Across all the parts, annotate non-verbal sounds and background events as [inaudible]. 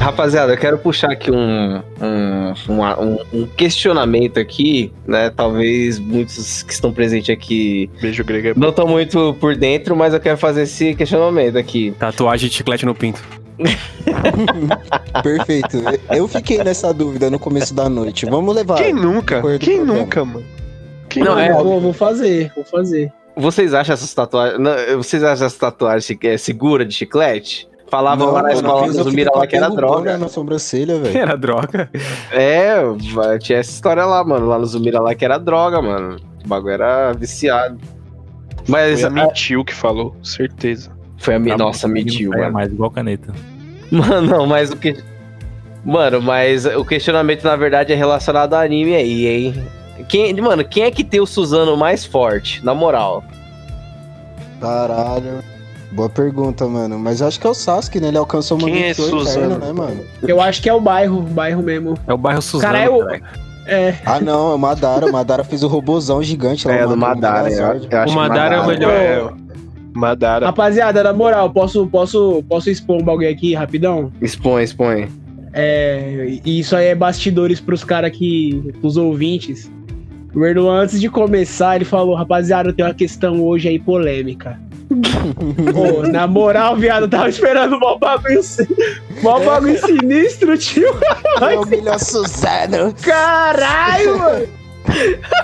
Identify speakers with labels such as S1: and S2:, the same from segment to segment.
S1: Rapaziada, eu quero puxar aqui um, um, uma- um- um questionamento aqui, né? Talvez muitos que estão presentes aqui
S2: Beijo
S3: [laughs]
S2: grego é
S1: não estão muito por dentro, mas eu quero fazer esse questionamento aqui.
S4: Tatuagem de chiclete no pinto.
S3: Perfeito. Eu fiquei nessa dúvida no começo da noite. Vamos levar.
S2: Quem nunca?
S3: Depois do
S2: Quem
S3: programa.
S2: nunca, mano? Quem
S1: Não,
S2: nunca?
S1: é-
S5: Vou, vou fazer, vou fazer.
S1: Vocês acham essas tatuagens. não, vocês acham essas tatuagens é, segura de chiclete? Falavam lá na
S3: mano,
S1: escola
S3: mas eu
S1: do
S3: fico
S1: Mira
S3: com
S1: lá que era
S3: aquele bolão
S1: droga.
S3: Na sobrancelha, velho.
S4: [laughs] Era droga.
S1: É, vai- tinha essa história lá, mano. Lá no Zumira lá que era droga, mano. O bagulho era viciado. Mas
S2: Foi a
S1: a-
S2: Mitiu que falou, certeza.
S1: foi a, mi- Nossa, mentiu,
S6: É
S1: mano.
S6: mais igual caneta.
S1: Mano, não, mas o que. Mano, mas o questionamento, na verdade, é relacionado ao anime aí, hein? Quem, mano, quem é que tem o Suzano mais forte, na moral?
S3: Caralho. Boa pergunta, mano. Mas eu acho que é o Sasuke, né? Ele alcançou uma
S2: Quem é
S3: Michio eterna,
S2: Suzano?
S3: né, mano?
S5: Eu acho que é o bairro, o bairro mesmo.
S4: É o bairro Suzano.
S5: Cara, eu-
S4: caralho.
S5: É,
S3: Ah, não. É o Madara. O Madara fez o robozão gigante
S1: É,
S3: lá. né? o Megazord.
S4: acho que o Madara é o melhor.
S2: Madara.
S5: rapaziada, na moral, posso, posso, posso expor um bagulho aqui rapidão?
S1: Expõe, expõe.
S5: É, e isso aí é bastidores pros caras que. pros ouvintes. O Erdogan, antes de começar, ele falou: rapaziada, eu tenho uma questão hoje aí polêmica. Pô, na moral, viado, eu tava esperando o maior bagulho, si- mó bagulho sinistro, tio.
S3: É o melhor Suzano.
S5: Caralho, mano.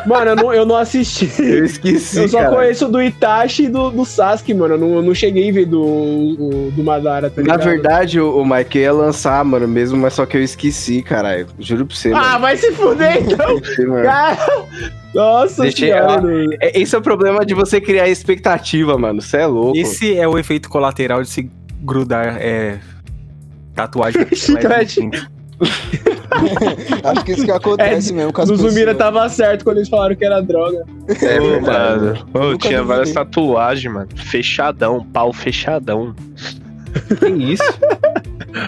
S5: Mano, eu não, eu não assisti.
S1: Eu esqueci.
S5: eu só
S1: cara.
S5: conheço do Itachi e do, do Sasuke, mano. Eu não, eu não cheguei a ver do, o- do Madara, tá
S1: Na
S5: ligado?
S1: verdade, o, o Mike ia lançar, mano, mesmo, mas só que eu esqueci, caralho. Juro pra você,
S5: Ah,
S1: mano. É.
S5: vai
S1: [laughs]
S5: se fuder então,
S1: Esqueci, mano.
S5: cara. Nossa
S1: Deixei-
S5: senhora,
S1: ah,
S5: mano.
S1: É- Esse é o problema de você criar expectativa, mano. Você é louco.
S4: Esse é o efeito colateral de se grudar é,
S3: [laughs]
S4: tatuagem de
S3: é
S5: Chiclete.
S4: no
S3: tipo-
S4: pinto.
S3: Acho que isso que acontece mesmo com as
S5: No Zumira
S3: pessoas.
S5: tava certo quando eles falaram que era droga.
S1: É
S2: Ô,
S1: verdade.
S2: mano. Ô,
S3: Nunca
S2: tinha várias
S3: duvidei.
S2: tatuagens, mano. Fechadão, pau fechadão.
S1: Que isso? [laughs]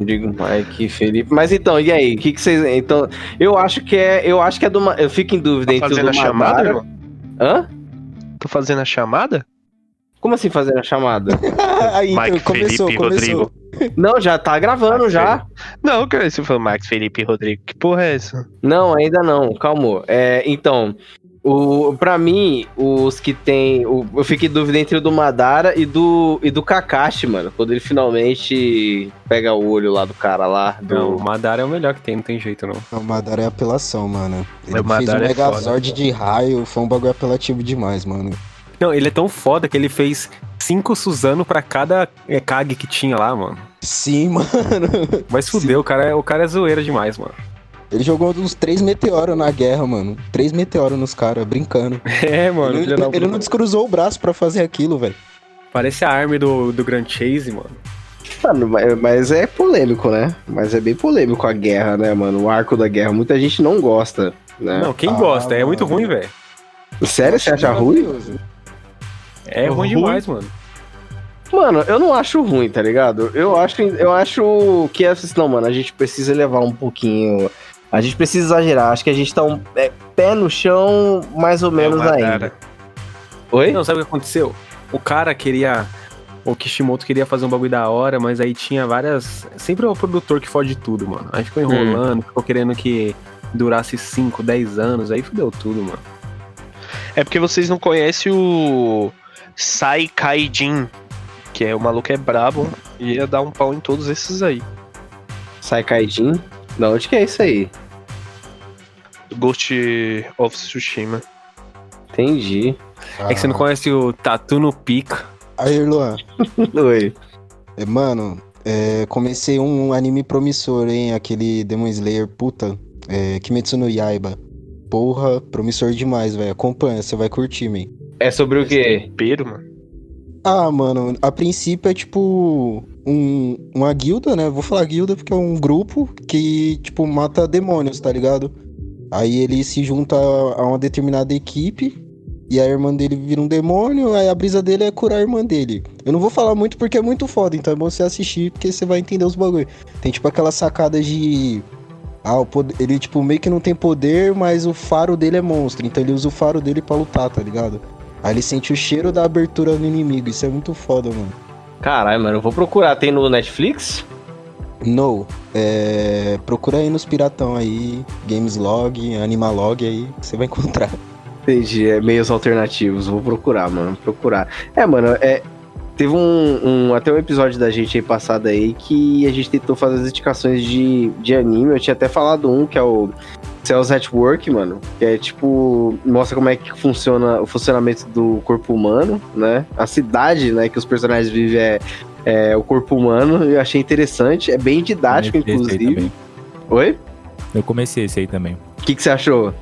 S1: Digo, Mike, Felipe. Mas então, e aí? O que, que vocês. Então, eu acho que é. Eu acho que é do. Ma- Eu fico em dúvida
S2: Tá
S1: entre o
S2: fazendo
S1: do
S2: a chamada,
S1: Madara.
S2: irmão?
S1: Hã?
S2: Tô fazendo a chamada?
S1: Como assim fazer a [laughs] chamada?
S3: Aí, então, começou, começou.
S1: Não, já tá gravando
S2: Ah,
S1: já.
S2: Não, cara, você falou Max, Felipe e Rodrigo. Que porra é essa?
S1: Não, ainda não. Calma. É, então, o para mim, os que tem, o- eu fiquei em dúvida entre o do Madara e do e do Kakashi, mano, quando ele finalmente pega o olho lá do cara lá, do
S4: Não, o Madara é o melhor que tem, não tem jeito não.
S3: O Madara é apelação, mano. Ele
S2: O Madara é
S3: fez um Megazord de raio, foi um bagulho apelativo demais, mano.
S4: Não, ele é tão foda que ele fez cinco Suzano pra cada é, Kag que tinha lá, mano.
S3: Sim, mano.
S4: Mas fudeu, o cara, é- o cara é zoeira demais, mano.
S3: Ele jogou uns três meteoros na guerra, mano. Três meteoros nos caras, brincando.
S4: [laughs] É, mano.
S3: ele,
S4: filha da
S3: ele
S4: puta.
S3: não descruzou o braço pra fazer aquilo, velho.
S4: Parece a arma do, do Grand Chase, mano.
S1: Mano, mas- mas é polêmico, né? Mas é bem polêmico a guerra, né, mano? O arco da guerra, muita gente não gosta, né?
S4: Não, quem
S3: Ah,
S4: gosta? É
S3: mano.
S4: muito ruim, velho.
S1: Sério, você acha ruim?
S3: Maravilhoso.
S4: É ruim
S2: Ruim?
S4: demais, mano.
S1: Mano, eu não acho ruim, tá ligado? Eu acho, eu acho que é assim, não, mano, a gente precisa levar um pouquinho. A gente precisa exagerar. Acho que a gente tá um é, pé no chão, mais ou menos ainda. É Oi?
S4: Não, sabe o que aconteceu? O cara queria. O Kishimoto queria fazer um bagulho da hora, mas aí tinha várias. Sempre é o produtor que fode tudo, mano. Aí ficou enrolando, ficou querendo que durasse 5, 10 anos, aí fudeu tudo, mano.
S2: É porque vocês não conhecem o Sai Kaijin, que é o maluco é brabo e ia dar um pau em todos esses aí.
S1: Sai Kaijin? Da onde que é isso aí?
S2: Ghost of Tsushima.
S1: Entendi. [laughs]
S4: É que você não conhece o Tatu no Pica.
S3: Aí, Luan.
S1: Oi.
S3: é, Mano, é, comecei um anime promissor, hein? Aquele Demon Slayer, puta. É, Kimetsu no Yaiba. Porra, promissor demais, velho. Acompanha, você vai curtir, man.
S1: É sobre o quê?
S2: Pero, mano.
S3: Ah, mano, a princípio é tipo um, uma guilda, né? Vou falar guilda porque é um grupo que, tipo, mata demônios, tá ligado? Aí ele se junta a uma determinada equipe e a irmã dele vira um demônio, aí a brisa dele é curar a irmã dele. Eu não vou falar muito porque é muito foda, então é bom você assistir porque você vai entender os bagulho. Tem tipo aquela sacada de Ah, o poder, ele, tipo, meio que não tem poder, mas o faro dele é monstro. Então ele usa o faro dele pra lutar, tá ligado? Aí ele sente o cheiro da abertura do inimigo. Isso é muito foda, mano.
S1: Caralho, mano, eu vou procurar. Tem no Netflix?
S3: No. É... Procura aí nos piratão aí. Gameslog, Animalog aí, que você vai encontrar.
S1: Entendi, é meios alternativos. Vou procurar, mano. Procurar. É, mano, é. Teve um, um- Até um episódio da gente aí passado aí que a gente tentou fazer as indicações de, de anime. Eu tinha até falado um, que é o Cells at Work, mano. Que é tipo. Mostra como é que funciona o funcionamento do corpo humano, né? A cidade, né, que os personagens vivem é, é o corpo humano. Eu achei interessante. É bem didático,
S6: Eu comecei esse aí
S1: inclusive. Oi?
S6: também. Eu comecei esse aí também.
S1: O que, que você achou?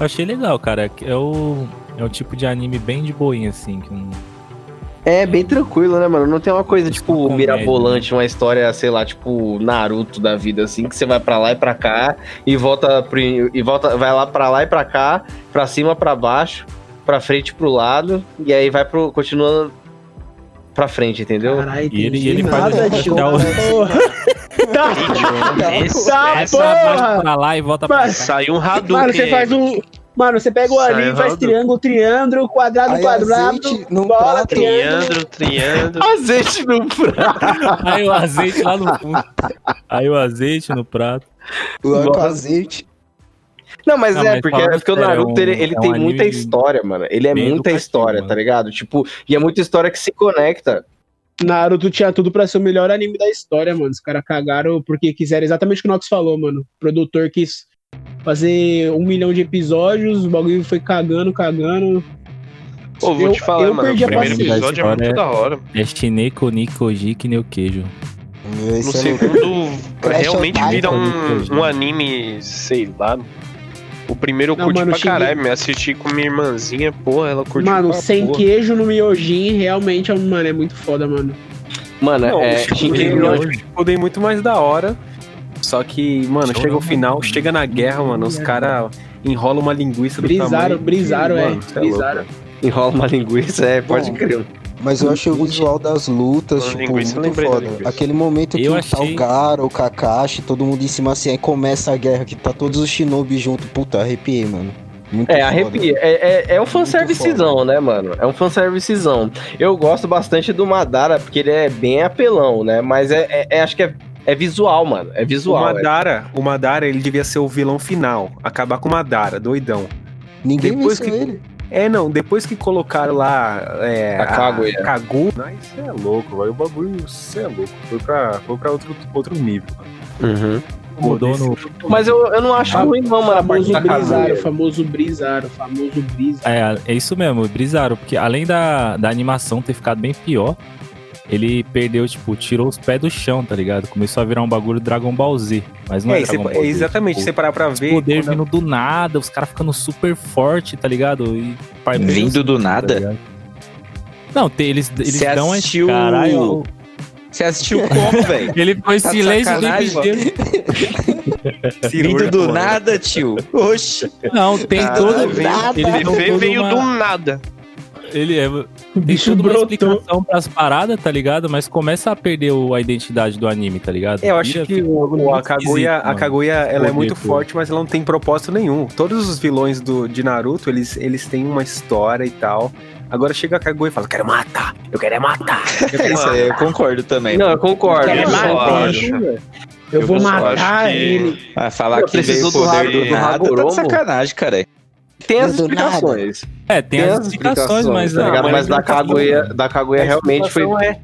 S6: Eu achei legal, cara. É o, é um tipo de anime bem de boinha, assim. Que não...
S1: É bem tranquilo, né, mano? Não tem uma coisa,
S6: Isso
S1: tipo,
S6: é uma comédia,
S1: mirabolante, uma história, sei lá, tipo, Naruto da vida, assim, que você vai pra lá e pra cá, e volta, pro, e volta vai lá pra lá e pra cá, pra cima, pra baixo, pra frente, pro lado, e aí vai pro, continuando pra frente, entendeu? [laughs]
S5: Caralho,
S6: E ele-
S5: entendi
S6: ele faz
S5: nada
S6: o-
S5: de
S6: dá o-
S5: porra.
S2: Esse-
S5: Tá,
S2: essa-
S5: porra!
S6: vai pra lá e volta pra cá.
S5: Mas-
S2: Saiu um Hadouken.
S5: Mano, você faz um. Mano, você pega o
S2: Sai
S5: ali, faz
S2: errado.
S5: triângulo, triângulo, quadrado,
S3: Aí
S5: Tá quadrado,
S3: azeite num
S5: bola,
S3: prato.
S2: Triângulo,
S5: triângulo.
S2: triângulo.
S1: Azeite no prato.
S6: Aí o azeite lá no fundo. Aí o azeite no prato.
S3: Lá com
S1: Nossa.
S3: azeite.
S1: Não, mas
S6: Não,
S1: é,
S6: mas
S1: porque,
S6: falando
S1: é porque o
S6: sério, é um-
S1: Naruto, ele, ele
S6: é um
S1: tem
S6: anime
S1: muita história, mano. Ele é
S6: bem
S1: muita
S6: educativo,
S1: história,
S6: mano.
S1: tá ligado? Tipo, e é muita história que se conecta.
S5: Naruto tinha tudo pra ser o melhor anime da história, mano. Os caras cagaram porque quiseram exatamente o que o Nox falou, mano. O produtor quis fazer um milhão de episódios, o bagulho foi cagando, cagando.
S2: Pô, vou
S5: Ah, Eu-
S2: te falar,
S5: eu
S2: mano. O
S5: perdi a
S2: primeiro
S6: paciência.
S2: episódio é muito
S6: Olha-
S2: da hora.
S6: É Shineko Nikoji que nem o queijo.
S3: Meu,
S2: No
S3: esse é louco.
S2: segundo,
S3: Crash
S2: realmente
S3: of
S2: vira
S6: Titans,
S2: um, um
S6: né?
S2: anime, sei lá. O primeiro eu
S5: Não,
S2: curti
S5: mano,
S2: pra
S5: Shin-
S2: caralho. Me assisti com minha irmãzinha, porra, ela curtiu
S5: mano,
S2: pra
S5: sem
S2: porra.
S5: queijo no Miojin, realmente, é um- mano, é muito foda, mano.
S1: Mano,
S4: Não,
S1: é.
S4: o Shippuden
S1: Shingeki
S4: eu
S1: no
S4: acho que Shippuden é muito mais da hora. Só que, mano,
S6: Show
S4: chega
S6: não,
S4: o final,
S6: mano.
S4: chega na guerra, mano. Os caras enrolam uma linguiça do
S5: Brisaram,
S4: tamanho.
S5: brisaram, é.
S4: Mano, cê louco.
S5: Brisaram.
S1: Enrola uma linguiça, é, pode
S3: Bom,
S1: crer.
S3: Mas eu achei o visual das lutas,
S2: Falando em
S3: tipo,
S2: linguiça, eu
S3: muito
S2: lembrei da
S3: foda.
S2: linguiça.
S3: Aquele momento que
S6: Eu
S3: tá
S6: achei-
S3: o Gara, o Kakashi, todo mundo em cima assim, aí começa a guerra, que tá todos os shinobi junto. Puta, arrepiei, mano. Muito
S1: É,
S3: foda.
S1: arrepia. É, é, é um fanservicezão, né, mano? É um fanservicezão. Eu gosto bastante do Madara, porque ele é bem apelão, né? Mas é, é- é- acho que é, é visual, mano. É
S4: O
S1: visual. é.
S4: Madara, o Madara, ele devia ser o vilão final. Acabar com o Madara, doidão.
S3: Ninguém
S4: Depois
S3: venceu
S4: que-
S3: ele.
S4: É, não, depois que colocaram lá. É,
S1: A Kaguya.
S4: Kagu. Aí cê é louco, velho. O bagulho, cê é louco. Foi pra, foi pra outro, outro nível.
S6: Mudou no.
S1: Mas eu, eu não acho
S5: Ah,
S1: ruim, não,
S2: Tá
S1: mano, a parte
S5: famoso
S1: da
S5: brisaram,
S1: Kaguya.
S5: famoso brisaram, famoso brisaram.
S6: É, é isso mesmo, brisaram. Porque além da, da animação ter ficado bem pior, ele perdeu, tipo, tirou os pés do chão, tá ligado? Começou a virar um bagulho Dragon Ball Z. Mas não é,
S4: É, cê-
S6: Dragon Ball
S4: é,
S6: Z.
S4: exatamente, se você
S6: Tipo,
S4: parar pra
S6: os
S4: ver.
S6: poder
S4: quando- é
S6: vindo do nada, os caras ficando super forte, tá ligado? E pai,
S7: Vindo do
S6: tá
S7: nada?
S6: ligado? Não, tem- eles, eles
S7: Você
S6: dão
S7: assistiu-
S6: esse caralho. ó.
S7: Você assistiu como, velho?
S6: Ele ficou em
S7: Tá de
S6: silêncio o tempo
S7: sacanagem, mano?
S6: [laughs] inteiro.
S7: Vindo
S4: cirúrgico,
S7: do
S4: mano.
S7: nada, tio. Oxe.
S6: Não, tem
S2: Caralho,
S6: todo.
S2: veio-
S6: ele
S2: Ele
S6: deu
S2: veio,
S6: toda
S2: veio
S6: uma-
S2: do nada.
S6: Ele é.
S5: O
S6: Tem
S5: bicho
S6: toda uma
S5: brotou.
S6: explicação pras paradas, tá ligado? Mas começa a perder o- a identidade do anime, tá ligado?
S4: É, eu acho
S6: Vira-
S4: que o, o- a
S6: muito esquisito, né?
S4: Kaguya, a
S6: mano.
S4: Kaguya ela é
S6: Poder,
S4: muito
S6: pô.
S4: forte, mas ela não tem propósito nenhum. Todos os vilões do, de Naruto, eles, eles têm uma história e tal. Agora chega a Kaguya e fala, quero matar, eu quero é [laughs] matar. Eu
S7: É
S4: quero
S7: isso
S4: matar.
S7: aí, eu concordo também.
S1: Não, eu concordo.
S5: Cara,
S1: eu
S2: Ele
S5: mas-
S1: concordo.
S2: mata.
S5: Eu vou
S2: Eu só
S5: matar
S2: acho que-
S5: ele.
S7: Mas falar
S1: Pô,
S7: que veio
S1: precisou
S7: o
S1: do
S7: poder
S1: Hagoromo,
S7: do,
S1: do
S2: Ah,
S7: nada tá
S1: Hagoromo?
S7: de sacanagem, cara.
S1: Tem as
S3: Do nada.
S1: explicações.
S6: É, tem, as explicações, mas.
S1: tá
S6: ah,
S1: ligado?
S6: mas
S1: Mas da
S7: é
S1: Kaguya, da Kaguya
S4: A
S1: realmente foi.
S4: explicação É,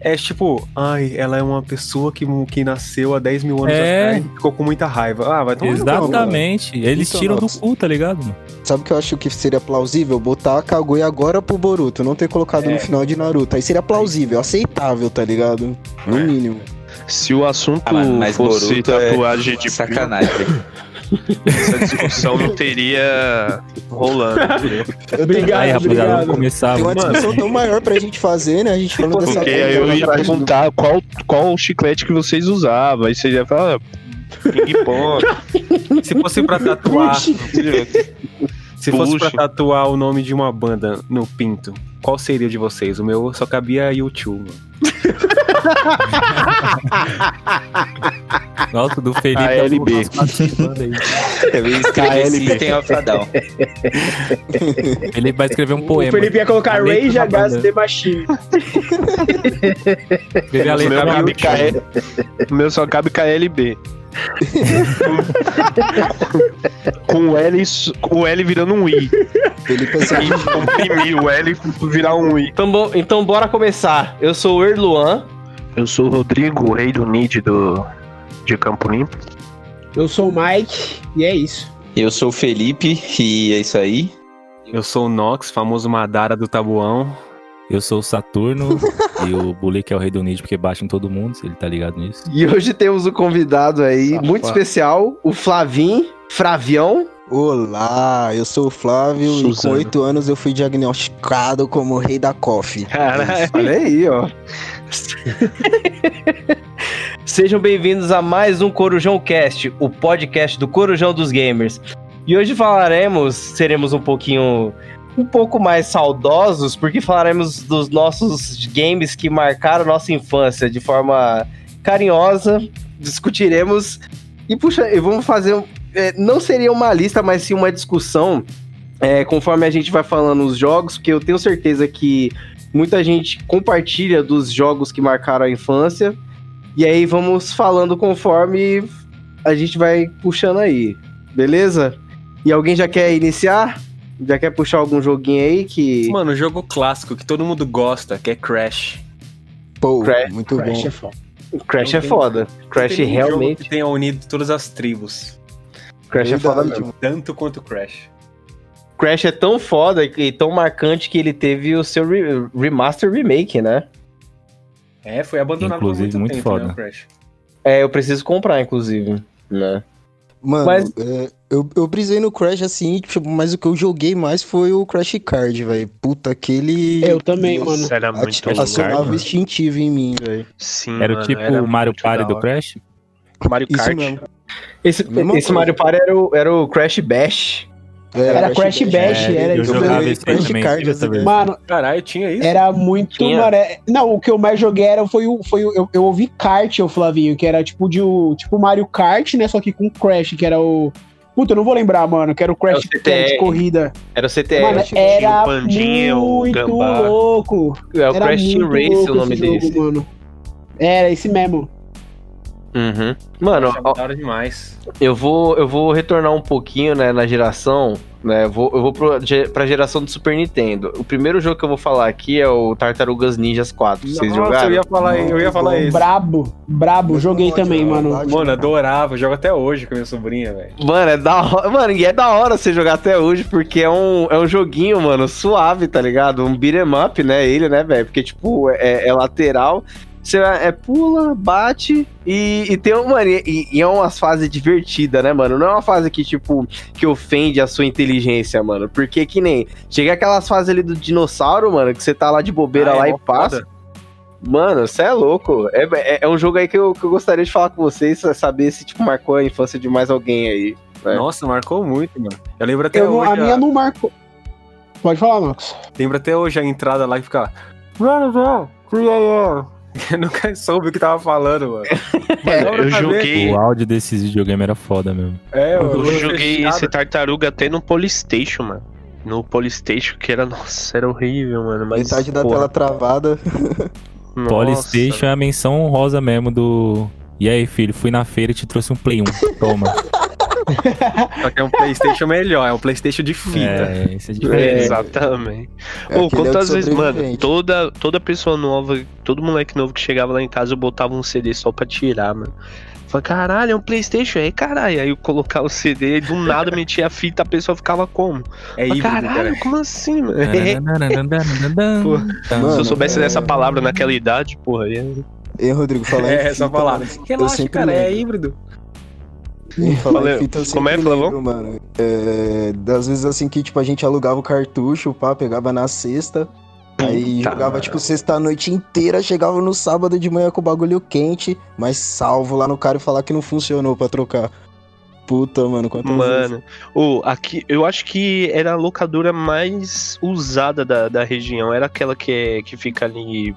S4: é tipo, ai, ela é uma pessoa que, mu- que nasceu há 10 mil anos
S6: É.
S4: atrás e ficou com muita raiva. Ah, vai tomar no cu.
S6: Exatamente. Eles
S3: Então,
S6: tiram do
S3: nossa.
S6: cu, tá ligado? mano?
S3: Sabe o que eu acho que seria plausível? Botar a Kaguya agora pro Boruto, não ter colocado no final de Naruto. Aí seria plausível, aceitável, tá ligado? No
S2: É.
S3: mínimo.
S2: Se o assunto
S7: Ah, mano, mas
S2: fosse
S7: Boruto é
S2: tatuagem de sacanagem.
S7: Sacanagem, velho.
S2: essa discussão não teria rolando.
S5: Obrigado,
S6: Aí, rapaziada,
S5: obrigado.
S6: vamos começar.
S3: Tem uma
S6: Ah, mano.
S3: discussão tão maior pra gente fazer, né? A gente falando dessa
S2: Porque
S3: coisa
S2: aí eu
S3: lá
S2: ia
S3: atrás do-
S2: perguntar qual, qual chiclete que vocês usavam. Aí vocês iam [laughs] falar. ah, Ping-pong.
S4: Se fosse pra tatuar,
S2: é
S7: Entendeu?
S4: Se fosse pra
S2: Puxa.
S4: tatuar o nome de uma banda no pinto, qual seria o de vocês? O meu só cabia YouTube, mano.
S6: [laughs] Nossa, do Felipe. é
S8: A
S6: eu vou
S8: LB.
S6: colocar umas quatro bandas aí.
S7: [laughs] Eu escrevi
S8: KLB.
S7: System of a Down.
S6: Ele vai escrever um
S5: O
S6: poema.
S5: Felipe ia colocar
S6: A letra
S5: Rage
S6: da
S5: Against
S6: banda.
S5: the
S6: [laughs]
S5: Machine. é
S6: Escrever a
S2: O meu
S6: letra da
S2: cabe
S6: música.
S2: KL. O meu só cabe [laughs] KLB. com o L, s- com o L virando um I.
S3: Felipe é
S2: E comprimir o L virar um I.
S1: Então, bo- então bora começar. Eu sou o Erluan.
S2: Eu sou o Rodrigo, o rei do NID do, de Campo Limpo.
S5: Eu sou o Mike e é isso.
S7: Eu sou o Felipe e é isso aí.
S4: Eu sou o Nox, famoso Madara do Tabuão.
S6: Eu sou o Saturno e o Bully que é o rei do Nid porque bate em todo mundo, ele tá ligado nisso.
S1: E hoje temos um convidado aí
S3: Safado.
S1: muito especial, o Flavim Fravião.
S3: Olá, eu sou o Flávio e com
S2: Suzano.
S3: oito anos eu fui diagnosticado como o rei da coffee.
S2: Caralho.
S1: [laughs] Olha aí, ó. Sejam bem-vindos a mais um Corujão Cast, o podcast do Corujão dos Gamers. E hoje falaremos, seremos um pouquinho um pouco mais saudosos, porque falaremos dos nossos games que marcaram nossa infância de forma carinhosa. Discutiremos e puxa, e vamos fazer um- é, não seria uma lista, mas sim uma discussão é, conforme a gente vai falando os jogos, porque eu tenho certeza que muita gente compartilha dos jogos que marcaram a infância. E aí vamos falando conforme a gente vai puxando aí, beleza? E alguém já quer iniciar? Já quer puxar algum joguinho aí que.
S4: Mano, jogo clássico que todo mundo gosta, que é Crash.
S3: Pô,
S1: Crash-
S3: muito
S5: Crash
S3: bom.
S5: é foda.
S1: Crash é
S4: tem-
S1: foda. Crash
S4: Tem um jogo
S1: realmente.
S4: que tenha unido todas as tribos,
S1: Crash é foda mesmo.
S4: tanto quanto Crash.
S1: Crash é tão foda e tão marcante que ele teve o seu re- remaster remake, né?
S4: É, foi abandonado
S6: Inclusive,
S4: por muito,
S6: muito
S4: tempo,
S6: foda.
S4: né, o Crash.
S1: É, eu preciso comprar, inclusive. Né?
S3: Mano,
S1: Mas-
S3: é, eu, eu brisei no Crash assim, tipo, mas o que eu joguei mais foi o Crash Card, velho. Puta, aquele.
S5: Eu também,
S3: Nossa,
S5: mano.
S2: Era
S3: ati-
S2: muito
S3: Acionava
S2: louco.
S3: o instintivo em mim, velho.
S2: Sim,
S6: Era
S2: mano,
S6: tipo
S2: era
S6: o Mario
S2: muito
S6: Party
S2: da
S6: do
S2: hora.
S6: Crash?
S2: Mario
S3: Isso
S2: Kart.
S3: mesmo.
S1: Esse,
S3: Mesma
S1: esse
S3: coisa.
S1: Mario Party era o, era o Crash Bash.
S3: É,
S5: Era Crash Bash,
S6: É,
S5: era
S6: eu
S5: isso.
S6: jogava
S3: mesmo.
S6: esse aí
S3: Crash
S6: também.
S3: Card,
S6: tive essa
S3: assim,
S6: versão.
S5: Mano,
S4: Caralho, tinha isso?
S5: era muito.
S1: Tinha.
S5: Mano, é- não, o que eu mais joguei era foi o. Foi o eu, eu ouvi kart, o Flavinho, que era tipo de o tipo Mario Kart, né? Só que com Crash, que era o. Puta, eu não vou lembrar, mano, que era o Crash
S1: É o
S5: Test
S1: CTR.
S5: Corrida.
S1: Era o CTR.
S5: mano,
S3: tinha
S5: era
S2: o Pandinha, o
S5: muito
S2: Gambá.
S5: louco.
S1: é o
S5: era
S1: Crash Team
S5: muito
S1: Race
S5: louco
S1: o nome
S5: esse jogo,
S1: desse.
S5: mano. Era esse mesmo.
S1: Uhum. Mano,
S4: Achava
S1: ó,
S4: da hora demais.
S1: eu vou, eu vou retornar um pouquinho né, na geração. Né, eu vou, eu vou pro, ge- pra geração do Super Nintendo. O primeiro jogo que eu vou falar aqui é o Tartarugas Ninjas 4. Vocês
S4: eu
S1: jogaram?
S4: ia falar, eu ia falar é isso.
S5: Brabo, brabo. Joguei também, mano.
S4: Mano, adorava, jogo até hoje com minha sobrinha, velho.
S1: Mano, é da hora. Mano, e é da hora você jogar até hoje, porque é um, é um joguinho, mano, suave, tá ligado? Um beat'em up, né? Ele, né, velho? Porque, tipo, é, é lateral. Você é, é pula, bate e, e tem uma. E, e é umas fases divertidas, né, mano? Não é uma fase que, tipo, que ofende a sua inteligência, mano. Porque que nem. Chega aquelas fases ali do dinossauro, mano, que você tá lá de bobeira
S4: Ah, é
S1: lá e
S4: mó
S1: passa.
S4: foda.
S1: Mano, você é louco. É, é, é um jogo aí que eu, que eu gostaria de falar com vocês, saber se, tipo, marcou a infância de mais alguém aí. É.
S4: Nossa, marcou muito, mano. Eu lembro até
S5: Eu não-
S4: hoje.
S5: a minha
S4: a-
S5: não marcou. Pode falar, Max.
S4: Lembro até hoje a entrada lá que fica. "Run, run, three a.m." [laughs] Eu nunca soube o que tava falando, mano.
S2: eu joguei,
S6: O áudio desses videogames era foda mesmo.
S4: É,
S2: eu
S4: mano,
S3: Uhum.
S2: joguei
S4: fechado.
S2: esse tartaruga até no Polystation, mano. No Polystation, que era, [laughs] nossa, era horrível, mano. Mas,
S3: Metade da
S2: porra,
S3: tela travada.
S2: nossa.
S6: Polystation é a menção honrosa mesmo do. E aí, filho, fui na feira e te trouxe um Play 1. Toma.
S4: Só que é um Playstation melhor, é um Playstation de fita.
S6: é, isso é
S2: É,
S6: diferente.
S2: Exatamente.
S3: É
S2: Ou
S3: aquele é o
S2: quantas
S3: de
S2: vezes, mano,
S3: sobrevivente.
S2: toda, toda pessoa nova, todo moleque novo que chegava lá em casa, eu botava um CD só pra tirar, mano. Falei, caralho, é um Playstation, é caralho. Aí eu colocava o CD e do nada metia a fita, a pessoa ficava como? Falei,
S4: É, híbrido,
S2: caralho,
S4: cara.
S2: como assim, mano?
S6: É. Pô,
S2: [laughs] Se eu
S3: Mano,
S2: soubesse
S3: é-
S2: dessa palavra naquela idade, porra, ia...
S3: Ei, Rodrigo, fala aí.
S4: É, só falar. Relaxa,
S3: sempre
S4: cara, é
S3: lembro.
S4: híbrido.
S3: Falei,
S2: Valeu.
S3: fita, eu
S2: Como é,
S3: sempre
S2: Flavão?
S3: lembro, mano. É, das vezes assim que tipo, a gente alugava o cartucho, pá, pegava na sexta. Aí
S2: Puta,
S3: jogava,
S2: mano.
S3: tipo, sexta a noite inteira, chegava no sábado de manhã com o bagulho quente, mas salvo lá no cara e falar que não funcionou pra trocar. Puta, mano,
S1: Uhum.
S3: quantas vezes.
S2: Mano, ô, aqui, eu acho que era a locadora mais usada da, da região. Era aquela que, é, que fica ali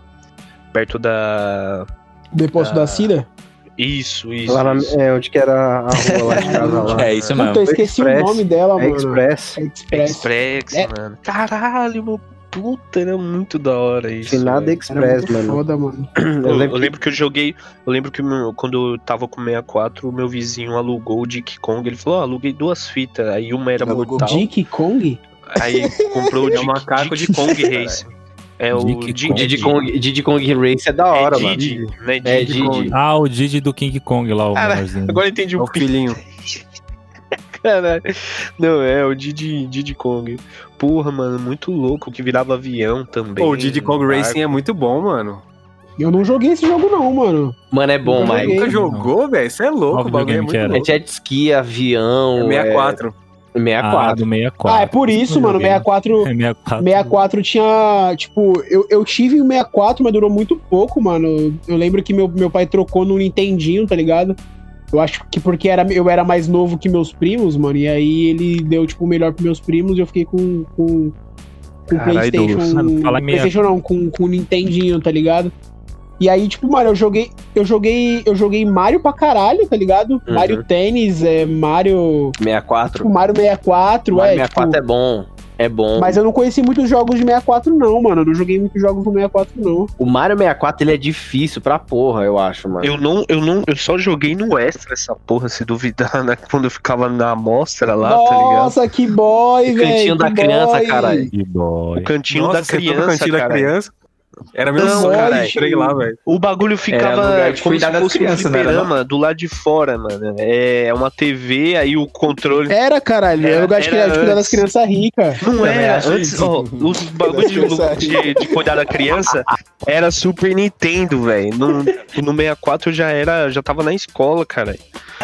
S2: perto da.
S5: Depósito
S2: Ah,
S5: da Cira?
S2: Isso, isso.
S1: Lá na-
S2: isso.
S1: é, onde que era a rua lá de casa
S6: [laughs]
S1: lá.
S6: Tá
S7: É isso
S5: Puta, eu
S7: mesmo.
S5: esqueci
S1: Express.
S5: o nome dela,
S1: É
S5: mano.
S1: Express.
S5: É
S2: É
S5: Express.
S2: Express,
S5: É.
S2: mano. Caralho, meu puta, era muito da hora isso.
S1: Finada
S2: velho.
S5: Era muito
S1: Express, mano.
S5: foda, mano.
S1: Eu
S2: Eu,
S1: lembro
S2: eu
S1: que-
S2: lembro que eu joguei. Eu lembro que meu- quando eu tava com 64, o meu vizinho alugou o Dick Kong. Ele falou: Ó, aluguei duas fitas. Aí uma era
S3: Alugou
S2: mortal.
S5: Dick Kong?
S2: Aí comprou o Dick,
S4: macaco
S2: Dick Kong Race. É o
S6: Dick
S2: Dick
S6: Kong.
S1: Diddy Kong, Diddy Kong Race é da
S2: É
S1: hora, mano.
S2: Didi, né?
S1: É
S2: Didi.
S1: Diddy.
S6: Ah, o Didi do King Kong lá, o
S2: Cara,
S6: menorzinho.
S2: Agora eu entendi
S4: É
S2: o
S4: o
S2: que,
S4: filhinho.
S2: caralho. Não, é o Didi, Didi Kong. Porra, mano, muito louco, que virava avião também.
S4: Pô, o Diddy Kong
S2: barco.
S4: Racing é muito bom, mano.
S5: Eu não joguei esse jogo, não, mano.
S1: Mano, é bom,
S5: Eu
S1: mas.
S5: joguei.
S4: Nunca jogou, velho? Isso é louco,
S6: Qual
S4: o bagulho é
S6: videogame que
S4: muito
S6: era?
S4: louco.
S1: É jet ski, avião.
S4: É 64.
S1: É 64.
S6: Ah, do 64.
S5: Ah, é por isso, mano. 64.
S6: É 64.
S5: 64 tinha, tipo, eu, eu tive o 64, mas durou muito pouco, mano. Eu lembro que meu, meu pai trocou no Nintendinho, tá ligado? Eu acho que porque era, eu era mais novo que meus primos, mano. E aí ele deu, tipo, o melhor pros meus primos e eu fiquei com. com com o
S2: Caralho,
S5: PlayStation.
S6: Mano, fala em
S5: PlayStation não, com, com o Nintendinho, tá ligado? E aí, tipo, mano, eu joguei. Eu joguei. Eu joguei Mario pra caralho, tá ligado?
S1: Uhum.
S5: Mario Tênis, é, Mario.
S1: 64.
S5: Tipo, Mario 64,
S1: Mario
S5: é.
S1: 64
S5: tipo,
S1: é bom. É bom.
S5: mas eu não conheci muitos jogos de 64, não, mano. Eu não joguei muitos jogos do 64, não.
S1: O Mario 64 ele é difícil pra porra, eu acho, mano.
S2: Eu não, eu não, eu só joguei no extra essa porra, se duvidar, né? [laughs] Quando eu ficava na amostra lá, tá ligado?
S5: Nossa, que boy,
S1: O
S5: velho.
S1: cantinho da
S5: que
S1: criança,
S5: boy.
S1: caralho.
S6: Que
S2: O
S6: boy.
S2: cantinho
S4: Nossa,
S2: da
S4: você entrou no
S2: criança,
S4: cantinho um da
S2: cara.
S4: criança. Era meu
S2: Não,
S4: sonho,
S2: cara.
S4: cara. Entrei lá, velho.
S2: O bagulho
S7: Era
S2: ficava
S7: É, lugar de
S2: como
S7: cuidar
S2: se
S7: das
S2: fosse um
S7: crianças, né? Era
S2: fliperama do lado de fora, mano. É uma TV, aí o controle
S5: Era, caralho.
S2: Era-
S5: eu gosto de
S2: era
S5: criar- de cuidar
S2: antes.
S5: das crianças ricas.
S2: Não
S7: Também
S2: era.
S7: acho
S2: Antes,
S7: isso.
S2: ó,
S4: [laughs]
S2: os bagulhos de,
S4: é
S2: de, de cuidar da criança era Super Nintendo, velho. No, no 64 eu já era, já tava na escola, cara.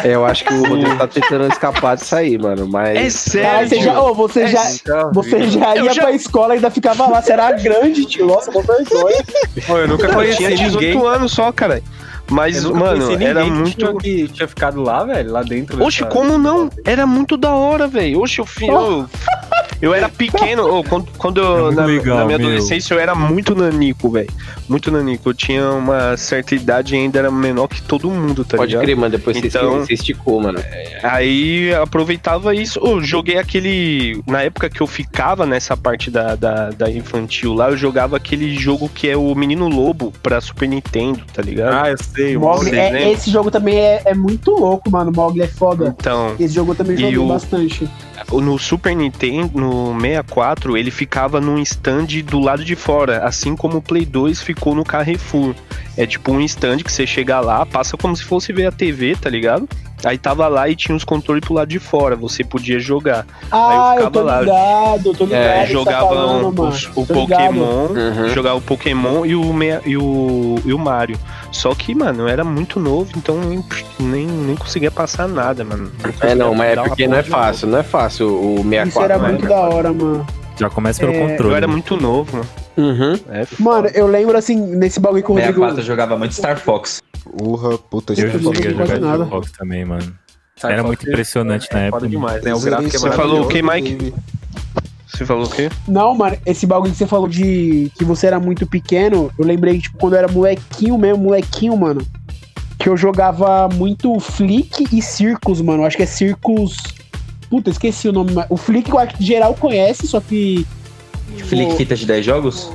S1: É, eu acho que o Rodrigo tá tentando escapar disso aí, mano.
S2: É
S1: Mas.
S5: Ah,
S2: sério,
S5: você já,
S2: tio.
S5: ô, você
S2: É
S5: já,
S2: sério.
S5: você já
S2: Eu
S5: ia
S2: já-
S5: pra escola e ainda ficava lá. Você era grande, tio. Nossa, é com vergonha.
S4: Pô, eu [laughs] nunca
S2: Eu
S4: conheci
S2: tinha 18
S4: ninguém.
S2: anos só, cara. Mas,
S4: Eu nunca conheci
S2: mano,
S4: ninguém
S2: era
S4: que
S2: muito.
S4: Tinha, que tinha ficado lá, velho, lá dentro.
S2: Oxe,
S4: dessa-
S2: como não? Era muito da hora, velho. Oxe, eu, fi- eu, eu era pequeno. ô, quando quando eu-
S6: É muito
S2: na,
S6: legal,
S2: na minha
S6: meu.
S2: adolescência eu era muito nanico, velho. Muito nanico. Eu tinha uma certa idade e ainda era menor que todo mundo, tá
S1: Pode
S2: ligado?
S1: crer, mano. Depois você
S2: Então-
S1: esque- você esticou, mano.
S2: Aí aproveitava isso. Eu joguei aquele. Na época que eu ficava nessa parte da, da, da infantil lá, eu jogava aquele jogo que é o Menino Lobo pra Super Nintendo, tá ligado?
S4: Ah, eu sei. o
S5: Mogli,
S2: vocês
S5: é-
S2: lembram?
S5: esse jogo também é, é muito louco, mano. Mogli é foda.
S2: Então,
S5: Esse jogo eu também
S2: E
S5: joguei
S2: o-
S5: bastante.
S2: no Super Nintendo, no 64, ele ficava num stand do lado de fora, assim como o Play 2 ficou no Carrefour. É tipo um stand que você chega lá, passa como se fosse ver a TV, tá ligado? Aí tava lá e tinha os controles pro lado de fora, você podia jogar.
S5: Ah, eu,
S2: ficava
S5: tô
S2: lá. um
S5: ligado, eu tô ligado.
S1: É,
S5: o que você tá falando,
S2: jogavam
S5: mano.
S2: os- o
S5: Tô ligado.
S2: Pokémon,
S1: Uhum.
S2: jogar o Pokémon e o, mea- e o, e o Mario. Só que, mano, eu era muito novo, então nem, nem, nem conseguia passar nada, mano.
S1: É, não, mas é
S2: Dava
S1: porque
S2: porra
S1: não é
S2: de novo.
S1: fácil. Não é fácil o o 64.
S5: Isso era
S1: né?
S5: muito da hora, mano.
S6: Já começa pelo controle.
S2: Eu era muito novo, mano.
S1: Uhum.
S2: É,
S5: Mano, eu lembro assim, nesse bagulho que o Rodrigo.
S7: 64 eu jogava muito Star Fox.
S3: Urra, puta,
S6: Eu
S3: isso
S6: já
S3: é
S6: cheguei a
S5: Quase
S6: jogar
S5: nada.
S6: Star Fox também, mano.
S4: Star
S6: Era
S4: Fox
S6: muito impressionante
S4: é
S6: na
S4: Foda
S6: época.
S4: demais, né?
S3: Eu
S4: O
S3: zerei
S4: gráfico é
S3: Sonic
S2: Você falou o quê,
S3: Youth,
S2: Mike?
S3: baby.
S2: Você falou o quê?
S5: Não, mano, esse bagulho que você falou de que você era muito pequeno, eu lembrei, tipo, quando eu era molequinho mesmo, molequinho, mano. Que eu jogava muito Flick e Circus, mano. Acho que é Circus. Puta, esqueci o nome. mas- O Flick eu acho que geral conhece, só que. tipo,
S7: Flick fitas de 10 jogos?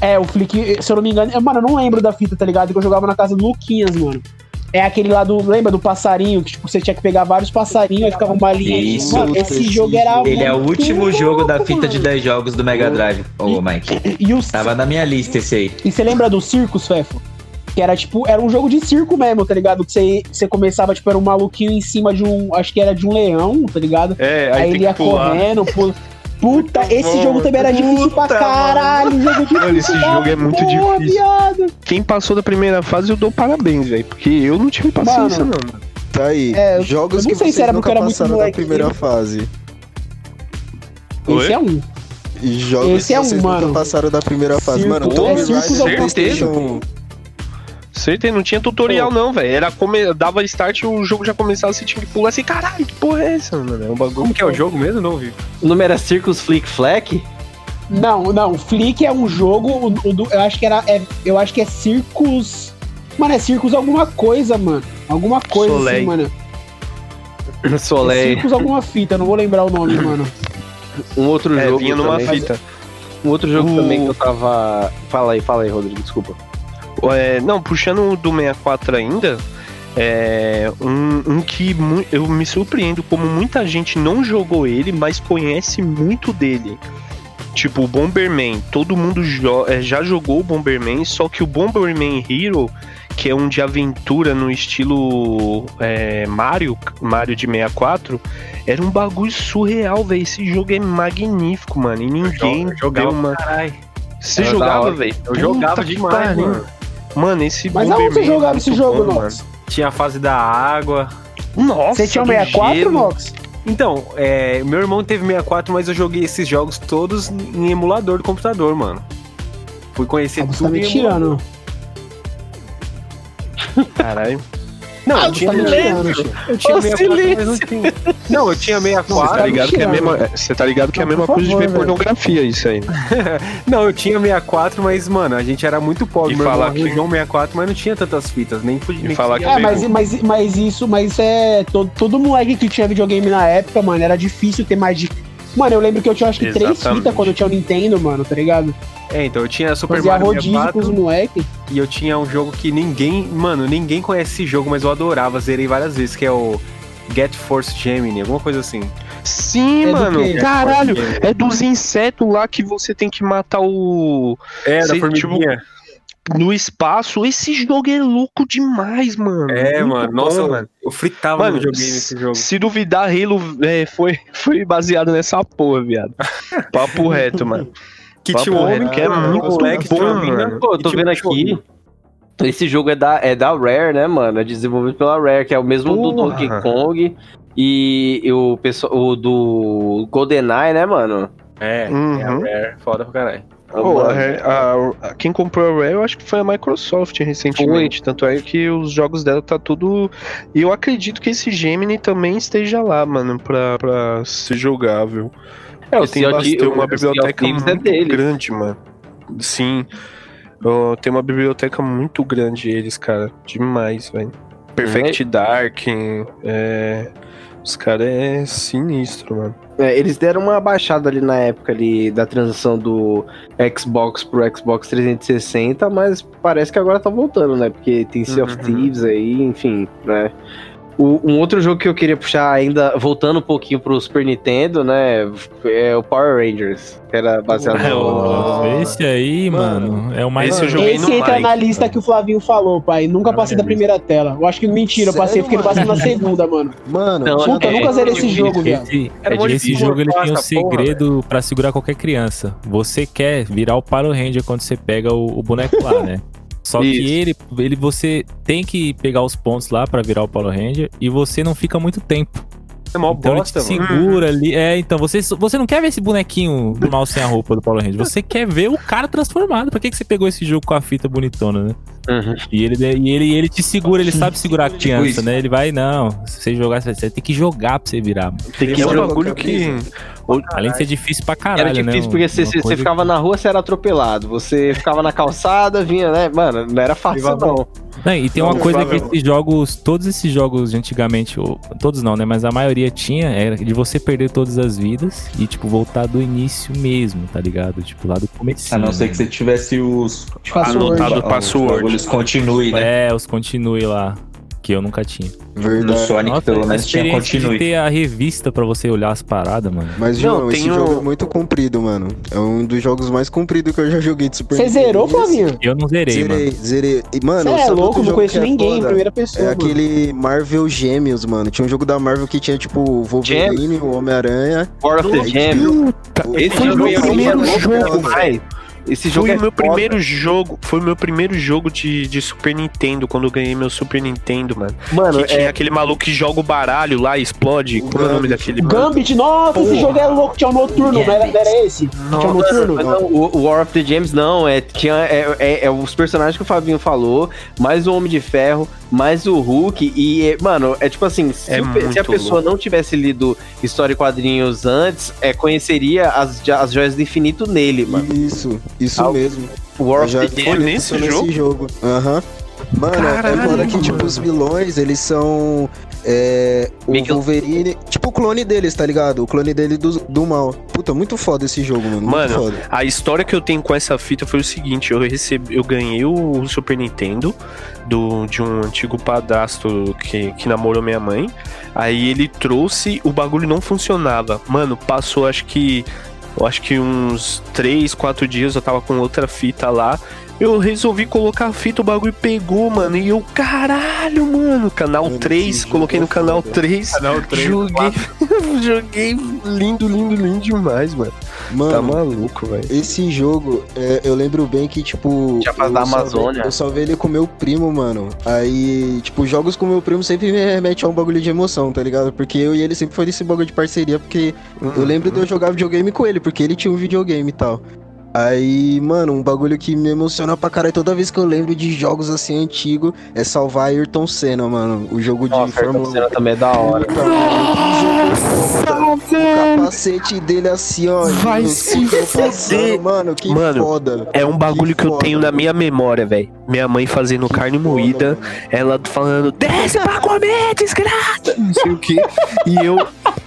S5: É, o Flick, se eu não me engano. eu- Mano, eu não lembro da fita, tá ligado? Que eu jogava na casa do Luquinhas, mano. É aquele lá do. Lembra do passarinho? Que tipo, você tinha que pegar vários passarinhos, aí ficava uma linha.
S7: Isso,
S5: mano, esse jogo era.
S7: Ele é o
S5: muito
S7: último jogo da
S5: louco,
S7: fita de
S5: mano.
S7: 10 jogos do Mega Drive. Ô, Mike.
S5: E os
S7: Tava na minha lista esse aí.
S5: E você lembra do Circus, Fefo? Que era tipo, era um jogo de circo mesmo, tá ligado? Que você, você começava, tipo, era um maluquinho em cima de um. Acho que era de um leão, tá ligado?
S2: É, aí,
S5: Aí,
S2: tem
S5: ele
S2: que
S5: ia
S2: pular.
S5: correndo, pula. Puta, esse
S2: bom,
S5: jogo também era difícil pra
S2: Puta,
S5: caralho. Jogo difícil
S2: Mano, esse
S5: da
S2: jogo é muito
S5: porra,
S2: difícil.
S5: viado.
S2: Quem passou da primeira fase, eu dou parabéns, velho. Porque eu não tive paciência,
S5: Mano,
S2: não. mano.
S3: Tá aí.
S5: É, eu- eu
S3: Jogos
S5: não
S3: que
S5: sei se
S3: vocês
S5: era porque
S3: nunca
S5: era muito
S3: passaram da
S5: moleque.
S3: primeira fase.
S2: Oi?
S5: Esse é um.
S3: E Jogos
S5: Esse é
S3: que
S5: um,
S3: vocês
S5: mano. É,
S3: nunca passaram da primeira fase. Mano,
S5: Circo-
S3: Tomb
S5: é circo
S3: Raider
S5: da
S3: no PlayStation
S2: Certeza, não tinha tutorial não, velho. Era come... dava start e o jogo já começava, você tinha que pular assim, caralho, que porra é essa, mano? É um bagulho.
S4: Como que é o jogo mesmo? Não ouvi.
S1: O número era Circus Flick Flack?
S5: Não, não. Flick é um jogo. o- o do- eu acho que era. é- eu acho que é Circus. Mano, é Circus alguma coisa, mano. Alguma coisa
S2: Soleil.
S5: assim, mano. É
S1: Soleil.
S5: Circus alguma fita, não vou lembrar o nome, mano.
S1: Um outro
S2: É,
S1: jogo.
S2: vinha numa
S1: também.
S2: fita.
S1: Um outro jogo
S2: O-
S1: também que eu tava. Fala aí, fala aí, Rodrigo, desculpa.
S2: É, não, puxando o do 64 ainda, é um, um que mu- eu me surpreendo como muita gente não jogou ele, mas conhece muito dele. Tipo, o Bomberman, todo mundo jo- é, já jogou o Bomberman, só que o Bomberman Hero, que é um de aventura no estilo é, Mario, Mario de 64, era um bagulho surreal, velho. Esse jogo é magnífico, mano. E ninguém
S4: eu jogava
S2: deu uma.
S4: Caralho.
S2: Você
S1: Era da
S2: jogava,
S1: hora.
S2: velho?
S4: Eu jogava
S2: Puta que
S4: demais,
S2: pariu.
S4: mano.
S2: Mano, esse
S5: Mas aonde você
S2: Bomberman é
S5: jogava esse
S2: muito
S5: jogo,
S2: bom,
S5: Nox?
S4: Tinha a fase da água.
S2: mano. Nossa,
S5: Você tinha um
S2: do
S5: 64,
S2: gelo.
S5: Nox?
S4: Então, é, meu irmão teve 64, mas eu joguei esses jogos todos em emulador do computador, mano. Fui conhecer
S5: Ah, você tá
S4: tudo
S5: me
S4: em emulador.
S5: tirando.
S2: Caralho.
S4: Não,
S5: Ah, você
S4: eu tinha,
S5: tá me tirando, tio.
S4: eu tinha
S1: Ô,
S4: 64, mas não tinha. Não, eu tinha
S2: Você tá
S4: 64.
S2: ligado que é a mesma, você tá ligado que é a
S5: Não,
S2: mesma
S5: por
S2: coisa de
S5: favor,
S2: ver
S5: velho.
S2: pornografia isso aí. né?
S4: Não, eu tinha 64, mas, mano, a gente era muito pobre.
S2: E
S4: meu
S2: falar
S4: irmão
S2: que-
S4: arranjou um 64, mas não tinha tantas fitas, nem podia.
S2: E
S4: nem
S2: falar
S4: conseguia-
S5: É, mas, mas, mas isso, mas isso é. Todo, todo moleque que tinha videogame na época, mano, era difícil ter mais de. Mano, eu lembro que eu tinha acho que três
S2: Exatamente.
S5: fitas quando eu tinha o Nintendo, mano, tá ligado?
S4: É, então, eu tinha Super
S5: Fazia
S4: Mario
S5: rodízio com os
S4: 64
S5: moleques.
S4: e eu tinha um jogo que ninguém... Mano, ninguém conhece esse jogo, mas eu adorava, zerei várias vezes, que é o... Get Force Gemini, alguma coisa assim.
S2: Sim,
S5: É do
S2: mano.
S5: quê?
S2: Caralho.
S4: Force Gemini.
S2: É dos insetos lá que você tem que matar o
S4: É, da
S2: Sei,
S4: formiguinha.
S2: no espaço. Esse jogo é louco demais, mano.
S4: É,
S2: Muito
S4: mano.
S2: bom,
S4: Nossa,
S2: mano.
S4: eu fritava
S2: Mano,
S4: no videogame esse jogo.
S2: Se duvidar, Halo é, foi, [laughs] foi baseado nessa porra, [laughs] viado. Papo reto, mano.
S4: Que
S2: Papo
S4: tinha um homem
S2: reto, que é
S4: mano,
S2: muito
S4: moleque, tinha uma
S2: bom,
S4: mina,
S2: mano.
S1: Pô, eu tô
S4: e tinha
S1: vendo
S4: um
S1: aqui.
S4: cachorrinho.
S1: Esse jogo é da, é da Rare, né, mano? É desenvolvido pela Rare, que é o mesmo do
S2: Porra.
S1: Donkey Kong e, e o, pessoal, o do GoldenEye, né, mano?
S4: É,
S2: Uhum.
S4: é rare, foda pra caralho.
S2: Pô,
S1: Mano,
S2: a Rare- a- a- quem comprou a Rare, eu acho que foi a Microsoft recentemente. Tanto é que os jogos dela tá tudo. E eu acredito que esse Gemini também esteja lá, mano, pra, pra ser jogável.
S1: É, o
S2: Porque
S1: Sea of
S2: bast-
S1: Thieves-
S2: uma
S1: o Sea of
S2: biblioteca
S1: Thieves
S2: muito
S1: é deles.
S2: grande, mano. Sim. Ó, tem uma biblioteca muito grande eles, cara. Demais, velho. Perfect
S1: Né?
S2: Dark. é, Os caras é sinistro, mano.
S1: É, eles deram uma baixada ali na época ali da transição do Xbox pro Xbox 360, mas parece que agora tá voltando, né? Porque tem Sea of
S2: Uhum.
S1: Thieves aí, enfim, né? O- um outro jogo que eu queria puxar ainda, voltando um pouquinho pro Super Nintendo, né? É o Power Rangers, que era baseado
S2: É,
S1: no...
S2: o-
S6: Nossa, Esse aí, mano, é o mais.
S2: esse eu joguei
S5: Esse
S2: no
S5: entra
S2: Mike,
S5: na lista que o Flavinho falou, pai. Nunca
S4: Caralho,
S5: passei da
S4: é
S5: primeira tela. Eu acho que mentira, eu passei,
S3: Sério,
S5: fiquei
S3: mano?
S5: passando na segunda, mano.
S3: Mano,
S1: Não,
S3: tinha
S5: Puta, eu
S1: é-
S5: nunca zerei esse jogo, velho.
S6: Esse,
S4: Era
S6: é
S4: um
S6: de-
S4: monte de
S6: esse
S4: figura
S6: jogo ele tem um
S4: plástica, porra,
S6: segredo pra segurar qualquer criança. Você quer virar o Power Ranger quando você pega o, o boneco lá,
S4: [laughs]
S6: né? Só que
S1: Isso.
S6: ele, ele, você tem que pegar os pontos lá pra virar o Power Ranger e você não fica muito tempo.
S4: É mó
S6: então
S4: bosta,
S6: ele te
S4: mano.
S6: segura ali. É, então você, você não quer ver esse bonequinho do mal sem a roupa do Power Ranger. Você quer ver o cara transformado. Pra que, que você pegou esse jogo com a fita bonitona, né?
S1: Uhum.
S6: E ele, e ele, ele te segura, ele sabe segurar a
S4: Tipo
S6: criança,
S7: isso.
S6: né? Ele vai, não, se você jogar, você você tem que jogar pra você virar. mano.
S1: Tem que
S2: é um
S1: jogar.
S2: bagulho que.
S6: Além de ser difícil pra caralho,
S1: Era difícil
S6: né?
S1: porque você,
S6: Uma
S1: você
S6: coisa-
S1: ficava na rua, você era atropelado. Você ficava na calçada, vinha, né? Mano, não era fácil, não.
S6: Não, e tem uma
S2: Não,
S6: coisa que
S2: Flávio.
S6: esses jogos, todos esses jogos de antigamente, ou- todos não, né? Mas a maioria tinha, era de você perder todas as vidas e, tipo, voltar do início mesmo, tá ligado? Tipo, lá do começo.
S7: A não ser que você tivesse os.
S2: Anotado
S5: Passou
S2: o password.
S7: Os continue, né?
S6: É, os continue lá, que eu nunca tinha.
S7: No
S3: é Verdade.
S7: É, Sonic, pelo
S6: a
S7: menos, tinha
S6: experiência de
S7: continue.
S6: ter a revista pra você olhar as paradas, mano.
S3: Mas,
S2: Não,
S3: João, esse
S2: tem
S3: jogo
S2: um-
S3: é muito comprido, mano. É um dos jogos mais compridos que eu já joguei de Super
S5: Você zerou, Flavinho?
S6: Eu não zerei, mano.
S3: Zerei, zerei. E, mano,
S5: Você é
S3: sabe outro
S5: louco, não
S3: jogo
S5: conheço
S3: que é
S5: ninguém em
S3: foda?
S5: primeira pessoa.
S3: É
S5: mano.
S3: aquele Marvel Gêmeos, mano. Tinha um jogo da Marvel que tinha, tipo, o Wolverine, o Homem-Aranha.
S1: War of the
S3: Aí,
S1: Gems.
S3: tipo,
S1: Esse
S3: o-
S1: jogo
S2: é
S3: o
S1: eu
S3: primeiro
S1: jogo
S3: jogo,
S1: demais. Esse jogo
S2: Foi
S1: é
S2: o meu
S1: foda.
S2: primeiro jogo, foi o meu primeiro jogo de, de Super Nintendo, quando eu ganhei meu Super Nintendo, mano.
S1: Mano,
S2: que tinha
S1: é,
S2: aquele maluco que joga o baralho lá e explode. Como é o nome daquele mano?
S5: Gambit, nossa, esse
S2: Porra.
S5: jogo é louco, tinha um noturno, não era, não era esse? Tinha um
S2: Nossa.
S5: noturno?
S1: mas não, o o War of the James não, é, tinha, é, é- é os personagens que o Fabinho falou, mais o Homem de Ferro, mais o Hulk, e, é, mano, é tipo assim, se,
S2: É
S1: o pe- se a
S2: muito
S1: pessoa não tivesse lido História e Quadrinhos antes, é, conheceria as, jo- as Joias do Infinito nele, mano.
S3: Isso, isso
S1: Ah, o-
S3: mesmo.
S1: O War
S3: Eu
S1: of
S3: já
S1: the
S3: fui
S2: James nesse
S3: nesse jogo. Aham. Mano,
S2: Caralho,
S3: é foda que, tipo, os vilões, eles são. É, o
S1: Miguel-
S3: Wolverine. Tipo o clone deles, tá ligado? O clone dele do, do mal. Puta, muito foda esse jogo, mano. Muito
S2: Mano,
S3: foda.
S2: A história que eu tenho com essa fita foi o seguinte: eu recebi, eu ganhei o, o Super Nintendo do, de um antigo padrasto que, que namorou minha mãe. Aí ele trouxe, o bagulho não funcionava. Mano, passou acho que. Eu acho que uns 3, 4 dias eu tava com outra fita lá. Eu resolvi colocar a fita, o bagulho pegou, mano. E eu, caralho, mano. Canal
S3: Mano, que
S2: 3,
S3: jogo
S2: coloquei no canal
S3: foda.
S2: 3.
S4: Canal
S2: joguei, [laughs] joguei lindo, lindo, lindo demais, mano. Tá
S3: Mano,
S2: maluco, velho.
S3: Esse jogo, é, eu lembro bem que, tipo.
S1: Tinha fase
S3: eu
S1: da
S3: salvei-
S1: Amazônia.
S3: eu salvei ele com meu primo, mano. Aí, tipo, jogos com meu primo sempre me remete a um bagulho de emoção, tá ligado? Porque eu e ele sempre foi esse bagulho de parceria, porque
S1: Uhum.
S3: eu lembro de eu jogar videogame com ele, porque ele tinha um videogame e tal. Aí, mano, um bagulho que me emociona pra caralho toda vez que eu lembro de jogos assim antigos é salvar Ayrton Senna, mano. O jogo de
S1: Nossa,
S3: Fórmula
S1: a cena também é da hora.
S3: Puta, mano, que jogo foda. O capacete dele assim, ó.
S2: Vai
S3: indo,
S2: se
S3: ficou
S2: fuder.
S3: passando, Mano, que
S2: Mano,
S3: foda.
S2: É um bagulho que, eu
S3: foda.
S2: tenho na minha memória, velho. Minha mãe fazendo carne
S3: foda,
S2: moída,
S3: mano. É
S2: ela falando, desce pra comer, desgraça! Não sei o quê. E eu,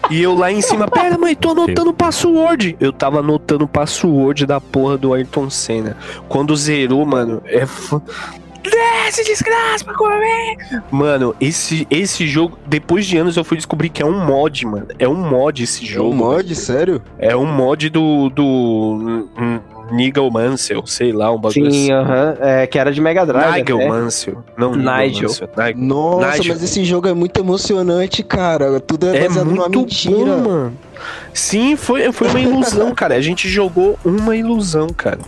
S2: e eu lá em cima, pera, mãe, tô anotando o password. Eu tava anotando o password da porra do Ayrton Senna. Quando zerou, mano, é. fo- Desce, desgraça pra comer! Mano, esse, esse jogo, depois de anos eu fui descobrir que é um mod, mano. É um mod esse
S3: É um
S2: jogo.
S3: mod, sério?
S2: É um mod do. do. hum, hum, Nigel Mansell, sei lá, um bagulho assim.
S1: Sim, aham, é, que era de Mega Drive.
S2: Nigel
S1: até.
S2: Mansell. Não,
S1: Nigel.
S2: Nigel. Mansell, Nigel.
S3: Nossa,
S2: Nigel.
S3: mas esse jogo é muito emocionante, cara. Tudo é
S2: É
S3: baseado numa
S2: muito
S3: mentira.
S2: bom, mano. Sim, foi, foi uma ilusão, cara. A gente jogou uma ilusão, cara.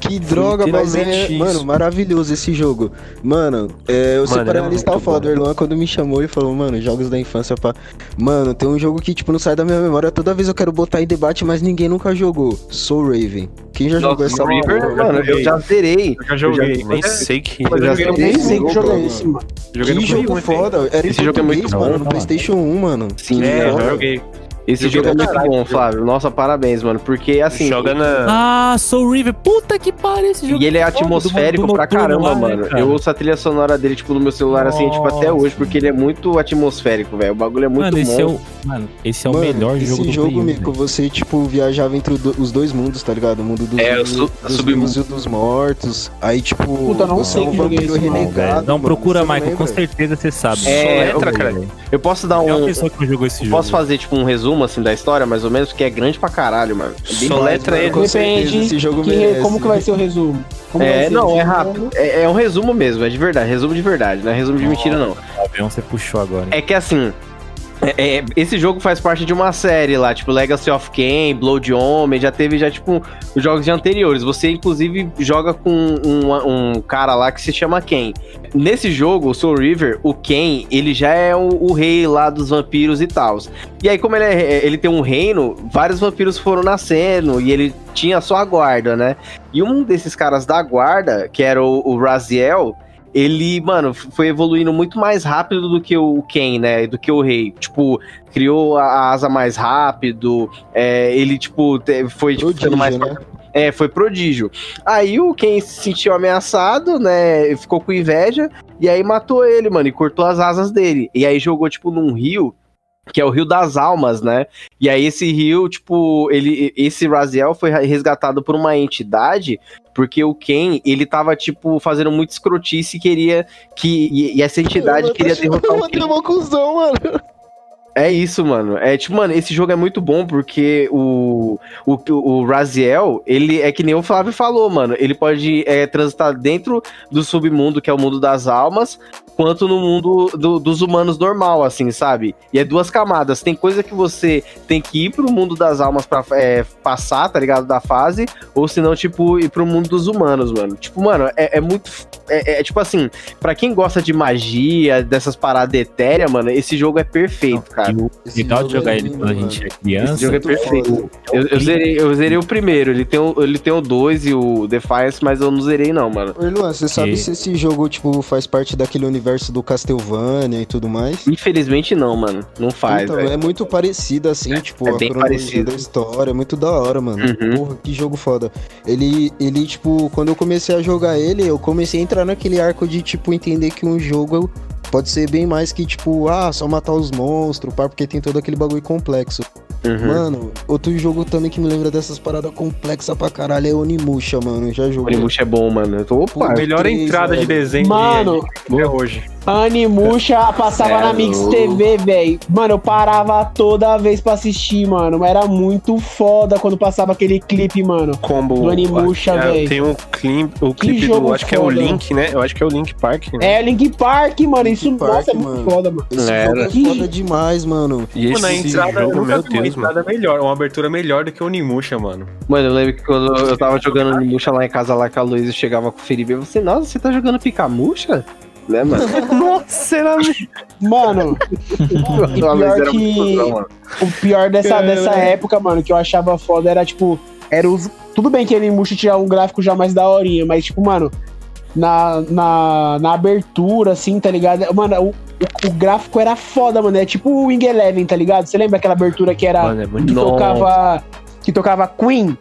S3: Que droga, mas é.
S2: literalmente
S3: Mano,
S2: isso.
S3: maravilhoso esse jogo. Mano, é, eu
S2: Mano,
S3: separei
S2: é
S3: a lista
S2: muito
S3: foda.
S2: bom.
S3: O Erluan, quando me chamou e falou, mano, jogos da infância, pá. Mano, tem um jogo que, tipo, não sai da minha memória. Toda vez eu quero botar em debate, mas ninguém nunca jogou. Soul Raven. Quem já jogou
S1: Nossa, é
S3: essa
S1: River,
S3: porra?
S1: mano, eu já zerei.
S4: Eu já joguei.
S2: Nem sei que.
S1: Eu já
S4: joguei no
S1: zerei.
S5: Nem sei que jogo é
S3: mano.
S5: esse, mano.
S4: Joguei
S3: que
S4: no Play
S3: jogo
S4: 1,
S3: foda. Era
S1: um. Esse
S3: em
S1: jogo é muito
S3: português,
S1: bom,
S3: mano,
S6: vou
S3: no
S6: falar.
S3: PlayStation 1, mano.
S1: Sim,
S4: É,
S1: aham.
S4: eu joguei.
S1: Esse
S3: Jogo
S1: jogo é
S3: é
S1: muito bom, Flávio. Nossa, parabéns, mano. Porque assim.
S2: Joga na.
S6: Ah, Soul River. Puta que pariu esse jogo.
S1: E ele é
S6: foda, do-
S1: atmosférico
S6: do
S1: pra
S6: noturno
S1: caramba,
S6: lá, né,
S1: mano.
S6: cara?
S1: Eu ouço a trilha sonora dele, tipo, no meu celular, assim, tipo, até
S6: Nossa.
S1: hoje, porque ele é muito atmosférico, velho. O bagulho é muito
S6: mano, esse é
S1: bom.
S6: o, mano, esse é o
S3: Mano,
S6: melhor
S3: esse
S6: jogo do
S3: jogo,
S6: Play 1,
S3: Mico,
S6: velho.
S3: você, tipo, viajava entre o do- os dois mundos, tá ligado? O mundo dos,
S2: É, o
S3: vivos-
S2: su-
S3: dos
S2: submundo.
S3: vivos e o dos mortos. Aí, tipo,
S5: Puta, não
S3: você
S5: sei
S6: um
S5: que jogo é esse, não,
S6: Velho, Não
S3: mano,
S6: procura,
S3: você não
S6: Michael. Com
S3: lembra?
S6: certeza você sabe.
S1: É,
S2: Soletra, cara.
S1: Eu posso dar
S6: É uma
S1: um.
S6: pessoa que não jogou esse
S1: eu
S6: jogo.
S1: posso fazer, tipo, um resumo, assim, da história, mais ou menos, porque é grande pra caralho, mano. É bem-
S2: Soletra
S3: Mas,
S2: ele.
S3: mano, com certeza,
S5: Depende
S3: Esse jogo
S5: Que-
S3: merece.
S5: é, como que vai ser o resumo? Como vai
S1: É,
S5: ser?
S1: não, é rápido. É, é um resumo mesmo, é de verdade. Resumo de verdade, não é resumo de mentira, não.
S6: Avião você puxou agora. hein?
S1: É que assim. é- é- esse jogo faz parte de uma série lá, tipo Legacy of Kain, Blood Omen, já teve já, tipo, os jogos de anteriores. Você, inclusive, joga com um, um cara lá que se chama Ken. Nesse jogo, o Soul River, o Ken, ele já é o, o rei lá dos vampiros e tal. E aí, como ele, é- ele tem um reino, vários vampiros foram nascendo e ele tinha só a guarda, né? E um desses caras da guarda, que era o, o Raziel, ele, mano, f- foi evoluindo muito mais rápido do que o Ken, né? Do que o rei. Tipo, criou a, a asa mais rápido, é, ele, tipo, te- foi tipo,
S3: Prodígio,
S1: ficando mais.
S3: né?
S1: É, foi prodígio. Aí o Ken se sentiu ameaçado, né? Ficou com inveja, e aí matou ele, mano, e cortou as asas dele. E aí jogou, tipo, num rio. Que é o Rio das Almas, né? E aí esse rio, tipo, ele, esse Raziel foi resgatado por uma entidade porque o Ken, ele tava, tipo, fazendo muito escrotice e queria que. E, e essa entidade
S3: Mano,
S1: queria
S3: tá
S1: derrotar um o
S3: chamando
S1: Ken.
S3: de mó cuzão, mano.
S1: É isso, mano. É tipo, mano, esse jogo é muito bom porque o, o, o Raziel, ele é que nem o Flávio falou, mano. Ele pode é, transitar dentro do submundo, que é o mundo das almas, quanto no mundo do- dos humanos normal, assim, sabe? E é duas camadas. Tem coisa que você tem que ir pro mundo das almas pra é, passar, tá ligado? Da fase, ou se não, tipo, ir pro mundo dos humanos, mano. Tipo, mano, é, é muito. É, é- é tipo assim, pra quem gosta de magia, dessas paradas etéreas, mano, esse jogo é perfeito, cara.
S3: Esse
S6: Legal de
S3: jogo
S6: jogar
S3: é
S6: ele
S3: lindo,
S6: quando a
S3: mano. tá
S6: gente é
S1: Esse jogo
S6: criança.
S1: é perfeito. Eu, eu
S6: Lindo.
S1: zerei, eu zerei o primeiro, ele tem, o- ele tem o 2 e o Defiance, mas eu não zerei não, mano.
S3: Ô, Luan, você sabe
S6: E-
S3: se esse jogo, tipo, faz parte daquele universo do Castlevania e tudo mais?
S1: Infelizmente não, mano. Não faz,
S3: Então,
S1: velho.
S3: é muito parecido, assim, tipo,
S1: é
S3: a
S1: bem
S3: cronologia
S1: parecido.
S3: da história, é muito da hora, mano.
S1: Uhum.
S3: Porra, que jogo foda. Ele, ele, tipo, quando eu comecei a jogar ele, eu comecei a entrar naquele arco de, tipo, entender que um jogo pode ser bem mais que, tipo, ah, só matar os monstros, pá, porque tem todo aquele bagulho complexo.
S1: Uhum.
S3: Mano, outro jogo também que me lembra dessas paradas complexas pra caralho é Onimusha, mano. Eu já
S1: O
S3: joguei.
S1: Onimusha é bom, mano. Eu tô, opa,
S4: É, Melhor
S3: três,
S4: entrada de
S3: velho.
S4: desenho de-
S5: Mano,
S4: até hoje.
S5: Animuxa passava
S1: É
S5: na Mix
S1: louco.
S5: TV, velho. Mano, eu parava toda vez pra assistir, mano. Era muito foda quando passava aquele clipe, mano.
S4: Combo.
S5: Do Animusha,
S4: Ah,
S5: velho.
S4: Tem um clipe, o
S5: Que
S4: clipe
S5: jogo
S4: do. Acho que é o
S5: foda.
S4: Link, né? Eu acho que é o Link Park. Né?
S5: É, Link Park, mano. Isso,
S3: Park,
S5: nossa, é muito
S3: mano.
S5: foda, mano.
S3: Esse
S1: Era.
S3: jogo é foda demais, mano.
S4: E
S2: Pô,
S4: esse
S2: na entrada, eu
S4: jogo,
S2: nunca
S4: meu
S2: vi uma
S4: Deus, mano.
S2: entrada
S4: melhor, uma abertura melhor do que o Onimusha, mano.
S1: Mano, eu lembro que quando eu tava jogando Onimusha lá em casa, lá com a Luísa, eu chegava com o Felipe, eu falei, nossa, você tá jogando picamucha? Né, mano? nossa, era muito
S5: Mano,
S1: [laughs]
S5: e
S1: Não, mas
S5: pior
S1: era muito
S5: que
S1: cuzão, mano.
S5: o pior dessa, dessa época, mano, que eu achava foda era, tipo, era os. Tudo bem que Animuxa tinha um gráfico já mais daorinha, mas, tipo, mano, na, na, na abertura, assim, tá ligado? Mano, o, o- o gráfico era foda, mano. É tipo o Wing Eleven, tá ligado? Você lembra aquela abertura que era.
S4: Mano, é muito
S5: que
S1: Nossa.
S5: tocava. Que tocava Queen,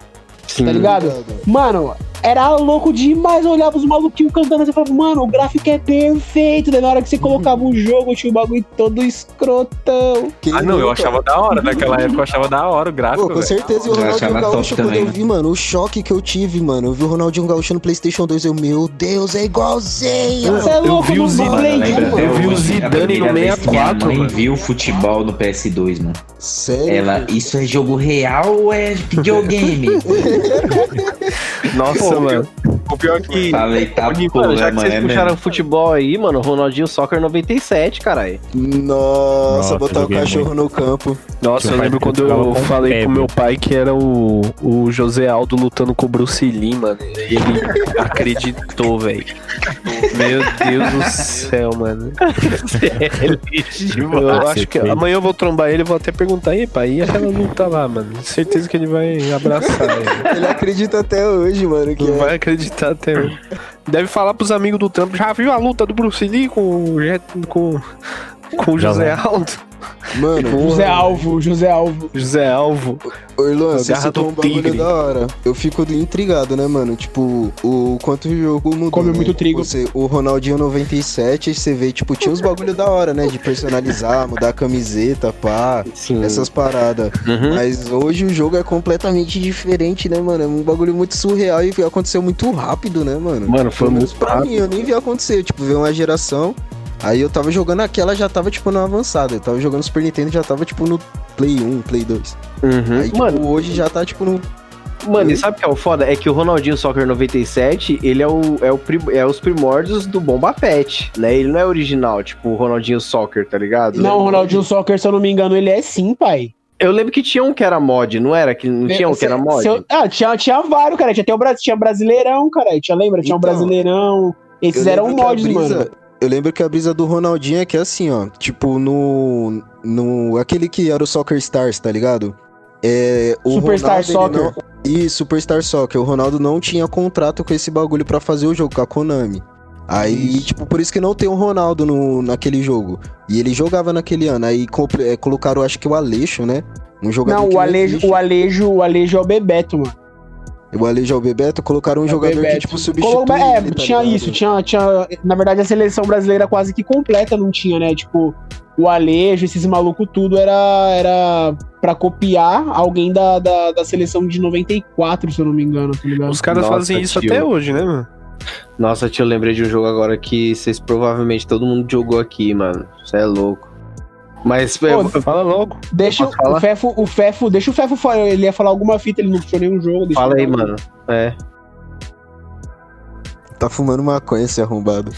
S1: Sim.
S5: tá ligado? Mano, era louco demais. Eu olhava os maluquinhos cantando assim e falava, mano, o gráfico é perfeito. Daí na hora que você colocava o jogo, tinha o bagulho todo escrotão.
S3: Quem
S4: Ah, não, eu
S3: nunca?
S4: achava da hora. Naquela época eu achava da hora o gráfico.
S3: Pô, com
S4: velho.
S3: certeza, e o
S7: Eu
S3: Ronaldinho
S7: achava
S3: Gaúcho,
S7: top
S3: quando
S7: também, né?
S3: eu vi, mano, o choque que eu tive, mano. Eu vi o Ronaldinho Gaúcho no PlayStation 2, eu, meu Deus, é igualzinho!
S5: Você é louco,
S4: vi o
S5: não
S4: Zidane,
S5: dublei,
S7: Mano, lembra
S5: mano.
S7: até
S4: Eu vi o
S7: hoje, a
S4: Zidane
S7: primeira
S4: no
S7: vez que Minha
S4: 64,
S7: mãe
S4: mano.
S7: viu futebol no PS2, mano.
S3: Sério?
S7: Ela, isso é jogo real ou é [laughs] videogame?
S1: Nossa,
S4: Pô,
S1: mano.
S4: O pior que.
S7: Falei, tá
S1: Mano,
S7: bom,
S1: já
S7: né,
S1: que
S7: mano?
S1: vocês
S7: É
S1: puxaram
S7: mesmo. [laughs]
S1: futebol aí, mano, Ronaldinho Soccer 97, caralho.
S3: Nossa,
S6: Nossa,
S3: botar o
S6: joguei
S3: cachorro no campo.
S2: Nossa, eu
S6: Meu
S2: lembro
S6: pai
S2: quando
S6: ficava
S2: eu
S6: com
S2: falei
S6: febre.
S2: pro meu pai que era o, o José Aldo lutando com o Bruce Lee, mano. E
S6: [laughs]
S2: ele acreditou, velho. Meu Deus do céu, mano.
S6: Ah,
S2: Eu acho que amanhã eu vou trombar ele e vou até perguntar, aí, pai, e aquela luta lá, mano? Certeza que ele vai abraçar. ele.
S3: Ele acredita até hoje, mano, que
S2: Não
S3: é.
S2: vai acreditar até hoje. Deve falar pros amigos do trampo, já viu a luta do Bruce Lee com o, Jet- com, com o
S6: Já
S2: José Aldo?
S3: Mano,
S5: José Alvo, José Alvo.
S2: José Alvo.
S3: ô Irlan, você
S2: Garra
S3: citou
S2: do
S3: um bagulho
S2: tigre.
S3: da hora. Eu fico intrigado, né, mano? Tipo, o quanto o jogo mudou.
S5: Come
S3: né?
S5: muito trigo.
S3: Você, o Ronaldinho 97, você vê, tipo, tinha uns bagulho da hora, né? De personalizar, mudar a camiseta, pá.
S1: Sim.
S3: Essas paradas.
S1: Uhum.
S3: Mas hoje o jogo é completamente diferente, né, mano? É um bagulho muito surreal e aconteceu muito rápido, né, mano?
S1: Mano, foi
S3: Pelo menos
S1: muito
S3: pra
S1: rápido.
S3: mim, eu nem vi acontecer. Tipo, veio uma geração. Aí eu tava jogando aquela, já tava, tipo, na avançada. Eu tava jogando Super Nintendo, já tava, tipo, no Play 1, Play 2.
S1: Uhum.
S3: Aí, tipo,
S1: Mano,
S3: hoje já tá, tipo, no.
S1: Mano, e sabe o que é o foda? É que o Ronaldinho Soccer 97, ele é, o, é, o prim- é os primórdios do Bomba Pet, né? Ele não é original, tipo o Ronaldinho Soccer, tá ligado?
S5: Não, o Ronaldinho Soccer, se eu não me engano, ele é sim, pai.
S1: Eu lembro que tinha um que era mod, não era? Que não tinha um que era mod?
S5: É, Se eu- Ah, tinha, tinha vários, cara. Tinha até o Brasil, tinha Brasileirão, cara. Tinha, lembra? Tinha um
S3: Então,
S5: Brasileirão. Esses
S3: eu
S5: eram
S3: lembro que a
S5: mods,
S3: brisa-
S5: um mano.
S3: Eu lembro que a brisa do Ronaldinho é que é assim, ó. Tipo, no. no aquele que era o Soccer Stars, tá ligado? É, o
S5: Superstar
S3: Ronaldo, ele
S5: Soccer.
S3: Não... E Superstar Soccer. O Ronaldo não tinha contrato com esse bagulho pra fazer o jogo, com a Konami. Aí, tipo, por isso que não tem o Ronaldo no, naquele jogo. E ele jogava naquele ano. Aí compl- é, colocaram, acho que o Aleixo, né? Um jogador
S5: Não,
S3: que
S5: o Alejo,
S3: existe.
S5: o Alejo, o Alejo é o Bebeto, mano.
S3: O Aleixo é o Bebeto. Colocaram um
S5: É o
S3: jogador que,
S5: Bebeto.
S3: tipo,
S5: Colo-
S3: substituiu
S5: é,
S3: ele, tá
S5: tinha
S3: ligado?
S5: isso, tinha, tinha. Na verdade, a seleção brasileira quase que completa não tinha, né? Tipo, o Alejo, esses malucos, tudo era, era pra copiar alguém da, da, da seleção de 94, se eu não me engano, tá ligado?
S2: Os caras
S1: Nossa,
S2: fazem isso
S1: tio.
S2: até hoje, né, mano?
S1: Nossa, tio, eu lembrei de um jogo agora que vocês provavelmente todo mundo jogou aqui, mano. Isso é louco. Mas
S5: Pô,
S1: eu-
S2: Fala logo.
S5: Deixa
S1: posso falar?
S5: o Fefo, o Fefo, deixa o Fefo fora. Ele ia falar alguma fita, ele não puxou nenhum jogo. deixa
S1: fala
S5: eu
S1: aí,
S5: falar.
S1: mano. É.
S3: Tá fumando maconha esse arrombado.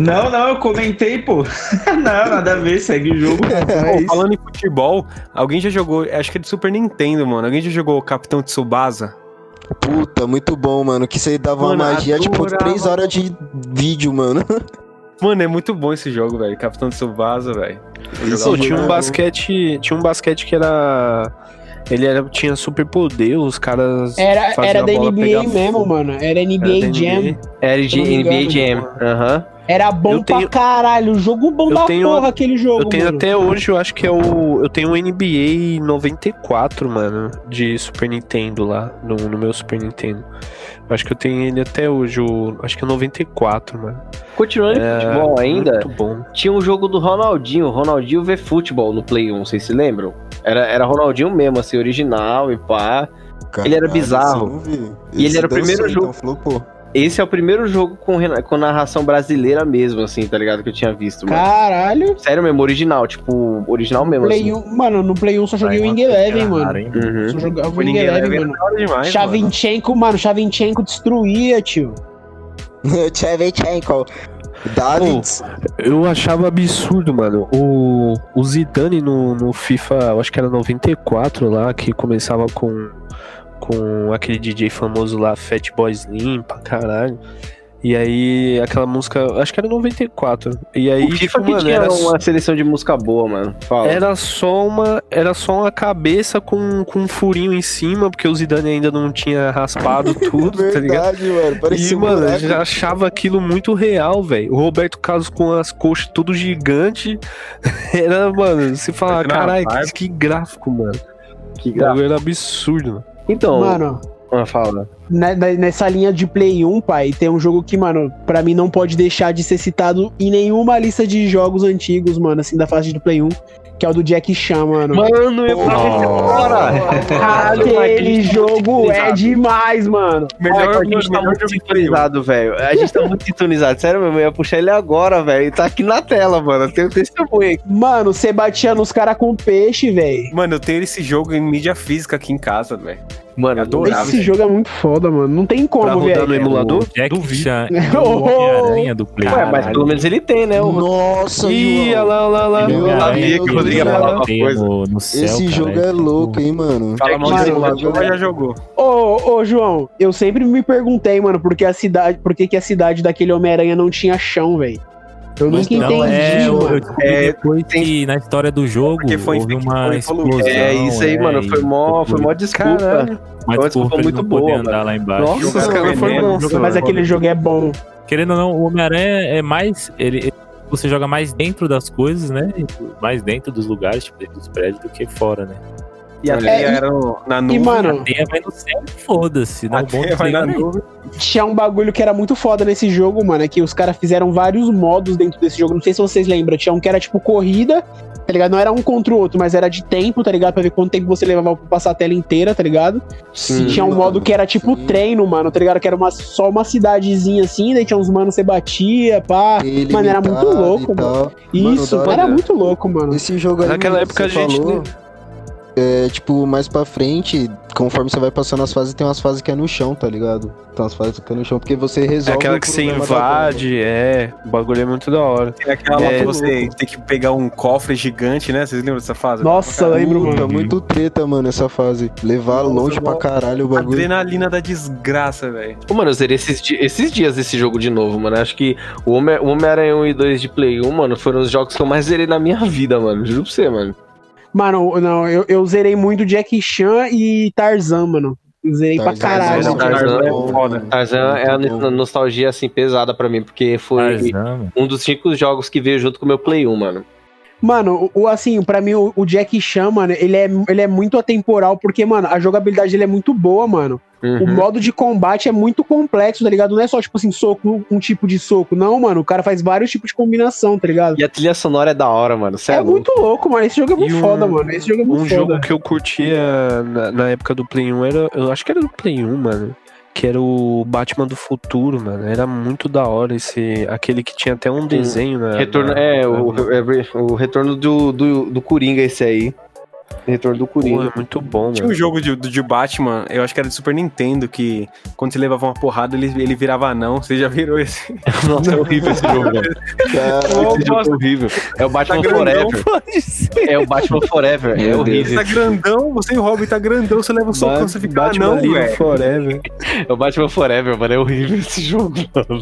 S7: Não, não, eu comentei, pô. [laughs] não, nada a ver, segue o jogo.
S3: [laughs]
S4: Pô,
S3: É isso.
S4: falando em futebol, alguém já jogou, acho que é de Super Nintendo, mano. Alguém já jogou Capitão Tsubasa?
S3: Puta, muito bom, mano. Que você dava
S4: Mano,
S3: uma magia, tipo,
S4: adorava.
S3: três horas de vídeo, mano.
S4: Mano, é muito bom esse jogo, velho. Capitão Tsubasa, velho.
S3: Esse
S2: Pô,
S3: jogo
S2: tinha
S3: é
S2: um
S1: né?
S3: bom.
S2: basquete. Tinha um basquete que era. Ele era, tinha super poder, os caras.
S5: Era,
S2: faziam
S5: era
S2: a
S5: da
S2: bola
S5: NBA
S2: pegar
S5: mesmo,
S2: fogo.
S5: mano. Era
S2: Era
S5: NBA
S2: da
S5: Jam.
S1: Era
S5: Se
S1: de
S5: eu não me
S1: NBA
S5: engano,
S1: Jam. Aham.
S5: Era bom
S2: Eu tenho-
S5: pra caralho. Jogo bom
S2: Eu
S5: da
S2: tenho-
S5: porra aquele jogo,
S2: Eu tenho
S5: mano.
S2: até hoje, eu acho que é o. Eu tenho um NBA 94, mano, de Super Nintendo lá, no, no meu Super Nintendo. Eu Acho que eu tenho ele até hoje, o, acho que é 94, mano.
S1: Continuando em futebol ainda,
S2: É, Muito bom.
S1: tinha um jogo do Ronaldinho, Ronaldinho V Futebol no Play 1, vocês se lembram? Era, era Ronaldinho mesmo, assim, original e pá. Ele era bizarro. E ele era o primeiro jogo.
S3: Então, flopou.
S1: Esse é o primeiro jogo com, rena- com narração brasileira mesmo, assim, tá ligado? Que eu tinha visto, mano.
S5: Caralho.
S1: Sério mesmo, original, tipo, original mesmo,
S5: Play
S1: assim.
S5: 1, mano, no Play 1 só joguei o Wing Eleven, mano.
S1: Uhum.
S5: Só jogava o
S4: Foi
S5: Wing
S4: ninguém
S2: é
S5: Eleven,
S4: leva
S5: mano.
S4: da hora demais, mano.
S5: Chavinchenko, mano, Chavinchenko destruía, tio.
S3: [laughs] Tchevchenko. Davids.
S2: Eu achava absurdo, mano. O, o Zidane no, no FIFA, eu acho que era 94 lá, que começava com, com aquele DJ famoso lá, Fat Boy Slim, pra caralho. E aí, aquela música, eu acho que era 94. E aí,
S1: o FIFA
S2: tipo,
S1: que
S2: mano,
S1: tinha um
S2: era,
S1: uma seleção de música boa, mano. Fala.
S2: era só uma era só uma cabeça com, com um furinho em cima, porque o Zidane ainda não tinha raspado
S1: [laughs]
S2: tudo, tá ligado?
S3: um Verdade, mano.
S2: E,
S3: Parecia um
S2: mano, eu
S3: moleque.
S2: já achava aquilo muito real, velho. O Roberto Carlos com as coxas tudo gigante. [laughs] Era, mano, se falar,
S4: Era uma
S2: caralho,
S4: vibe."
S2: que, que gráfico, mano.
S1: Que
S2: O bagulho era absurdo. mano.
S1: Então,
S5: Mano,
S1: ah, fala.
S5: né- né- nessa linha de Play 1, pai, tem um jogo que, mano, pra mim não pode deixar de ser citado em nenhuma lista de jogos antigos, mano, assim, da fase do Play 1, que é o do Jack Chan, mano.
S1: Mano, eu tava esse fora.
S5: Caralho, aquele jogo é demais, mano.
S1: Melhor, a
S4: mano,
S1: gente tá muito
S4: melhor
S2: um.
S4: jogo que eu
S1: sintonizado, velho. A gente tá muito sintonizado. Sério mesmo, eu ia puxar ele agora, velho. E tá aqui na tela, mano. Tem o testemunho
S2: Tá
S1: aqui.
S5: Mano, você batia nos caras com peixe, velho.
S4: Mano, eu tenho esse jogo em mídia física aqui em casa, velho.
S1: Mano,
S4: Adorava.
S5: Esse jogo é muito foda, mano. Não tem
S2: Pra
S5: como,
S2: rodar
S5: velho.
S2: no emulador?
S6: O Jack
S2: Duvido.
S6: [laughs] Chan é o Homem-Aranha do Play.
S1: Ué, mas pelo menos ele tem, né? O...
S3: [laughs] Nossa,
S2: Ih, olha
S3: João.
S2: lá, olha lá, olha lá.
S3: Meu
S6: Homem-Aranha
S1: sabia que o Rodrigo ia
S6: do
S1: falar uma
S6: Homem-Aranha
S1: coisa.
S6: No, no céu,
S3: Esse
S6: cara,
S3: jogo é
S6: tipo,
S3: louco, hein, mano.
S4: Fala mal de
S5: Mano,
S4: emulador, mas já jogou.
S5: Ô, ô, João, eu sempre me perguntei, mano, por que a cidade, por que, que a cidade daquele Homem-Aranha não tinha chão, velho? Eu
S6: Mas
S5: nunca
S6: não,
S5: entendi,
S6: é, eu-
S5: mano.
S6: eu descobri
S1: É,
S6: depois que na história do jogo
S4: Porque foi
S6: houve
S4: infectado,
S6: uma
S4: foi poluído.
S6: explosão.
S1: É isso aí, mano.
S6: um
S1: Foi mó, foi mó desculpa.
S6: Mas
S1: uma
S6: desculpa,
S1: desculpa
S6: ele
S1: muito
S6: não poder
S1: boa,
S6: andar lá embaixo.
S1: Nossa,
S4: Jogar
S1: esse cara
S3: é
S4: com
S1: foi
S4: veneno,
S1: monstro.
S5: Mas
S1: mano.
S5: aquele jogo é bom.
S6: Querendo ou não, o Homem-Aranha é mais. Ele, ele- você joga mais dentro das coisas, né? Mais dentro dos lugares, tipo, dentro dos prédios, do que fora, né?
S4: E até
S5: É, e-
S4: era no- na
S5: E,
S4: nuvem.
S5: mano,
S6: Tem a vai no céu, foda-se. Não,
S4: a
S6: o bom
S4: terra
S6: disso aí
S4: na
S6: é que-
S4: nuvem.
S5: tinha um bagulho que era muito foda nesse jogo, mano. É que os caras fizeram vários modos dentro desse jogo. Não sei se vocês lembram. Tinha um que era tipo corrida, tá ligado? Não era um contra o outro, mas era de tempo, tá ligado? Pra ver quanto tempo você levava pra passar a tela inteira, tá ligado?
S1: Sim,
S5: E tinha um
S3: mano.
S5: modo que era tipo
S3: Sim.
S5: treino, mano, tá ligado? Que era uma, só uma cidadezinha assim, daí tinha uns manos que você batia, pá. Mano, era muito
S3: Ilimitado
S5: louco,
S3: e tal. Mano,
S5: Isso,
S3: da hora.
S5: era muito louco, mano.
S3: Esse jogo aí,
S2: Naquela
S3: mano,
S2: época
S3: você
S2: a gente
S3: falou, é, tipo, mais pra frente, conforme você vai passando as fases, tem umas fases que é no chão, tá ligado? Tem umas fases que é no chão, porque você
S2: É
S3: resolve...
S2: aquela
S3: o
S2: que você
S3: problema da bomba.
S2: invade, é. O bagulho é muito da hora.
S4: Tem aquela lá
S2: É,
S4: que você tem que pegar um cofre gigante, né? Vocês lembram dessa fase? um
S5: Nossa,
S4: Pra
S5: lembro,
S3: Puta,
S1: Uhum.
S5: mano.
S3: É muito treta, mano, essa fase. Levar
S4: Nossa,
S3: longe pra
S4: mano.
S3: caralho o
S4: caralho.
S3: bagulho.
S4: Adrenalina da desgraça, velho.
S1: Ô, Mano, eu zerei esses, di- esses dias esse jogo de novo, mano. Acho que o Homem- o Homem-Aranha 1 e 2 de Play 1, mano, foram os jogos que eu mais zerei na minha vida, mano. Juro pra você, mano.
S5: Mano, não, eu, eu zerei muito Jack Chan e Tarzan, mano. Zerei pra
S3: Tarzan,
S5: caralho.
S3: Tarzan,
S1: Tarzan
S3: Tarzan
S1: é
S3: bom,
S4: foda.
S3: mano.
S1: Tarzan é
S3: Muito
S1: uma
S3: bom.
S1: nostalgia, assim, pesada pra mim, porque foi
S6: Tarzan, né, mano.
S1: um dos cinco jogos que veio junto com o meu Play 1, mano.
S5: Mano, o, o- assim, pra mim, o, o Jack Chan, mano, ele é, ele é muito atemporal, porque, mano, a jogabilidade dele é muito boa, mano. O
S1: Uhum.
S5: modo de combate é muito complexo, tá ligado? Não é só, tipo assim, soco, um tipo de soco. Não, mano, o cara faz vários tipos de combinação, tá ligado?
S1: E a trilha sonora é da hora, mano. Cê
S5: É
S1: louco.
S5: muito louco, mano. Esse jogo é muito
S2: E um-
S5: foda, mano. Esse jogo é muito
S2: Um
S5: foda.
S2: jogo que eu curtia na, na época do Play 1 era. Eu acho que era do Play 1, mano. que era o Batman do futuro, mano. Era muito da hora esse. Aquele que tinha até um desenho, né?
S1: Retorno,
S2: na-
S1: é,
S2: na-
S1: o, é, o retorno do, do, do Coringa, esse aí. Retorno do
S2: Pô,
S1: [laughs] Coringa.
S2: é muito bom,
S4: Tinha um
S2: mano.
S4: jogo de, de Batman, eu acho que era de Super Nintendo, que quando você levava uma porrada, ele, ele virava anão. Você já virou esse?
S2: Nossa, é horrível esse
S1: [laughs]
S2: jogo, velho. Esse jogo é horrível.
S1: É o Batman
S4: grandão,
S1: Forever. É o Batman Forever. É
S2: Meu
S1: horrível.
S4: Você tá grandão, você e o Robin tá grandão, você leva o soco, você fica
S2: Batman
S4: anão,
S2: ali né? no
S4: velho.
S2: Forever.
S1: É o Batman Forever, mano. É horrível esse jogo.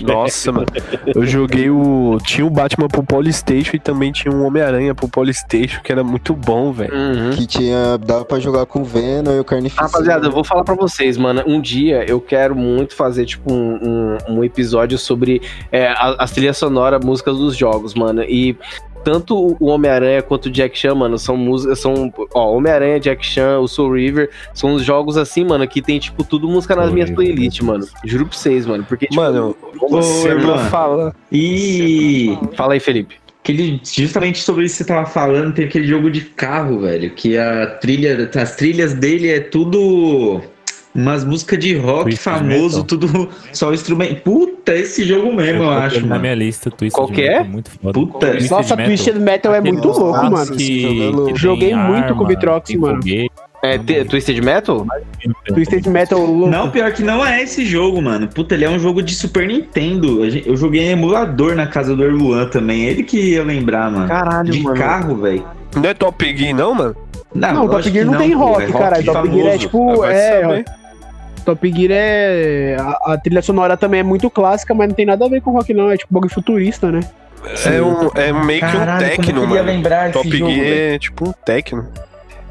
S2: Nossa, mano. Eu joguei o. Tinha o Batman pro Polystation e também tinha um Homem-Aranha pro Polystation, que era muito bom, velho.
S1: Uhum.
S3: Que tinha. Dava pra jogar com o Venom e o Carnificina.
S1: Rapaziada, eu vou falar pra vocês, mano. Um dia eu quero muito fazer, tipo, um, um, um episódio sobre é, a- as trilhas sonoras, músicas dos jogos, mano. E tanto o- o Homem-Aranha quanto o Jack Chan, mano, são músicas. São. Ó, Homem-Aranha, Jack Chan, o Soul River, são os jogos assim, mano, que tem, tipo, tudo música nas
S6: Soul
S1: minhas
S6: River,
S1: playlists, mano. Juro pra vocês, mano. Porque, tipo,
S2: Mano,
S7: Ô,
S2: você não
S7: irmã.
S2: fala.
S7: E
S1: fala aí, Felipe.
S7: aquele, justamente sobre isso que você tava falando, tem aquele jogo de carro, velho, que a trilha, as trilhas dele é tudo umas músicas de rock
S6: Twisted
S7: famoso,
S6: Metal.
S7: tudo só instrumento. Puta, esse jogo mesmo, eu,
S6: tô
S7: acho,
S6: colocando Na
S7: mano.
S6: minha lista, Twisted
S1: Qual que é?
S6: Metal, muito foda.
S7: Puta,
S6: Twisted
S5: Nossa,
S6: Metal.
S5: Twisted Metal é
S6: Aquele
S5: muito louco,
S6: nosso
S5: mano. é
S6: Que,
S3: jogo
S6: que
S5: Joguei
S6: tem
S5: muito com o
S6: arma,
S5: Vitrox,
S6: tem
S5: mano.
S6: foguete,
S1: É, te- Twisted Metal?
S5: Twisted Metal louco.
S7: Não, pior que não é esse jogo, mano. Puta, ele é um jogo de Super Nintendo. A gen- Eu joguei em emulador na casa do Erluan também. É Ele que ia lembrar, mano.
S1: Caralho,
S7: de carro, velho.
S2: Não é Top Gear, não, mano?
S5: Não, Top
S7: lógico
S5: Gear
S7: que
S5: não tem
S7: pô, é
S5: rock, caralho. Top Gear é
S7: famoso.
S5: tipo.
S2: Ah, Vai
S5: É,
S2: saber.
S5: Top Gear é. A, a trilha sonora também é muito clássica, mas não tem nada a ver com rock, não. É tipo bagulho futurista, né?
S2: É, um, é meio que um
S7: Caralho, como eu
S2: Tecno,
S7: queria
S2: mano.
S7: lembrar esse
S2: Top
S7: jogo,
S2: Gear
S7: velho.
S2: é tipo um Tecno.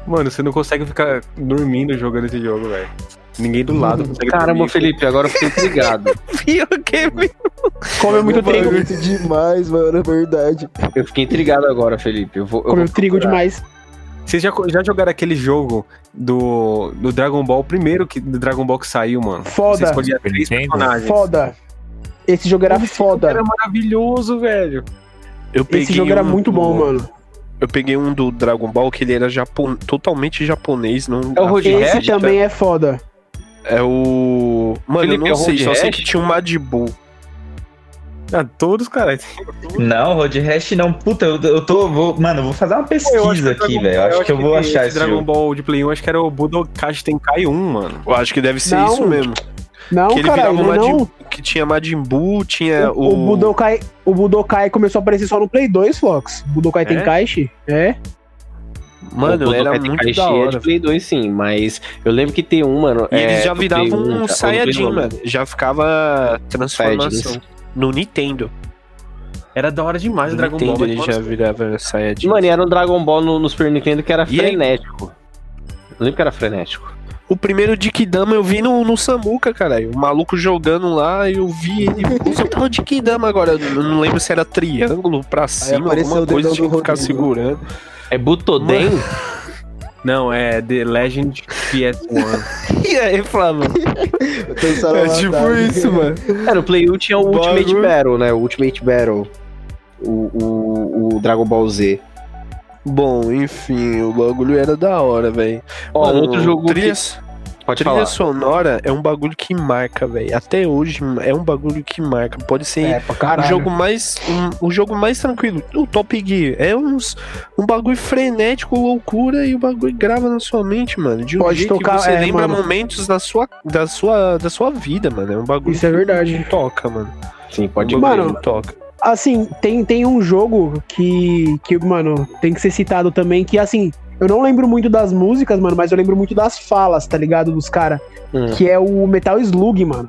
S4: Mano, você não consegue ficar dormindo jogando esse jogo, velho. Ninguém do lado consegue
S1: Caramba,
S2: [laughs]
S4: dormir.
S1: Felipe, agora eu fiquei intrigado.
S2: Pior que
S5: Come é muito
S3: Foi
S5: trigo.
S3: muito demais, mano, é verdade.
S1: Eu fiquei intrigado agora, Felipe. Eu vou, eu
S5: Come
S1: vou
S5: é trigo demais.
S4: Vocês já, já jogaram aquele jogo do, do Dragon Ball, o primeiro que, do Dragon Ball que saiu, mano? Você
S5: Foda.
S4: escolhia
S6: Super
S4: três
S6: Nintendo?
S4: personagens.
S5: é Foda. Esse jogo era
S4: Mano, esse jogo
S5: foda.
S4: Era maravilhoso, velho.
S2: Eu
S5: Esse jogo era
S2: um
S5: muito bom,
S2: do-
S5: mano.
S2: Eu peguei um do Dragon Ball que ele era japon... totalmente japonês. Não...
S1: É o Road
S5: Esse
S1: Rash,
S5: também é foda.
S2: É o. Mano,
S1: Felipe,
S2: eu
S1: é o
S2: não sei,
S1: Road
S2: só sei
S1: Rash?
S2: que tinha um Madibu.
S4: Ah, todos, cara.
S7: Não, Road Rash não. Puta, eu, eu tô. vou- mano, eu vou fazer uma
S4: Eu acho
S7: pesquisa
S4: que o
S7: aqui,
S4: Dragon- é
S7: velho. Eu Acho que eu vou achar esse
S4: Dragon
S7: jogo.
S4: Ball de Play 1, acho que era o Budokashi Tenkai 1, mano.
S2: Eu acho que deve ser
S5: Não,
S2: isso mesmo.
S5: Não,
S2: que ele
S5: caralho,
S2: virava
S5: não, é
S2: Majin-
S5: não.
S2: Que tinha Majin Buu, tinha
S5: O, o
S2: o.
S5: Budokai, o Budokai começou a aparecer só no Play 2, Fox. Budokai
S2: É?
S5: tem caixa? É.
S2: Mano,
S1: Budokai
S2: era muito
S1: Tenkaichi
S2: da
S1: é
S2: hora.
S1: de Play 2, sim, mas eu lembro que tem um, mano.
S2: E eles
S1: é,
S2: já
S1: do Play 1, tá?
S2: viravam um
S1: Ou do Play
S2: Saiyajin,
S1: 1,
S2: mano. Já ficava transformação. No Nintendo.
S4: Era da hora demais
S2: No
S4: o Dragon
S2: Nintendo
S4: Ball.
S2: ele
S4: mas,
S2: já
S4: mano,
S2: virava Saiyajin.
S1: Mano, e era um Dragon Ball no, no Super Nintendo que era
S2: E aí?
S1: frenético. Eu lembro que era frenético.
S2: O primeiro Dikidama eu vi no, no Samuca, caralho. O maluco jogando lá, eu vi ele. Você tá no Dikidama agora. Eu não lembro se era triângulo pra cima,
S3: apareceu
S2: alguma
S3: o dedão
S2: coisa
S3: do
S2: tinha que ficar
S3: Rodrigo.
S2: segurando.
S1: É Butoden?
S4: Não, é The Legend
S7: [laughs]
S2: [laughs]
S4: PS1.
S2: E aí,
S3: [laughs]
S2: Flávio?
S3: Pensaram
S2: É
S3: lá
S2: tipo
S3: atrás.
S2: mano.
S1: Cara, o Play 1 tinha o
S2: Bagulho.
S1: Ultimate Battle, né? O Ultimate Battle. O, o, o Dragon Ball Z.
S2: Bom, enfim, o bagulho era da hora, velho.
S1: Ó, um outro jogo que-
S2: Trilha,
S1: Pode
S2: trilha
S1: falar.
S2: sonora é um bagulho que marca, velho. Até hoje é um bagulho que marca. Pode
S1: É.
S2: ser
S5: pra
S2: O jogo mais, um, o jogo mais tranquilo, o Top Gear, é uns, um bagulho frenético, loucura, e o bagulho grava na sua mente, mano. De um
S5: Pode
S2: jeito
S5: tocar,
S2: que você
S5: é,
S2: lembra
S5: mano.
S2: momentos da sua, da, sua, da sua vida, mano. É um bagulho
S5: Isso é verdade.
S2: que toca, mano.
S1: Sim, pode
S2: É um
S5: Mano,
S2: bagulho que toca.
S5: Assim, tem, tem um jogo que, que, mano, tem que ser citado também, que assim, eu não lembro muito das músicas, mano, mas eu lembro muito das falas, tá ligado? Dos caras.
S1: Hum.
S5: Que é o Metal Slug, mano.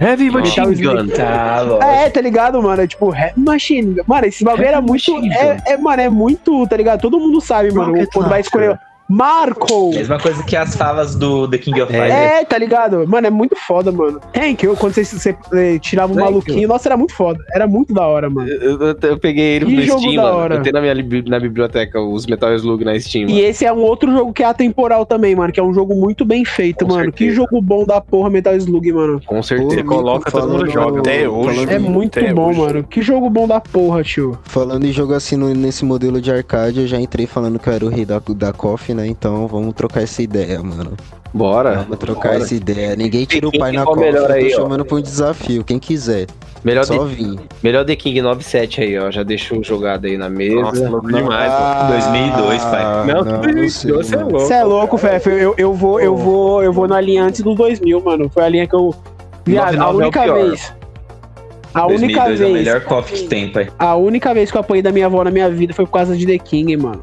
S1: Heavy Machine
S5: Machine
S1: Gun.
S7: Tá, lógico.
S5: É, tá ligado, mano? É tipo, Heavy Machine. Gun. Mano, esse bagulho era
S1: Heavy
S5: muito.
S1: Machine
S5: É, é, mano, é muito, tá ligado? Todo mundo sabe, mano.
S1: Rocket
S5: Quando vai escolher. Marco!
S7: Mesma coisa que as falas do The King of Fighters.
S5: É, tá ligado? Mano, é muito foda, mano. Thank you. Quando você, você, eh, tirava o
S1: Thank
S5: maluquinho, nossa, era muito foda. Era muito da hora, mano.
S1: Eu, eu- eu peguei ele
S5: Que
S1: no
S5: jogo
S1: Steam,
S5: da
S1: mano.
S5: hora.
S1: Eu tenho na minha li- na biblioteca os Metal Slug na Steam.
S5: E esse é um outro jogo que é atemporal também, mano. Que é um jogo muito bem feito,
S1: Com
S5: mano. Que
S1: certeza.
S5: jogo bom da porra, Metal Slug, mano.
S1: Com certeza.
S4: Você coloca, todo mundo joga.
S2: Até hoje.
S3: Falando,
S5: É muito
S2: Hum, até
S5: bom,
S2: hoje.
S5: mano. Que jogo bom da porra, tio.
S3: falando em jogo assim no- nesse modelo de arcade, eu já entrei falando que eu era o rei da, da KOF, né? né? Então vamos trocar essa ideia, mano.
S1: É, Bora.
S3: Vamos trocar
S1: bora.
S3: essa ideia. Ninguém tira o
S1: Quem-
S3: pai
S1: quem
S3: na
S1: for
S3: cola.
S1: melhor
S3: Eu tô
S1: aí, ó.
S3: chamando pra um desafio, quem quiser.
S1: Melhor,
S3: Só
S1: The,
S3: vim.
S1: melhor The King 97 aí, ó. Já deixou jogado aí na mesa.
S4: Nossa, louco demais, pô.
S3: Ah,
S7: 2002, pai.
S4: Não,
S3: não sei,
S4: você é
S3: mano.
S4: louco.
S5: Você é louco, Fefe. Eu, eu vou, eu vou, eu vou na linha antes do 2000, mano. Foi a linha que eu. Viado, a
S1: 99 é o
S5: única
S1: pior.
S5: vez. A única
S7: 2002 é o
S5: vez.
S7: melhor cofre que tem, pai.
S5: A única vez que eu apanhei da minha avó na minha vida foi por causa de The King, mano.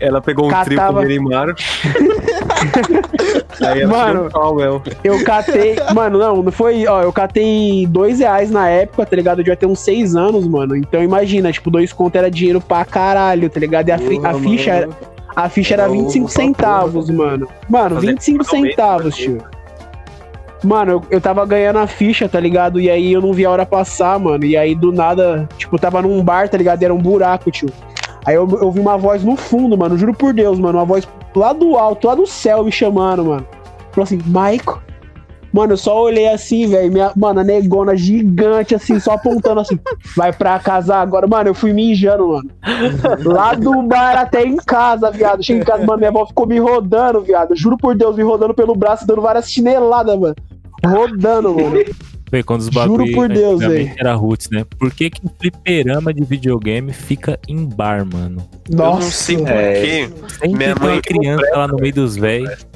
S4: Ela pegou um trio com
S5: Catava- [laughs]
S4: o Mirimaro. Aí ela
S5: Mano.
S4: tirou um Powell.
S5: Eu
S3: [laughs]
S5: catei. mano, não, não foi. Ó, eu catei dois reais na época, tá ligado? Eu devia ter uns seis anos, mano. Então imagina, tipo, dois conto era dinheiro pra caralho, tá ligado? E a, fi- a
S3: Porra,
S5: ficha era.
S3: mano.
S5: A ficha era
S3: Era o-
S5: 25
S3: essa porra,
S5: centavos, mano. Mano,
S4: Fazer
S5: 25
S4: economia,
S5: centavos, tio. Mano, eu, eu tava ganhando a ficha, tá ligado? E aí eu não vi a hora passar, mano. E aí do nada, tipo, eu tava num bar, tá ligado? E era um buraco, tio. Aí eu eu ouvi uma voz no fundo, mano. Juro por Deus, mano. Uma voz lá do alto, lá do céu me chamando, mano. Falou assim, Maico. Mano, eu só olhei assim, velho. Minha, mano, a negona gigante, assim, só apontando assim. Vai pra casa agora. Mano, eu fui mijando, mano. Lá do bar até em casa, viado. Cheguei em casa, mano, minha avó ficou me rodando, viado. Juro por Deus, me rodando pelo braço, dando várias chineladas, mano. Rodando, mano.
S6: Foi quando os
S5: Juro
S6: bagulho
S5: por Deus,
S6: antigamente era roots, né? Por que que o fliperama de videogame fica em bar, mano?
S2: Eu
S5: Nossa.
S2: não sei
S7: É.
S2: porquê.
S6: Sempre
S2: Minha
S6: tem uma
S2: mãe
S6: criança lá no meio dos velhos.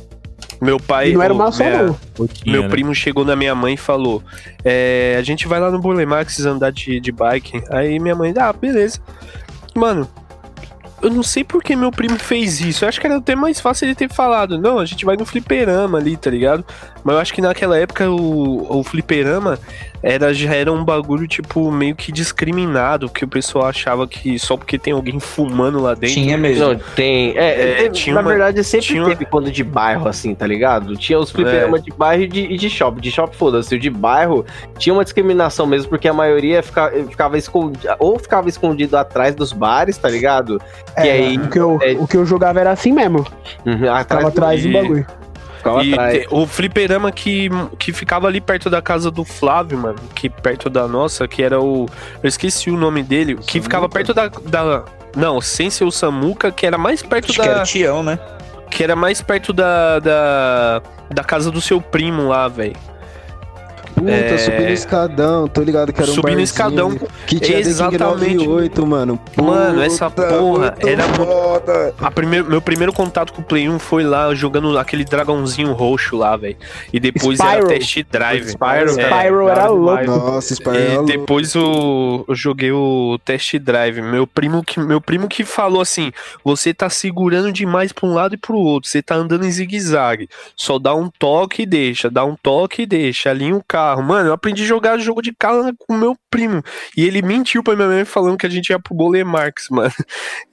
S2: Meu pai.
S5: E não era
S2: o- é.
S5: mal só,
S2: minha-
S5: não.
S6: né?
S2: Meu primo chegou na minha mãe e falou: é, A gente vai lá no Bulemax andar de, de bike. Aí minha mãe, ah, beleza. Mano, eu não sei por que meu primo fez isso. Eu acho que era até mais fácil ele ter falado: Não, a gente vai no fliperama ali, tá ligado? Mas eu acho que naquela época o, o fliperama era, já era um bagulho, tipo, meio que discriminado. Porque o pessoal achava que só porque tem alguém fumando lá dentro.
S7: Tinha mesmo.
S1: Não, tem. É,
S2: É,
S1: teve-
S2: tinha
S1: na
S2: uma-
S1: verdade, sempre
S2: tinha uma-
S1: teve quando de bairro, assim, tá ligado? Tinha os fliperama de bairro e de, e de shopping. De shopping, foda-se. O de bairro tinha uma discriminação mesmo, porque a maioria fica- ficava escondida, ou ficava escondido atrás dos bares, tá ligado? e aí,
S5: o, que eu,
S1: é-
S5: o que eu jogava era assim mesmo.
S1: uhum, atrás,
S5: Tava atrás do
S2: e-
S5: bagulho.
S1: ficava
S2: E
S1: atrás.
S2: te- o fliperama que, que ficava ali perto da casa do Flávio, mano, que perto da nossa, que era o. Eu esqueci o nome dele, que ficava perto da, da. Não, sem ser o Samuca, que era mais perto
S7: Acho
S2: da.
S7: que era o Tião, né?
S2: Que era mais perto da. Da, da casa do seu primo lá, velho.
S3: Puta,
S2: É.
S3: subindo escadão, tô ligado que era um
S2: Subindo
S3: barzinho
S2: escadão.
S3: Que tinha
S2: Exatamente.
S3: Exatamente. 98, mano.
S2: Mano, essa
S3: Puta,
S2: porra
S3: muito
S2: era mu-
S3: foda.
S2: A primeiro, meu primeiro contato com o Play 1 foi lá jogando aquele dragãozinho roxo lá, velho. E depois
S5: Spyro.
S2: era test drive.
S4: Spyro,
S2: É,
S5: Spyro era louco.
S3: Nossa, é
S2: E
S3: espanhol.
S2: depois o, eu joguei o test drive. Meu primo, que, meu primo que falou assim: você tá segurando demais pra um lado e pro outro, você tá andando em zigue-zague. Só dá um toque e deixa, dá um toque e deixa, alinha o carro. Mano, eu aprendi a jogar jogo de carro com meu primo. E ele mentiu pra minha mãe falando que a gente ia pro Bolemarx, [laughs] mano.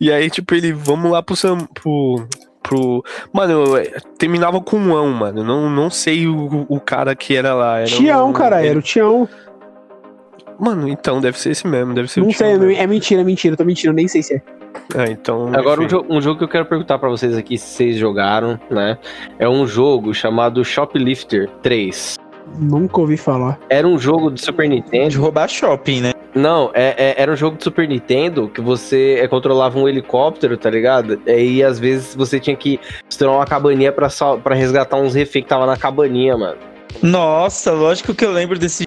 S2: E aí, tipo, ele, vamos lá pro. Sam, pro pro- Mano, eu, eh, terminava com um ão, mano. Não, não sei o, o cara que era lá. Era
S5: Tião,
S2: um-
S5: cara, era o Tião.
S2: Mano, então, deve ser esse mesmo, deve ser o
S5: Não
S2: Tião né?
S5: sei,
S2: mesmo.
S5: é mentira, é mentira, eu tô mentindo, eu nem sei se é.
S2: Ah, então.
S1: Agora, um,
S2: enfim.
S1: jo- um jogo que eu quero perguntar pra vocês aqui, se vocês jogaram, né? É um jogo chamado Shoplifter 3.
S5: Nunca ouvi falar.
S1: Era um jogo de Super Nintendo.
S7: É De roubar shopping, né?
S1: Não, é- é- era um jogo de Super Nintendo que você é, controlava um helicóptero, tá ligado? É, E às vezes você tinha que estourar uma cabaninha pra, sal- pra resgatar uns reféns que tava na cabaninha, mano.
S7: Nossa, lógico que eu lembro desse.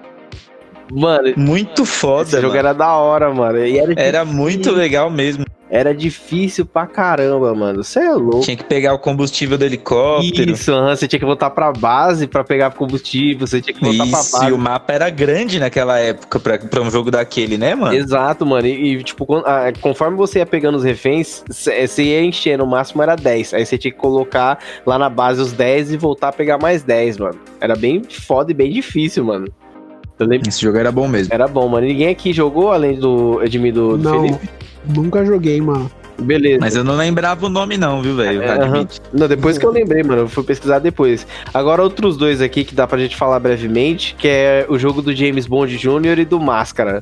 S1: Mano,
S7: Muito foda.
S1: esse jogo
S7: mano.
S1: era da hora, mano. E era,
S7: era... muito legal mesmo.
S1: era difícil pra caramba, mano. Você é louco.
S7: Tinha que pegar o combustível do helicóptero.
S1: Isso, aham, você tinha que voltar pra base pra pegar combustível, você tinha que voltar pra
S7: Isso,
S1: base.
S7: e o mapa era grande naquela época pra, pra um jogo daquele, né, mano?
S1: Exato, mano. E, e, tipo, con- ah, conforme você ia pegando os reféns, você ia encher, no máximo era 10. Aí você tinha que colocar lá na base os 10 e voltar a pegar mais 10, mano. Era bem foda e bem difícil, mano. Eu lembro.
S7: Esse jogo era bom mesmo.
S1: Era bom, mano. Ninguém aqui jogou além do Edmir do, do
S5: não,
S1: Felipe?
S5: nunca joguei, mano.
S1: Beleza.
S7: Mas eu não lembrava o nome, não, viu, velho?
S1: É,
S7: Admito.
S1: Não, depois que eu lembrei, mano. Eu fui pesquisar depois. Agora, outros dois aqui que dá pra gente falar brevemente, que é o jogo do James Bond Jr. e do Máscara.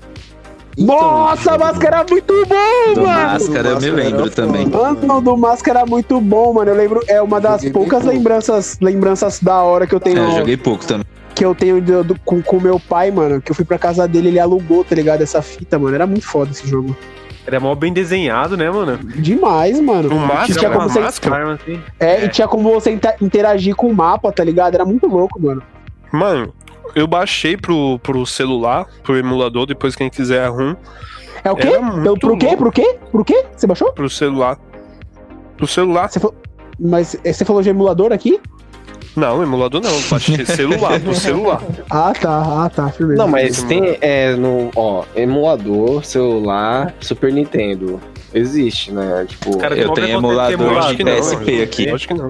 S3: Então,
S5: Nossa, a máscara era muito bom,
S7: Do
S5: mano!
S7: Máscara, eu me
S3: Máscara era
S7: lembro também.
S3: foda.
S5: Mano, do Máscara era muito bom, mano. Eu lembro, é uma das
S3: Joguei bem
S5: poucas
S3: pouco.
S5: lembranças, lembranças da hora que eu
S7: É,
S5: tenho,
S7: eu joguei pouco também.
S5: que eu tenho do- do- com, com meu pai, mano. Que eu fui pra casa dele, ele alugou, tá ligado? Essa fita, mano. Era muito foda esse jogo.
S4: Era é mó bem desenhado, né, mano? é
S5: Demais, mano.
S2: No máximo,
S5: tinha
S2: era
S5: como
S2: uma
S5: você,
S4: máscara, assim.
S5: é, e tinha como você inter- interagir com o mapa, tá ligado? Era muito louco, mano.
S2: Mano, eu baixei pro, pro celular, pro emulador, depois quem quiser a ROM,
S5: É o quê?
S2: Era
S5: Então,
S2: muito
S5: pro quê? Pro quê? Pro quê? Você baixou?
S2: pro celular. Pro celular?
S5: Você falou... Mas é, você falou de emulador aqui?
S2: Não, emulador não, eu
S5: [laughs]
S2: baixei celular, pro celular.
S5: Ah, tá. Ah, tá. Firmeza.
S1: Não, mas tem é, no, ó, emulador, celular, Super Nintendo. Existe, né? Tipo,
S4: Cara, tem
S7: Eu
S4: mó preconceito
S7: tenho
S4: de
S7: emulador
S4: emular,
S7: de
S4: né?
S7: PSP aqui.
S2: Eu acho que não.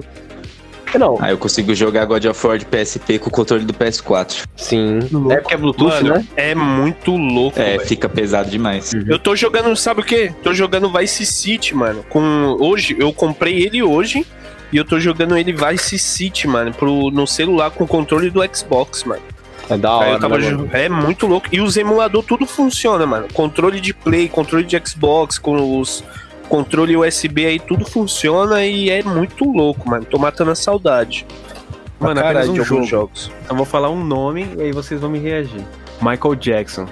S1: não,
S7: Aí eu consigo jogar God of War de PSP com o controle do PS4.
S1: sim.
S5: Louco.
S1: É porque é Bluetooth,
S2: Mano,
S1: né?
S2: É muito louco,
S7: É,
S2: velho.
S7: fica pesado demais.
S2: Eu tô jogando, sabe o quê? Tô jogando Vice City, mano. Com hoje eu comprei ele hoje e eu tô jogando ele Vice City, mano, pro no celular com o controle do Xbox, mano.
S1: É da
S2: Aí
S1: hora.
S2: eu tava
S1: né,
S2: jo-
S1: mano?
S2: é muito louco. E os emulador tudo funciona, mano. Controle de Play, controle de Xbox, com os controle USB aí tudo funciona e é muito louco, mano. Tô matando a saudade.
S4: Mano,
S2: Pra
S4: apenas
S2: caralho
S4: um
S2: de alguns
S4: jogo.
S2: jogos.
S4: Eu vou falar um nome e aí vocês vão me reagir. Michael Jackson.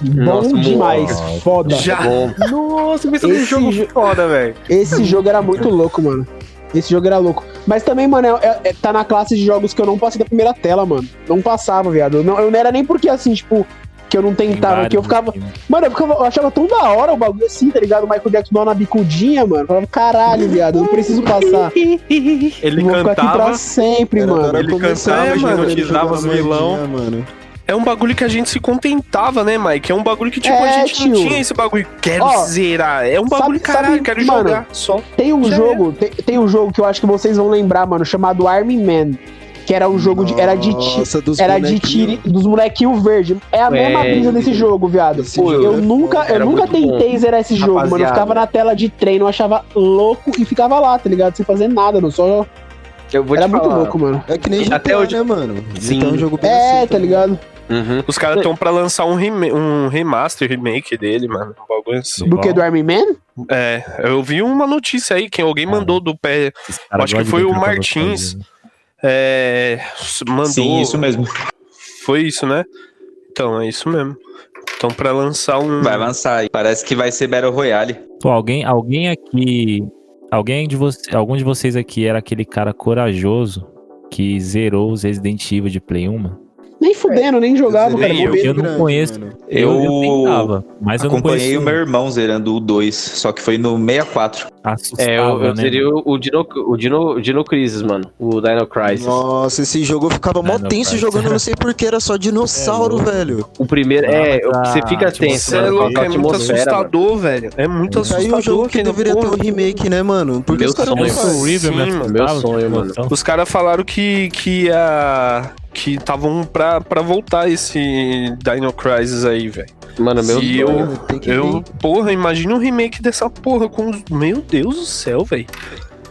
S5: Bom
S1: Nossa,
S5: demais.
S1: mano.
S5: Foda.
S2: Já.
S1: É Bom,
S4: Nossa, pensa
S5: num
S4: num
S5: jogo
S4: jogo foda, velho.
S5: Esse jogo era muito louco, mano. Esse jogo era louco. Mas também, mano, é- é- tá na classe de jogos que eu não passei da primeira tela, mano. Não passava, viado. Eu Não, eu não era nem porque, assim, tipo, que eu não
S6: Tem
S5: tentava,
S6: vários
S5: que eu ficava.
S6: aqui, né?
S5: Mano, é eu, ficava- eu achava tão da hora o bagulho assim, tá ligado? O Michael Jackson dando uma bicudinha, mano. Eu falava, caralho, viado, eu não preciso passar.
S4: Ele
S5: Eu vou ficar aqui pra
S4: cantava.
S5: sempre,
S3: Era da
S5: mano. é,
S3: hora
S4: Ele
S3: começar,
S2: cantava,
S3: mano,
S2: mano,
S3: ele
S4: utilizava
S3: jogava
S4: os vilão.
S3: moedinha, Mano.
S2: É um bagulho que a gente se contentava, né, Mike? É um bagulho que, tipo,
S5: É,
S2: a gente não
S5: tio.
S2: tinha esse bagulho. Quero
S5: Ó,
S2: zerar. É um
S5: sabe-
S2: bagulho, caralho,
S5: sabe,
S2: quero
S5: mano,
S2: jogar só.
S5: Tem um
S2: Já
S5: jogo, tem, tem um jogo que eu acho que vocês vão lembrar, mano, chamado Army Man. Que era um jogo de. Era de ti-
S3: Nossa, dos
S5: Era de
S3: bonequinhos.
S5: tiro dos molequinhos verde. É a mesma
S1: É,
S5: brisa desse jogo, viado.
S3: Esse
S5: Pô,
S3: jogo
S5: eu
S3: é
S5: nunca,
S3: foda,
S5: eu
S1: era
S5: nunca
S1: muito bom.
S5: tentei zerar esse jogo, mano. Eu
S1: Rapaziada.
S5: ficava na tela de treino, eu achava louco e ficava lá, tá ligado? Sem fazer nada, não. Só
S1: eu vou
S5: era
S1: te
S5: muito
S1: falar.
S5: louco, mano.
S3: É que nem GTA,
S1: Até hoje-
S3: né, mano?
S1: Sim.
S3: Então é um jogo bem
S5: É,
S3: assim,
S5: tá ligado?
S1: Uhum.
S2: Os caras estão pra lançar um, rema- um remaster, remake dele, mano. Um bagulho assim.
S5: Do que do Army Man?
S2: É, eu vi uma notícia aí que alguém mandou do pé.
S6: Esses caras
S2: Acho que
S6: gostam de
S2: foi o
S6: brincar com a
S2: Martins.
S6: nostalgia, né?
S2: É, mandou.
S7: Sim, isso mesmo.
S2: Foi isso, né? Então, é isso mesmo. Então, pra lançar um.
S7: Vai lançar aí. Parece que vai ser Battle Royale.
S6: Pô, alguém, alguém aqui. Alguém de vocês. Algum de vocês aqui era aquele cara corajoso que zerou os Resident Evil de Play 1? mano?
S5: Nem fudendo, nem jogava, cara.
S3: Zerei
S2: eu.
S5: bobeira.
S6: Eu não
S3: é grande,
S6: conheço.
S3: mano.
S7: Eu,
S6: tentava, mas eu não
S7: acompanhei
S6: conhecia.
S7: o meu irmão zerando o 2, só que foi no 64.
S6: Assustava,
S1: É, eu, eu
S6: né?
S1: seria o, o, Dino, o, Dino, o Dino Crisis, mano. O Dino Crisis.
S3: Nossa, esse jogo eu ficava mó
S6: Dino
S3: tenso
S6: Crisis.
S3: jogando, eu não sei porque era só dinossauro, velho.
S1: O primeiro. É,
S6: Ah, mas
S1: você
S6: a
S1: fica tenso,
S2: Isso
S6: atmosfera
S2: é
S1: mano, com
S2: louco,
S1: aquela
S2: é muito
S1: atmosfera, mano.
S2: assustador, velho. É muito
S3: Isso aí é
S2: assustador.
S3: um jogo que
S2: aquele
S3: deveria ter
S2: porra.
S3: um remake, né, mano? Porque
S1: Meu
S3: os caras
S1: sonho.
S3: não fazem.
S6: Nossa, horrível,
S2: Sim,
S6: me
S2: mano,
S1: meu
S6: assustava,
S1: sonho,
S6: tinha
S1: mano.
S6: noção.
S2: Os caras falaram que que a que estavam pra, pra voltar esse Dino Crisis aí, velho.
S1: Mano, meu
S2: Se
S1: sonho.
S2: eu-
S3: Tem que
S2: Eu, porra, imagina um remake dessa porra com os- Meu Deus do céu, velho.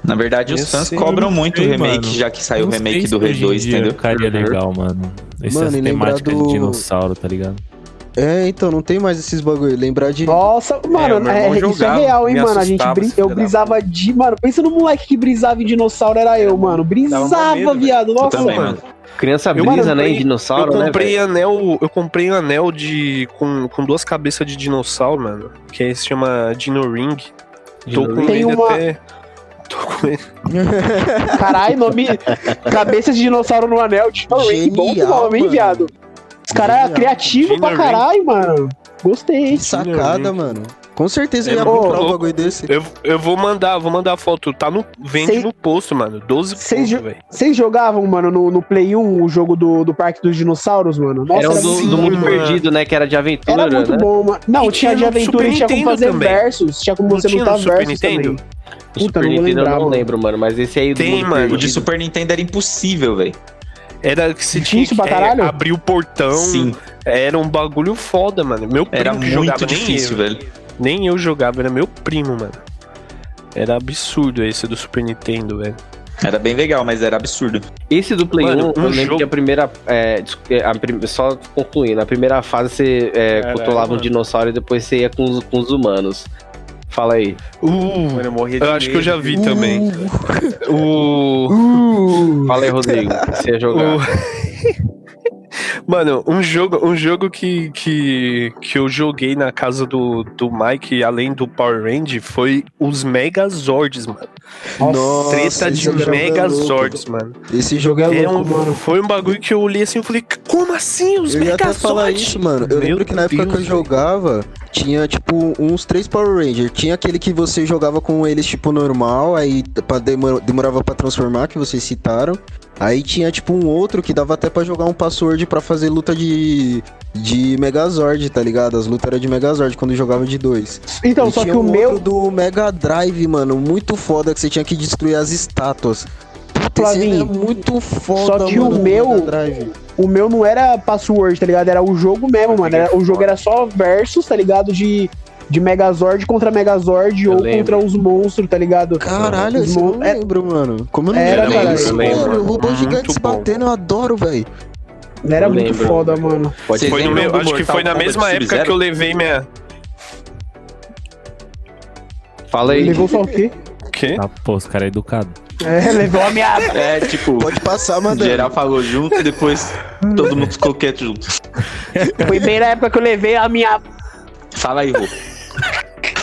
S7: Na verdade, os
S2: Esse
S7: fãs
S2: eu
S7: cobram
S6: não
S7: muito o
S6: sei,
S7: remake,
S6: mano.
S7: já que saiu o
S6: Não sei
S7: remake
S6: se
S7: do
S6: hoje em
S7: R2,
S6: dia
S7: entendeu?
S6: Ficaria legal, mano. Essa
S3: Mano, e lembrar
S6: temática
S3: do-
S6: de dinossauro, tá ligado?
S3: É, então, não tem mais esses bagulho. Lembrar de.
S5: Nossa, mano,
S4: meu
S5: é,
S4: irmão
S5: isso é
S4: jogava,
S5: real, hein,
S4: me
S5: mano. A gente
S4: assustava,
S5: brin-
S4: esse
S5: eu
S4: filho da
S5: brisava de. Mano, pensa no moleque que brisava em dinossauro, era eu, mano. Brisava,
S4: dava mó medo,
S5: viado.
S7: Eu
S5: Nossa,
S7: também,
S5: mano.
S7: mano.
S1: Criança
S2: Eu
S1: brisa, né?
S2: comprei-
S1: Em dinossauro,
S2: eu
S1: né?
S2: comprei
S1: velho?
S2: anel, eu comprei um anel de com, com duas cabeças de dinossauro, mano, que se chama Dino Ring. Tô com
S5: Tem
S2: ele
S5: uma-
S2: até Tô com ele.
S5: Caralho, nome. Cabeça de dinossauro no anel. Tipo, que bom que
S3: Genial,
S5: nome, hein,
S3: mano.
S5: viado? Os caras
S3: Genial.
S5: criativos pra
S2: Genial,
S5: caralho, mano. Gostei. hein?
S3: Sacada, mano. Com certeza eu
S2: É
S3: ia
S2: muito
S3: comprar um
S2: louco.
S3: bagulho desse.
S2: Eu, eu vou mandar, vou mandar a foto. Tá no vende
S5: Sei-
S2: no posto, mano. 12
S5: Sei
S2: pontos,
S5: ju-
S2: velho.
S5: Vocês jogavam, mano, no, no Play 1 o jogo do, do Parque dos Dinossauros, mano? Nossa,
S1: Era um
S5: era,
S1: do,
S5: muito-
S1: do mundo
S2: mano.
S1: perdido, né? Que era de aventura,
S5: era muito
S1: né?
S5: bom, mano. Não,
S2: E
S5: tinha
S2: tinha
S5: de
S2: no
S5: aventura,
S2: Super
S5: tinha como
S2: Nintendo
S5: fazer
S2: também.
S5: versus, tinha como
S2: Não
S5: você
S2: tinha no
S5: lutar
S2: Super
S5: versus também.
S2: Nintendo?
S1: O
S5: Puta,
S1: Super
S5: não vou
S1: Nintendo eu
S5: lembrar,
S1: não
S5: mano.
S1: lembro, mano. Mas esse aí é do
S2: Tem,
S1: mundo
S2: mano,
S7: O
S1: perdido.
S7: de Super Nintendo era impossível, velho.
S2: Era que se tinha
S5: Difícil
S2: que
S5: pra
S2: é,
S5: caralho?
S2: abrir o portão.
S7: Sim,
S2: Era um bagulho foda, mano. Meu primo
S7: era
S2: Então, que jogava
S7: muito difícil,
S2: nem eu.
S7: velho.
S2: Nem eu jogava, era meu primo, mano. Era absurdo esse do Super Nintendo, velho.
S7: Era bem legal, mas era absurdo.
S1: Esse do Play 1,
S2: Mano,
S1: eu
S2: um
S1: lembro
S2: jogo-
S1: que a primeira. é, des- é, a prim- Só concluindo, a primeira fase você é,
S4: Caralho,
S1: controlava um
S4: mano.
S1: dinossauro e depois você ia com os, com os humanos. Fala aí.
S2: Uh,
S4: Mano, eu morria de
S2: eu acho que eu já vi
S3: Uh.
S2: também. O.
S5: Uh,
S1: Fala aí, Rodrigo. Você ia jogar.
S2: o... [laughs] Mano, um jogo, um jogo que, que, que eu joguei na casa do, do Mike, além do Power Range, foi os Megazords, mano.
S3: Nossa,
S2: Treta
S3: esse
S2: de
S3: jogo é
S2: Megazords, mano.
S3: Esse jogo é
S2: É
S3: louco,
S2: um-
S3: mano.
S2: foi um bagulho que eu olhei assim e falei, como assim os
S3: Eu ia até falar
S2: Megazords?
S3: isso, mano. Eu
S2: Meu
S3: lembro que na época
S2: Deus,
S3: que eu
S2: velho.
S3: jogava, tinha, tipo, uns três Power Rangers. Tinha aquele que você jogava com eles, tipo, normal, aí pra demor- demorava pra transformar, que vocês citaram. Aí tinha, tipo, um outro que dava até pra jogar um password pra fazer luta de, de Megazord, tá ligado? As lutas eram de Megazord quando eu jogava de dois.
S5: Então,
S3: E
S5: só
S3: tinha
S5: que o
S3: um
S5: meu.
S3: outro do Mega Drive, mano, muito foda, que você tinha que destruir as estátuas. Puta, esse
S5: Flavinho,
S3: né? era muito foda,
S5: que o
S3: mano, do
S5: meu-
S3: Mega Drive.
S5: O meu não era password, tá ligado? Era o jogo mesmo, mano. Era- o jogo era só versus, tá ligado? De, de Megazord contra Megazord ou contra os monstros, tá ligado?
S3: Caralho,
S5: Os
S3: esse eu
S5: mon-
S3: não
S5: é-
S3: lembro, mano. Como eu não
S5: Era,
S3: lembro
S5: cara,
S3: disso,
S5: eu
S2: lembro,
S3: mano?
S2: mano.
S3: Robô
S2: Muito
S3: gigante se
S2: bom.
S3: batendo, eu adoro, velho.
S5: é, Era
S4: Eu
S5: muito
S4: lembro.
S5: foda, mano.
S7: Vocês
S2: Foi no
S7: lembram
S2: meu,
S7: do
S2: acho que
S7: Mortal
S2: foi na
S7: Kombat
S2: mesma época
S7: Sub-Zero?
S2: que eu levei minha.
S7: Fala aí.
S5: Levou só o quê?
S2: O quê?
S6: Tá, pô, os caras é educado.
S5: [laughs] É, levou a minha.
S7: É, tipo,
S3: Pode passar, mano.
S7: geral falou junto e depois todo mundo ficou quieto junto.
S5: Foi bem na época que eu levei a minha.
S7: Fala aí, Rô.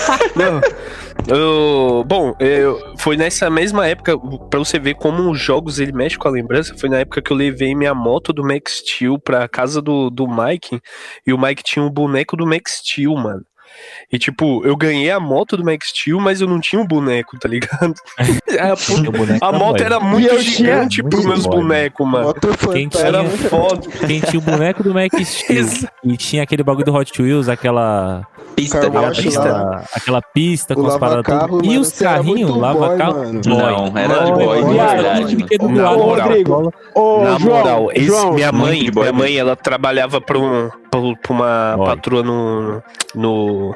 S2: [laughs] Eu- bom, eu- foi nessa mesma época, pra você ver como os jogos ele mexe com a lembrança, foi na época que eu levei minha moto do Max Steel pra casa do, do Mike, e o Mike tinha um boneco do Max Steel, mano. E tipo, eu ganhei a moto do Max Steel, mas eu não tinha um boneco, tá
S5: [laughs]
S2: ligado? a, puta-
S6: O boneco
S2: a
S6: tá
S2: moto
S6: mole.
S2: era muito
S5: eu tinha- né?
S2: gigante pros
S6: Muito
S2: meus
S6: mole.
S2: bonecos, mano.
S3: Motor
S6: Quem é
S3: fantasma.
S2: Era
S6: tinha-
S2: foda.
S6: Quem tinha o boneco do Max Steel e tinha aquele bagulho do Hot Wheels, aquela,
S7: Pista
S3: Cara, eu
S6: aquela
S3: acho
S6: pista, aquela pista
S3: O
S6: com as paradas
S3: lava-carro,
S6: todas. E
S3: mano,
S6: os
S3: você era
S6: carrinhos,
S3: muito boy, mano.
S6: lava-carro,
S7: Não, era de
S3: Boy,
S7: boy,
S3: boy,
S7: de
S5: boy.
S7: verdade. mano.
S6: brinquedo do
S2: Na
S6: lado.
S2: moral.
S6: Rodrigo.
S5: Ô,
S2: Na
S5: João,
S2: moral, esse-
S5: João,
S2: minha mãe,
S7: Muito bom.
S2: minha mãe, ela trabalhava para um, pra- pra uma
S6: Olha.
S2: patroa no, no,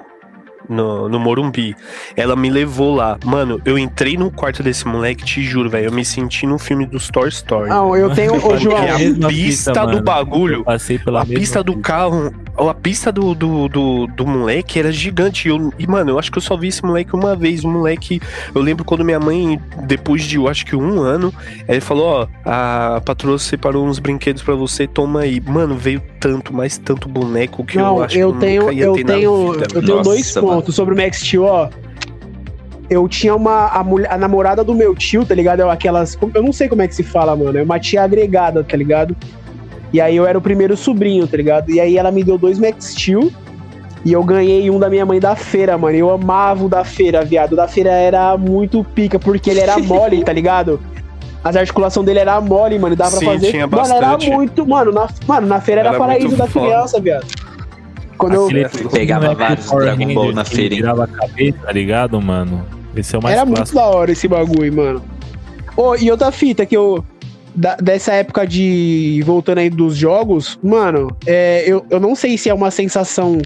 S2: no, no Morumbi. Ela me levou lá. Mano, eu entrei no quarto desse moleque, te juro, velho. Eu me senti no filme dos Toy Story.
S5: Não, eu tenho. Ô,
S2: Porque
S5: João,
S2: a pista
S6: Mesma pista,
S2: do
S6: mano.
S2: bagulho,
S6: Eu passei pela
S2: a
S6: mesma
S2: pista do carro, a pista do, do, do, do moleque era gigante. E Eu, e, mano, eu acho que eu só vi esse moleque uma vez. O moleque, eu lembro quando minha mãe, depois de, eu acho que um ano, ele falou: Ó, a patroa separou uns brinquedos pra você, toma aí. Mano, veio tanto, mais tanto boneco que eu
S5: Não,
S2: acho
S5: eu
S2: que
S5: tenho,
S2: nunca ia
S5: eu
S2: ter na
S5: tenho,
S2: vida,
S5: eu
S2: mano.
S5: tenho
S7: Nossa,
S5: dois
S7: mano.
S5: pontos sobre o Max Steel, ó. Eu tinha uma a, mulher, a namorada do meu tio, tá ligado? Eu- Aquelas, eu não sei como é que se fala, mano. É uma tia agregada, tá ligado? E aí eu era o primeiro sobrinho, tá ligado? E aí ela me deu dois Max Steel e eu ganhei um da minha mãe da feira, mano. Eu amava o da feira, viado. O da feira era muito pica porque
S2: [laughs]
S5: ele era mole, tá ligado? As articulações dele era mole, mano. Dava
S2: Sim,
S5: pra fazer.
S2: tinha
S5: mano, era
S2: bastante.
S5: muito, mano, na, mano, na feira era,
S2: Era
S5: paraíso
S2: muito
S5: da
S2: foda.
S5: criança, viado. Quando eu,
S6: Aquele-
S2: Pegava
S6: aquele moleque do
S7: vários
S6: Power
S7: Dragon Ball
S6: Rangers
S7: na
S6: que
S7: feira, hein?
S6: Virava a cabeça, tá ligado, mano? Esse é o mais
S5: Era muito
S6: clássico.
S5: da hora esse bagulho, mano. Ô, e outra fita que eu. da- dessa época de. Voltando aí dos jogos, mano, é, eu, eu não sei se é uma sensação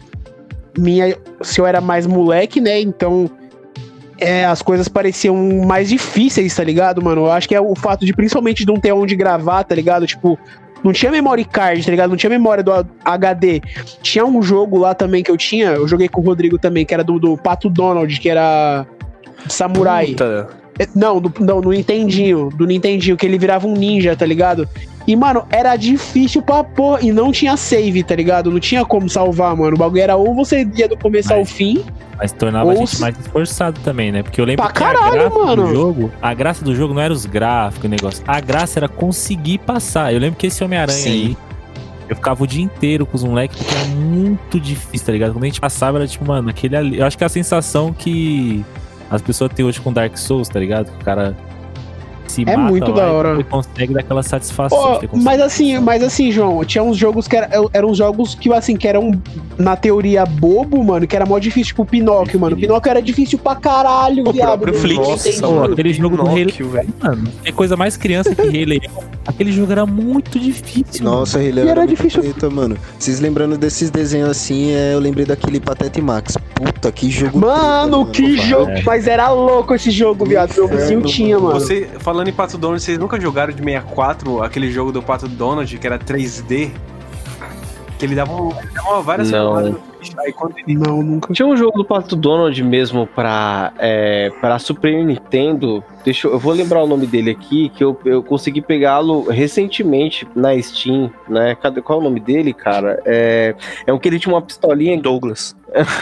S5: minha, se eu era mais moleque, né? Então. é, as coisas pareciam mais difíceis, tá ligado, mano? Eu acho que é o fato de principalmente não ter onde gravar, tá ligado? Tipo, não tinha memory card, tá ligado? Não tinha memória do HD. Tinha um jogo lá também que eu tinha, eu joguei com o Rodrigo também, que era do, do Pato Donald, que era Samurai.
S2: Puta.
S5: É, Não, do, não, no Nintendinho. Do Nintendinho, que ele virava um ninja, tá ligado? E, mano, era difícil pra porra. E não tinha save, tá ligado? Não tinha como salvar, mano. O bagulho era ou você ia do começo ao
S6: Mas-
S5: fim.
S6: Mas tornava
S5: Ou
S6: a gente
S5: se-
S6: mais esforçado também, né? Porque eu lembro
S5: Pra
S6: a
S5: caralho,
S6: graça
S5: mano.
S6: do jogo, a graça do jogo não era os gráficos e negócio. A graça era conseguir passar. Eu lembro que esse Homem-Aranha
S7: Sim.
S6: aí, eu ficava o dia inteiro com os moleques, porque era muito difícil, tá ligado? Quando a gente passava, era tipo, mano, aquele ali. Eu acho que é a sensação que as pessoas têm hoje com Dark Souls, tá ligado? Que o cara se
S5: É
S6: mata
S5: muito
S6: lá
S5: da
S6: e
S5: hora.
S6: depois consegue dar aquela satisfação.
S5: Ó,
S6: de ter conseguido.
S5: mas assim, mas assim, João, tinha uns jogos que era- eu- eram uns jogos que, assim, que eram, na teoria, bobo, mano, que era mó difícil, tipo o Pinóquio, mano. O Pinóquio era difícil pra caralho,
S7: O
S5: viado.
S7: próprio
S5: do
S7: Flix.
S5: Nintendinho.
S6: Pô, aquele jogo do Rei
S2: Pinóquio, velho.
S6: Mano, é coisa mais criança que Rei Leão. Aquele jogo era muito difícil. mano.
S3: Nossa, ele
S5: E
S3: era,
S5: era
S3: muito
S5: difícil.
S3: treta, mano. Vocês lembrando desses desenhos assim, é, eu lembrei daquele Pateta e Max. Puta, que jogo
S5: Mano,
S3: treta,
S5: que
S6: Opa,
S5: jogo.
S6: é.
S5: Mas era louco esse jogo, viado. Meu
S3: Inferno,
S5: vizinho tinha, mano.
S4: Você, falando em Pato Donald, vocês nunca jogaram de 64 aquele jogo do Pato Donald que era 3D? Ele dava, um, ele dava uma várias
S1: Não.
S4: porradas no bicho. Aí quando ele
S5: Não, nunca.
S1: Tinha um jogo do Pato Donald mesmo pra, é, pra Super Nintendo. Deixa eu, eu vou lembrar o nome dele aqui, que eu, eu consegui pegá-lo recentemente na Steam, né? Cadê, qual é o nome dele, cara? É, é um que ele tinha uma pistolinha. Douglas.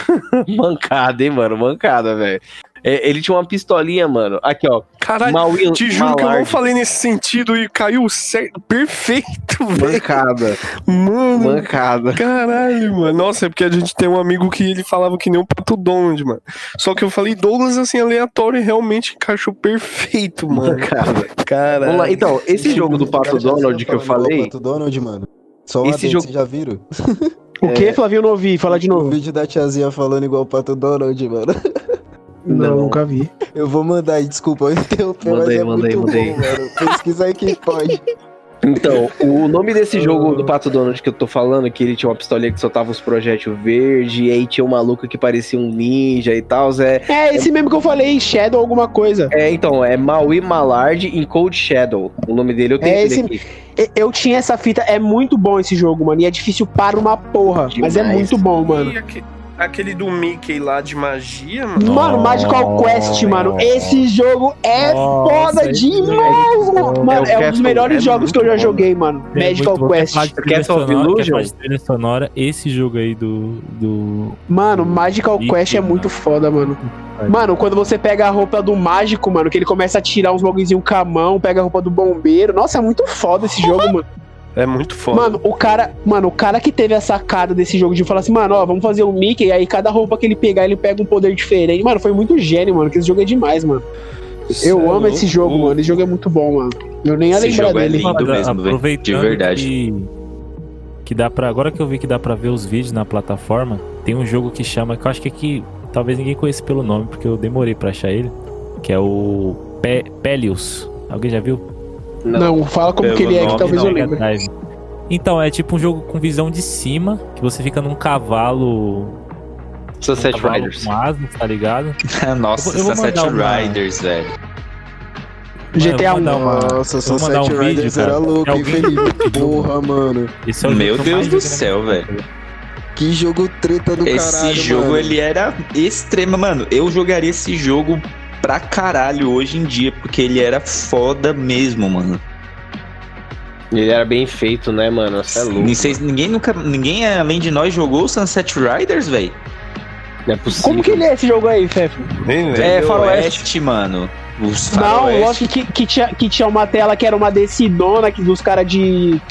S1: [laughs] mancada, hein, mano? Mancada, velho. É, ele tinha uma pistolinha, mano. Aqui, ó.
S8: Caralho,
S1: Mauil-
S8: te juro que eu não
S1: Mallard.
S8: falei nesse sentido e caiu certo, perfeito, [laughs] velho.
S1: Mancada.
S8: Mano,
S1: Mancada.
S8: Caralho, mano. Nossa, é porque a gente tem um amigo que ele falava que nem um pato Donald, mano. Só que eu falei Douglas assim, aleatório, e realmente encaixou perfeito, mano.
S1: Mancada.
S8: Caralho.
S1: Vamos lá. Então, esse jogo do Pato Donald que eu
S3: O
S1: falei.
S3: Pato Donald, mano. Só um
S1: Esse
S3: adendo,
S1: jogo-
S3: vocês já viram?
S5: O que, Flavinho? Eu não ouvi. Fala de
S3: O
S5: novo.
S3: vídeo da tiazinha falando igual o Pato Donald, mano. [laughs]
S5: Não, nunca vi.
S3: Eu vou mandar aí, desculpa, eu interrompi,
S2: Manda
S3: mas
S2: aí,
S3: é
S2: manda aí,
S3: muito
S2: manda aí.
S3: bom, mano. Pesquisa aí quem pode.
S1: Então, o nome desse jogo
S8: Ah.
S1: do Pato Donald que eu tô falando, que ele tinha uma pistolinha que soltava os projétil verde, e aí tinha um maluco que parecia um ninja e tal, é...
S5: É esse mesmo que eu falei, Shadow alguma coisa.
S1: É, então, é Maui Mallard em Cold Shadow. O nome dele eu tenho
S5: É
S1: ele
S5: esse-
S1: aqui.
S5: E- Eu tinha essa fita, é muito bom esse jogo, mano. E é difícil para uma porra. Mas é
S1: Demais.
S5: muito bom, mano.
S8: E aque- Aquele do Mickey lá de magia, mano.
S5: Mano, Magical Quest, mano. Esse jogo é
S6: Nossa,
S5: foda
S6: esse jogo
S5: demais, mano.
S1: É o
S5: Mano, é um dos
S1: Castle,
S5: melhores
S1: é
S5: jogos que eu já
S1: muito bom.
S5: joguei, mano. Magical Quest.
S1: Castle of Illusion?
S6: Quer trilha sonora, esse jogo aí do... do...
S5: Mano, Magical
S6: Ih,
S5: Quest é
S6: mano.
S5: muito foda, mano. Mano, quando você pega a roupa do mágico, mano, que ele começa a tirar uns logozinhos com a mão, pega a roupa do bombeiro. Nossa, é muito foda esse jogo, mano.
S8: É muito foda.
S5: Mano, o cara, mano, o cara que teve a sacada desse jogo de falar assim, mano, ó, vamos fazer o Mickey, e aí cada roupa que ele pegar, ele pega um poder diferente. Mano, foi muito gênio, mano, que esse jogo é demais, mano.
S7: Cê
S5: eu
S7: é
S5: amo esse
S7: louco.
S5: jogo, mano. Esse jogo é muito bom, mano. Eu nem ia
S7: Esse
S5: lembrar
S7: jogo é
S5: dele.
S7: lindo.
S6: Foda,
S7: mesmo, velho.
S6: aproveitando
S7: De verdade.
S6: Que, que dá para agora que eu vi que dá pra ver os vídeos na plataforma, tem um jogo que chama que eu acho que aqui talvez ninguém conheça pelo nome porque eu demorei pra achar ele, que é o Pe Pelios. Alguém já viu?
S5: Não, fala como
S8: Pelo
S5: que ele é, que
S8: nome,
S5: talvez
S8: não.
S5: eu
S6: Mega
S5: lembre.
S6: Drive. Então, é tipo um jogo com visão de cima, que você fica num cavalo.
S1: Sunset
S6: um cavalo
S1: Riders.
S6: Com asas, tá ligado?
S7: Nossa,
S6: Eu vou- eu vou
S7: Sunset
S6: mandar uma-
S7: Riders, velho.
S5: GTA
S6: Mano, eu vou mandar uma-
S3: Nossa,
S6: eu vou mandar
S3: Sunset
S6: um vídeo,
S3: Riders
S6: cara.
S3: era louco,
S6: É
S3: hein,
S6: alguém-
S3: Felipe? Porra, mano.
S6: Esse é o
S7: Meu
S6: jogo né? que eu
S7: Deus
S6: mais
S7: do
S6: joguei na
S7: céu,
S6: minha vida.
S3: Que jogo treta do
S7: Esse
S3: caralho,
S7: jogo,
S3: mano.
S7: ele era extremo, mano. Eu jogaria esse jogo pra caralho hoje em dia, porque ele era foda mesmo, mano.
S1: Ele era bem feito, né, mano? Você é louco.
S7: Não sei se ninguém nunca, ninguém além de nós jogou o Sunset Riders, velho.
S1: Não é possível.
S5: Como que ele é esse jogo aí, Fef?
S8: Nem lembro.
S1: É,
S7: Velho
S1: faroeste.
S7: oeste, mano. Os
S5: Não,
S7: faroeste.
S5: lógico que, que, tinha, que tinha uma tela que era uma descidona que, dos caras de,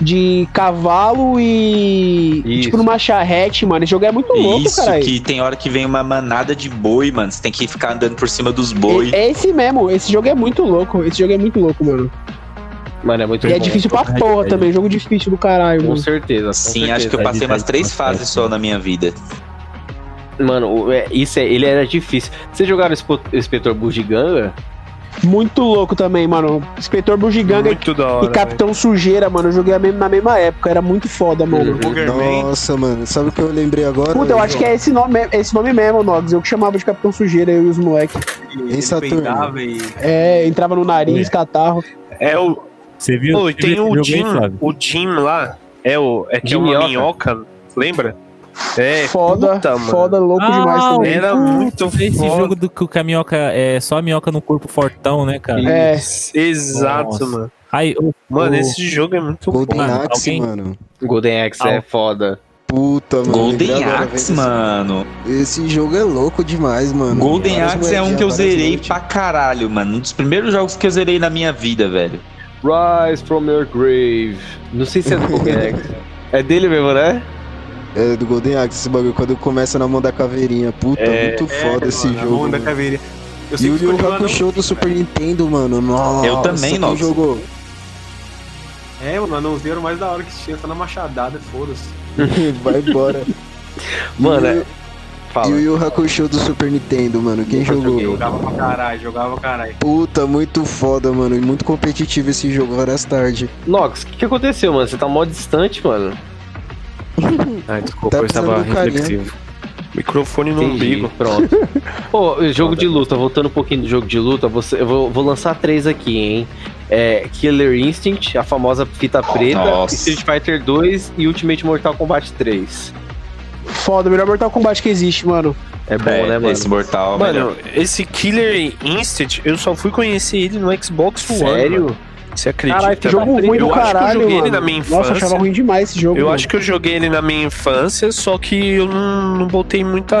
S5: de cavalo e. e
S1: Isso.
S5: Tipo numa charrete, mano. Esse jogo é muito louco,
S7: Isso,
S5: caralho.
S7: que tem hora que vem uma manada de boi, mano. Você tem que ficar andando por cima dos boi.
S5: É é esse mesmo, esse jogo é muito louco. Esse jogo é muito louco, mano.
S1: Mano, é muito
S5: E é
S1: bom.
S5: difícil pra porra também, jogo difícil do caralho,
S1: Com
S5: mano.
S1: certeza. com
S7: Sim, acho
S1: certeza. É
S7: que eu passei umas três
S6: Verdade,
S7: fases só na minha vida.
S1: Mano, o- é, isso é, ele era difícil. Vocês jogaram Espo- Inspetor Bugiganga?
S5: Muito louco também, mano. Inspetor Bugiganga
S8: Muito da
S5: e
S8: hora. velho.
S5: Capitão Sujeira, mano. Eu joguei a mesma- na mesma época, era muito foda,
S1: Uhum.
S5: mano.
S4: é
S8: Boogerman.
S3: Nossa, mano. Sabe o que eu lembrei agora?
S5: Puta, eu acho que é esse nome, esse nome mesmo, Nogs. Eu que chamava de Capitão Sujeira, eu e os moleques.
S4: ele,
S3: Ei,
S4: ele
S3: Saturno.
S4: peidava e...
S5: É, entrava no nariz, catarro.
S8: É o.
S6: Você viu?
S8: Pô, e
S6: você viu
S8: tem um o
S6: esse jogo aí,
S8: Jim.
S6: Flávio?
S8: O Jim lá. É o. É que é uma minhoca. Lembra? É.
S5: Foda,
S2: Ah,
S8: puta, mano.
S5: foda, louco demais
S6: Ah,
S5: também.
S8: Era
S6: Putz,
S8: muito foda.
S6: Esse jogo do que o caminhoca é só a minhoca no corpo fortão, né, cara?
S5: É.
S8: Exato,
S6: Nossa.
S8: mano.
S6: Aí, o-
S8: Mano,
S6: o-
S8: esse jogo é muito bom.
S3: Golden
S6: Mano,
S3: Axe,
S6: alguém-
S3: mano.
S1: Golden Axe é foda.
S3: Puta, mano. lembrei
S7: Golden
S3: agora,
S7: Axe,
S3: velho.
S7: mano.
S3: Esse jogo é louco demais, mano.
S7: Golden
S3: Várias
S7: Axe é um
S3: moedinhas,
S7: que eu
S3: várias
S7: zerei
S3: noites.
S7: pra caralho, mano. Um dos primeiros jogos que eu zerei na minha vida, velho.
S1: Rise from your grave. Não sei se é do [laughs] Golden Axe. É dele mesmo, né?
S3: É, do Golden Axe, esse bagulho. Quando começa na mão da caveirinha. Puta, muito
S4: É,
S3: foda esse
S4: mano, a
S3: jogo.
S4: mão da
S3: mano.
S4: caveirinha. Eu
S3: E o
S4: sempre
S3: Yu Yu
S4: continuo
S3: Hakusho do Super Nintendo, mano. Nossa,
S7: Eu também,
S3: quem
S7: nossa. [laughs]
S3: jogou?
S4: É, mano, anãozinho era o mais da hora que tinha, tá na machadada, foda-se.
S3: Vai embora.
S1: Mano,
S3: E o-
S1: é-
S3: E o
S1: fala.
S3: Yu Hakusho do Super Nintendo, mano. Quem
S1: Nunca
S3: jogou?
S1: joguei.
S4: Jogava pra caralho, jogava pra caralho.
S3: Puta, muito foda, mano. E muito competitivo esse jogo, várias tardes.
S1: Nox, o que, que aconteceu, mano? Você tá mó distante, mano.
S8: Ah,
S3: Tá
S8: desculpa,
S3: eu estava precisando do carinho.
S8: Microfone no
S1: Entendi,
S8: umbigo.
S1: Pronto. Ô, jogo de luta, voltando um pouquinho do jogo de luta, você, eu vou, vou lançar três aqui, hein? é, Killer Instinct, a famosa fita preta,
S7: Nossa.
S1: Street Fighter 2 e Ultimate Mortal Kombat 3.
S5: Foda, o melhor Mortal Kombat que existe, mano.
S1: É bom, né, mano?
S7: Esse mortal é o melhor.
S2: Mano, esse Killer Instant, eu só fui conhecer ele no Xbox One.
S1: Sério?
S2: mano. Você acredita?
S5: Caralho, que jogo ruim
S2: eu acho
S5: do
S2: que eu
S5: caralho,
S2: joguei ele
S5: mano.
S2: na minha
S5: Nossa, eu
S2: infância.
S5: achava ruim demais esse jogo.
S2: eu
S5: mano.
S2: acho que eu joguei ele na minha infância, só que eu não, não botei muita.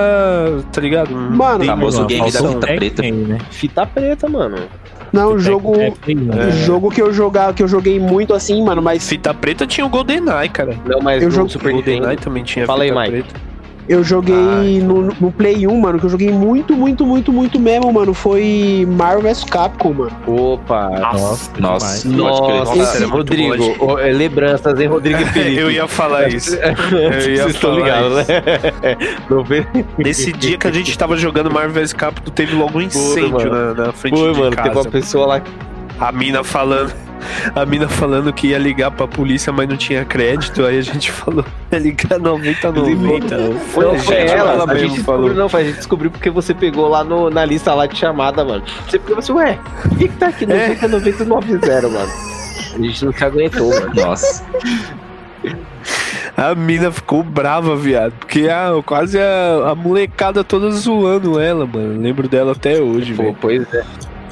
S2: Tá ligado? Não
S5: Mano,
S2: dei
S7: famoso
S2: muita
S7: game da
S2: atenção.
S7: fita preta.
S6: Tekken, né? É
S1: Fita preta, mano.
S5: Não, o um jogo,
S6: Tekken, né?
S5: o jogo que eu jogava, que eu joguei muito assim, mano, mas
S2: Fita preta tinha o
S1: [laughs]
S2: GoldenEye, cara.
S1: Não, mas
S5: Eu
S1: no
S5: jogo-
S1: Super
S2: GoldenEye
S1: Nintendo.
S2: também tinha
S1: Fala aí,
S2: fita
S1: Mike.
S2: preta.
S5: eu joguei no, no Play 1, mano, que eu joguei muito, muito, muito, muito mesmo, mano. Foi Marvel vs Capcom, mano.
S1: Opa.
S6: Nossa,
S7: Nossa, pode crer.
S1: Nossa,
S2: Nossa, era muito
S1: Rodrigo.
S2: bom,
S1: ô, é, lembranças, hein, Rodrigo e Felipe?
S2: [laughs] Eu ia falar
S1: [laughs]
S2: isso. Eu ia
S1: Vocês estão
S2: falar
S1: ligados,
S2: isso.
S1: né? [laughs] Não vê-
S2: Nesse dia que a gente tava jogando Marvel vs Capcom, teve logo um incêndio
S1: mano.
S2: na, na frente
S1: Foi,
S2: de
S1: mano.
S2: casa.
S1: Teve uma pessoa lá
S2: A mina falando. A mina falando que ia ligar pra polícia, mas não tinha crédito. Aí a gente falou, ia ligar 90 90. Foi,
S1: não, então, foi
S2: gente,
S1: ela,
S2: ela
S1: a
S2: mesmo
S1: gente
S2: falou.
S1: descobriu, não, foi a gente descobriu porque você pegou lá no- na lista lá de chamada, mano. Você pegou assim, ué, o que que tá aqui? 90990, mano. A gente nunca aguentou, mano.
S7: Nossa.
S2: A mina ficou brava, viado. Porque a, quase a, a molecada toda zoando ela, mano. Lembro dela até hoje,
S1: Pô,
S2: velho.
S1: pois é.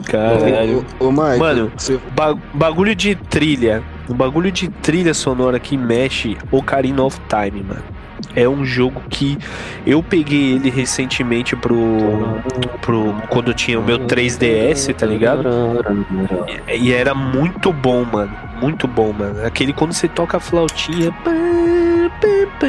S2: Caralho.
S3: Ô, ô, Mike,
S2: Mano,
S3: você-
S2: Ba- bagulho de trilha. O bagulho de trilha sonora que mexe Ocarina of Time, mano. É um jogo que eu peguei ele recentemente pro. pro quando eu tinha o meu 3DS, tá ligado? E era muito bom, mano. Muito bom, mano. Aquele quando você toca a flautinha. pá, pá, pá,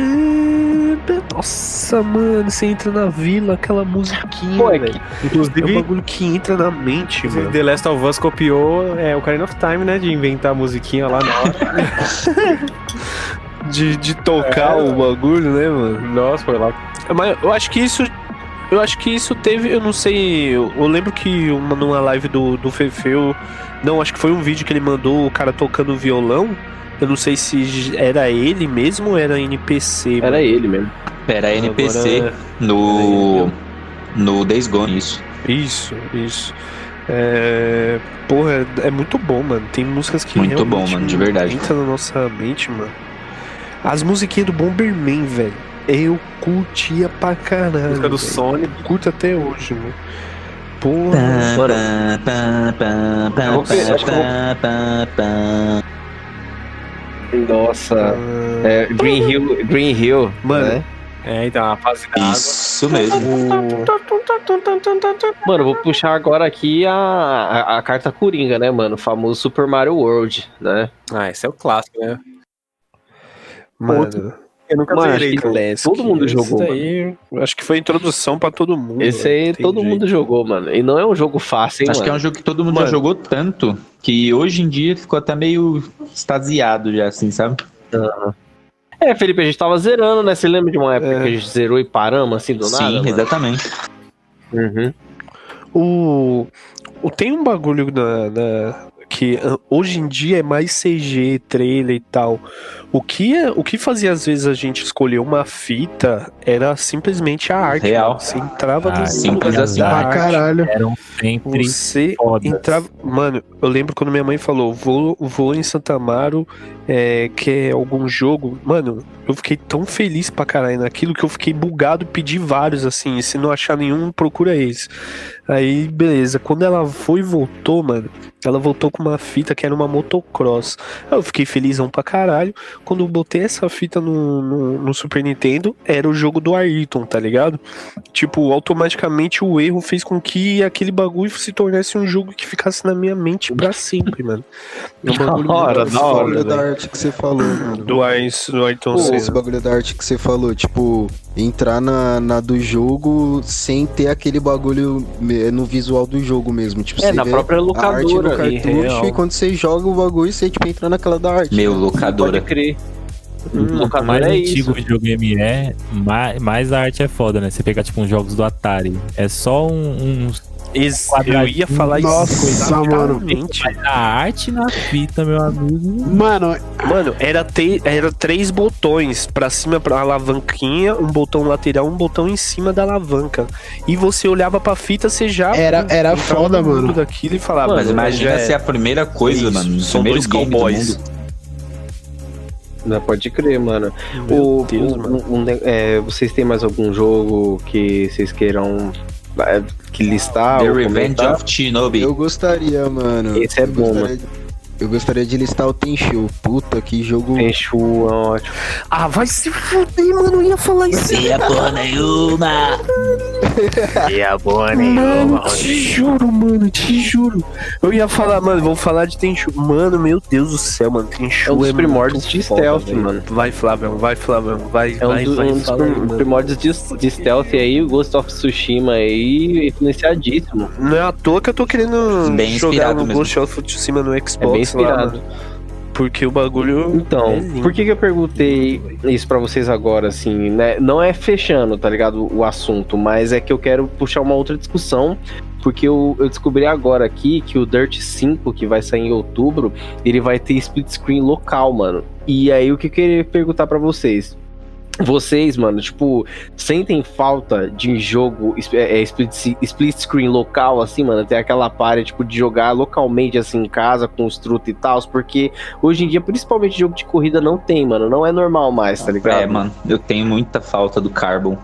S2: pá. Nossa, mano, você entra na vila, aquela musiquinha.
S1: Pô, é
S2: velho. é um
S4: Inclusive,
S2: bagulho que entra na mente, mano.
S4: The Last of Us copiou é, o Ocarina of Time, né? De inventar a musiquinha lá né? na hora.
S2: de, de tocar o bagulho, né, mano?
S4: Nossa, foi lá.
S2: Mas eu acho que isso. Eu acho que isso teve. Eu não sei. Eu, eu lembro que uma, numa live do, do Fefeu. Não, acho que foi um vídeo que ele mandou o cara tocando violão. Eu não sei se era ele mesmo ou era NPC.
S1: Era ele mesmo.
S7: Pera, é
S2: mano.
S7: NPC
S2: Agora-
S1: é
S7: no. No Days Gone, isso.
S2: Isso, isso. É, porra, é muito bom, mano. Tem músicas que
S7: Muito bom,
S2: realmente
S7: mano, de verdade.
S2: Entra na nossa mente, mano. As musiquinhas do Bomberman, velho. Eu curtia pra caralho.
S4: Música
S2: velho.
S4: do Sonic.
S2: Curto até hoje, mano. Porra.
S7: Tá,
S1: Eu vou ver, acho que eu vou- Nossa. É, Green Hill, Green Hill.
S2: Mano,
S1: né?
S4: É, então, a fase da água.
S7: Isso mesmo.
S1: um, Mano, eu vou puxar agora aqui a, a, a carta Coringa, né, mano? O famoso Super Mario World, né?
S4: Ah, esse é o clássico, né?
S2: Mano,
S4: Eu nunca
S1: Mano,
S4: zerei,
S1: acho que
S4: então.
S1: todo mundo jogou,
S2: Esse daí, eu acho que foi introdução pra todo mundo.
S1: Esse
S2: velho.
S1: aí
S2: Tem
S1: todo
S2: jeito.
S1: mundo jogou, mano. E não é um jogo fácil, hein,
S7: Acho que é
S1: mano?
S7: um jogo que todo mundo
S2: Mano.
S7: já jogou tanto que hoje em dia ficou até meio extasiado já, assim, sabe?
S1: É, Felipe, a gente tava zerando, né? Você lembra de uma época que a gente zerou e paramos assim do
S7: Sim,
S1: nada? mano?
S7: exatamente.
S1: Uhum.
S2: O, o- tem um bagulho na, na- que ah, hoje em dia é mais CG, trailer e tal. O que, é- o que fazia às vezes a gente escolher uma fita era simplesmente a arte.
S7: Real.
S2: mano. Você entrava
S6: Ah,
S2: no
S7: simples
S2: mundo
S6: assim.
S2: da
S6: Ah,
S2: arte.
S6: Eram sempre
S2: Você
S6: fodas.
S2: entrava. Mano, eu lembro quando minha mãe falou: vou, vou em Santa Amaro, é, quer algum jogo. Mano, eu fiquei tão feliz pra caralho naquilo que eu fiquei bugado e pedi vários, assim. E se não achar nenhum, procura esse. Aí, beleza. Quando ela foi e voltou, mano, ela voltou com uma fita que era uma motocross. Aí eu fiquei felizão pra caralho. Quando eu botei essa fita no, no, no Super Nintendo, era o jogo do Ayrton, tá ligado? Tipo, automaticamente o erro fez com que aquele bagulho se tornasse um jogo que ficasse na minha mente pra sempre, mano. É um bagulho
S1: Da hora,
S2: muito
S1: da
S2: foda,
S1: hora,
S3: bagulho da
S2: velho.
S3: arte que você falou, mano.
S2: Do Ayrton, do Ayrton
S3: Pô,
S2: Senna.
S3: esse bagulho da arte que você falou, tipo, entrar na, na do jogo sem ter aquele bagulho me- no visual do jogo mesmo. Tipo,
S1: É,
S3: você
S1: na
S3: vê
S1: própria
S3: a arte no
S1: locadora.
S2: ali,
S3: cartucho
S2: real.
S3: e quando você joga o bagulho, você tipo, entra naquela da arte.
S7: Meu,
S1: Pode
S7: locadora.
S1: crer.
S2: Hum,
S6: mais
S1: locadora é
S6: antigo
S1: isso.
S6: o videogame é, mais, mais a arte é foda, né? Você pegar, tipo, uns jogos do Atari. É só um, um,
S9: Ex- eu ia falar isso.
S10: Nossa, mano.
S9: exatamente.
S6: A arte na fita, meu amigo.
S10: Mano,
S9: Mano, era, te- era três botões pra cima pra alavanquinha, um botão lateral, um botão em cima da alavanca. E você olhava pra fita, você já
S10: era,
S2: Então,
S10: era
S9: entrava
S10: foda,
S9: no mundo
S10: mano.
S9: daquilo e falava,
S7: Mas
S9: É "Mano,
S7: imagina
S9: já é-
S7: se é a primeira coisa,
S9: Isso,
S7: mano. no
S9: são
S7: primeiro
S9: dois
S7: game do
S9: cowboys.
S7: mundo.
S1: Não, né? pode crer, mano.
S9: Meu
S1: O-
S9: Deus,
S1: um-
S9: mano.
S1: um- um- é, vocês têm mais algum jogo que vocês queiram é, que
S5: Ah,
S1: listar?
S7: The
S1: ou
S7: Revenge
S1: comentar?
S7: of Shinobi. É,
S3: Eu gostaria, mano.
S1: Esse é
S3: Eu
S1: bom,
S3: gostaria de- Eu gostaria de listar o Tenchu. Puta, que jogo.
S1: Tenchu é um ótimo.
S9: Ah, vai se fuder, mano, eu ia falar isso.
S7: Sem a
S1: [laughs]
S7: porra nenhuma.
S2: Mano,
S9: Te juro, mano, te juro. Eu ia falar, mano, vou falar de Tenchu. Mano, meu Deus do céu, mano, Tenchu
S1: É um dos
S9: muito
S1: primórdios de
S9: foda,
S1: stealth,
S9: velho.
S1: mano.
S9: Vai, Flavão, vai, Flavão, vai,
S1: É um
S9: vai,
S1: dos,
S9: vai,
S1: um dos
S9: fala aí, mano.
S1: primórdios de, de stealth aí, o Ghost of Tsushima aí, influenciadíssimo.
S9: Não é à toa que eu tô querendo
S7: Bem
S9: jogar
S7: inspirado
S9: no
S7: mesmo.
S9: Ghost of Tsushima no Xbox
S1: É bem
S9: lá,
S1: inspirado.
S9: mano, porque o bagulho
S1: Então,
S9: É lindo.
S1: por que, que eu perguntei isso pra vocês agora, assim, né? Não é fechando, tá ligado, o assunto, mas é que eu quero puxar uma outra discussão, porque eu, eu descobri agora aqui que o Dirt 5, que vai sair em outubro, ele vai ter split screen local, mano. E aí, o que eu queria perguntar pra vocês? Vocês, mano, tipo, sentem falta de jogo é, é, split, se- split screen local, assim, mano? Tem aquela pare, tipo, de jogar localmente, assim, em casa, com os truta e tal, porque hoje em dia, principalmente jogo de corrida, não tem, mano. Não é normal mais, tá ligado?
S7: É, mano, eu tenho muita falta do Carbon.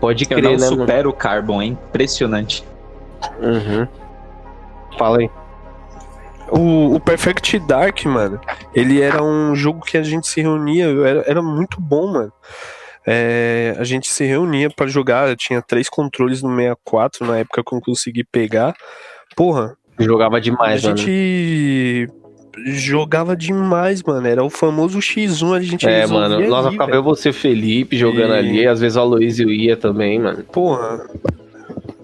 S1: Pode
S7: Eu
S1: crer,
S7: não
S1: né, mano?
S7: supero o Carbon, é impressionante.
S1: Uhum. Fala aí.
S2: O, o Perfect Dark, mano, ele era um jogo que a gente se reunia, eu era, era muito bom, mano. É, a gente se reunia pra jogar, eu tinha três controles no 64 na época que eu consegui pegar. Porra,
S1: Jogava demais,
S2: a
S1: mano.
S2: gente jogava demais, mano. Era o famoso X1, a gente
S1: É,
S2: resolvia
S1: mano. Nossa,
S2: ali,
S1: ficava
S2: velho.
S1: eu, você, Felipe jogando
S2: E-
S1: ali. Às vezes o Aloysio ia também, mano.
S2: Porra.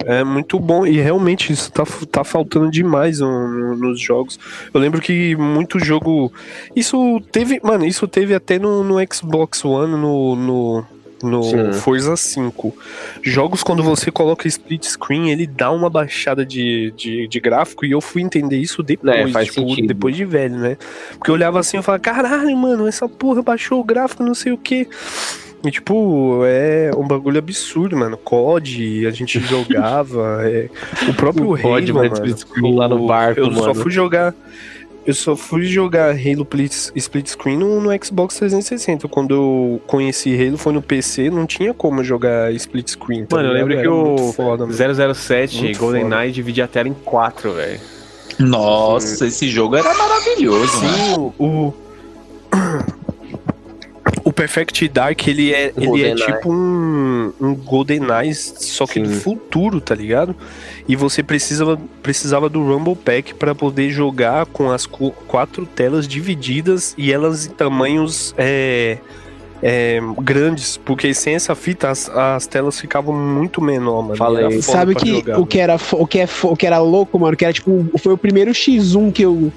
S2: É muito bom. E realmente isso tá, tá faltando demais no- no- nos jogos. Eu lembro que muito jogo. Isso teve. Mano, isso teve até no, no Xbox One, no. no no
S1: Sim.
S2: Forza 5. Jogos, quando você coloca split screen, ele dá uma baixada de, de, de gráfico. E eu fui entender isso depois. tipo,
S1: É, faz sentido.
S2: depois de velho, né? Porque eu olhava assim e falava, caralho, mano, essa porra baixou o gráfico, não sei o quê. E, tipo, é um bagulho absurdo, mano. COD,
S1: [laughs]
S2: a gente jogava. é. O próprio
S1: O COD,
S2: Halo,
S1: mas
S2: mano.
S1: split screen lá no barco,
S2: eu só
S1: mano.
S2: fui jogar. Eu só fui jogar Halo split, split screen no, no Xbox 360. Quando eu conheci Halo, foi no PC, não tinha como jogar split screen. tá
S4: Mano, eu
S2: ligado?
S4: lembro que
S2: Era
S4: o
S2: muito Foda, mano.
S4: 007,
S2: Muito
S4: GoldenEye, dividia a tela em quatro, velho.
S7: Nossa, esse jogo era maravilhoso, mano.
S2: Sim, o. o... o Perfect Dark, ele é, ele é
S1: GoldenEye.
S2: tipo um, um GoldenEye, só que do
S1: Sim.
S2: futuro, tá ligado? E você precisava, precisava do Rumble Pack pra poder jogar com as qu- quatro telas divididas e elas em tamanhos é, é, grandes, porque sem essa fita as, as telas ficavam muito menor, mano.
S1: Fala
S2: Era
S1: aí.
S2: foda
S5: Sabe
S2: pra
S5: que
S2: jogar,
S5: o que era fo- o que é fo- o que era louco, mano, que era tipo, foi o primeiro X1 que eu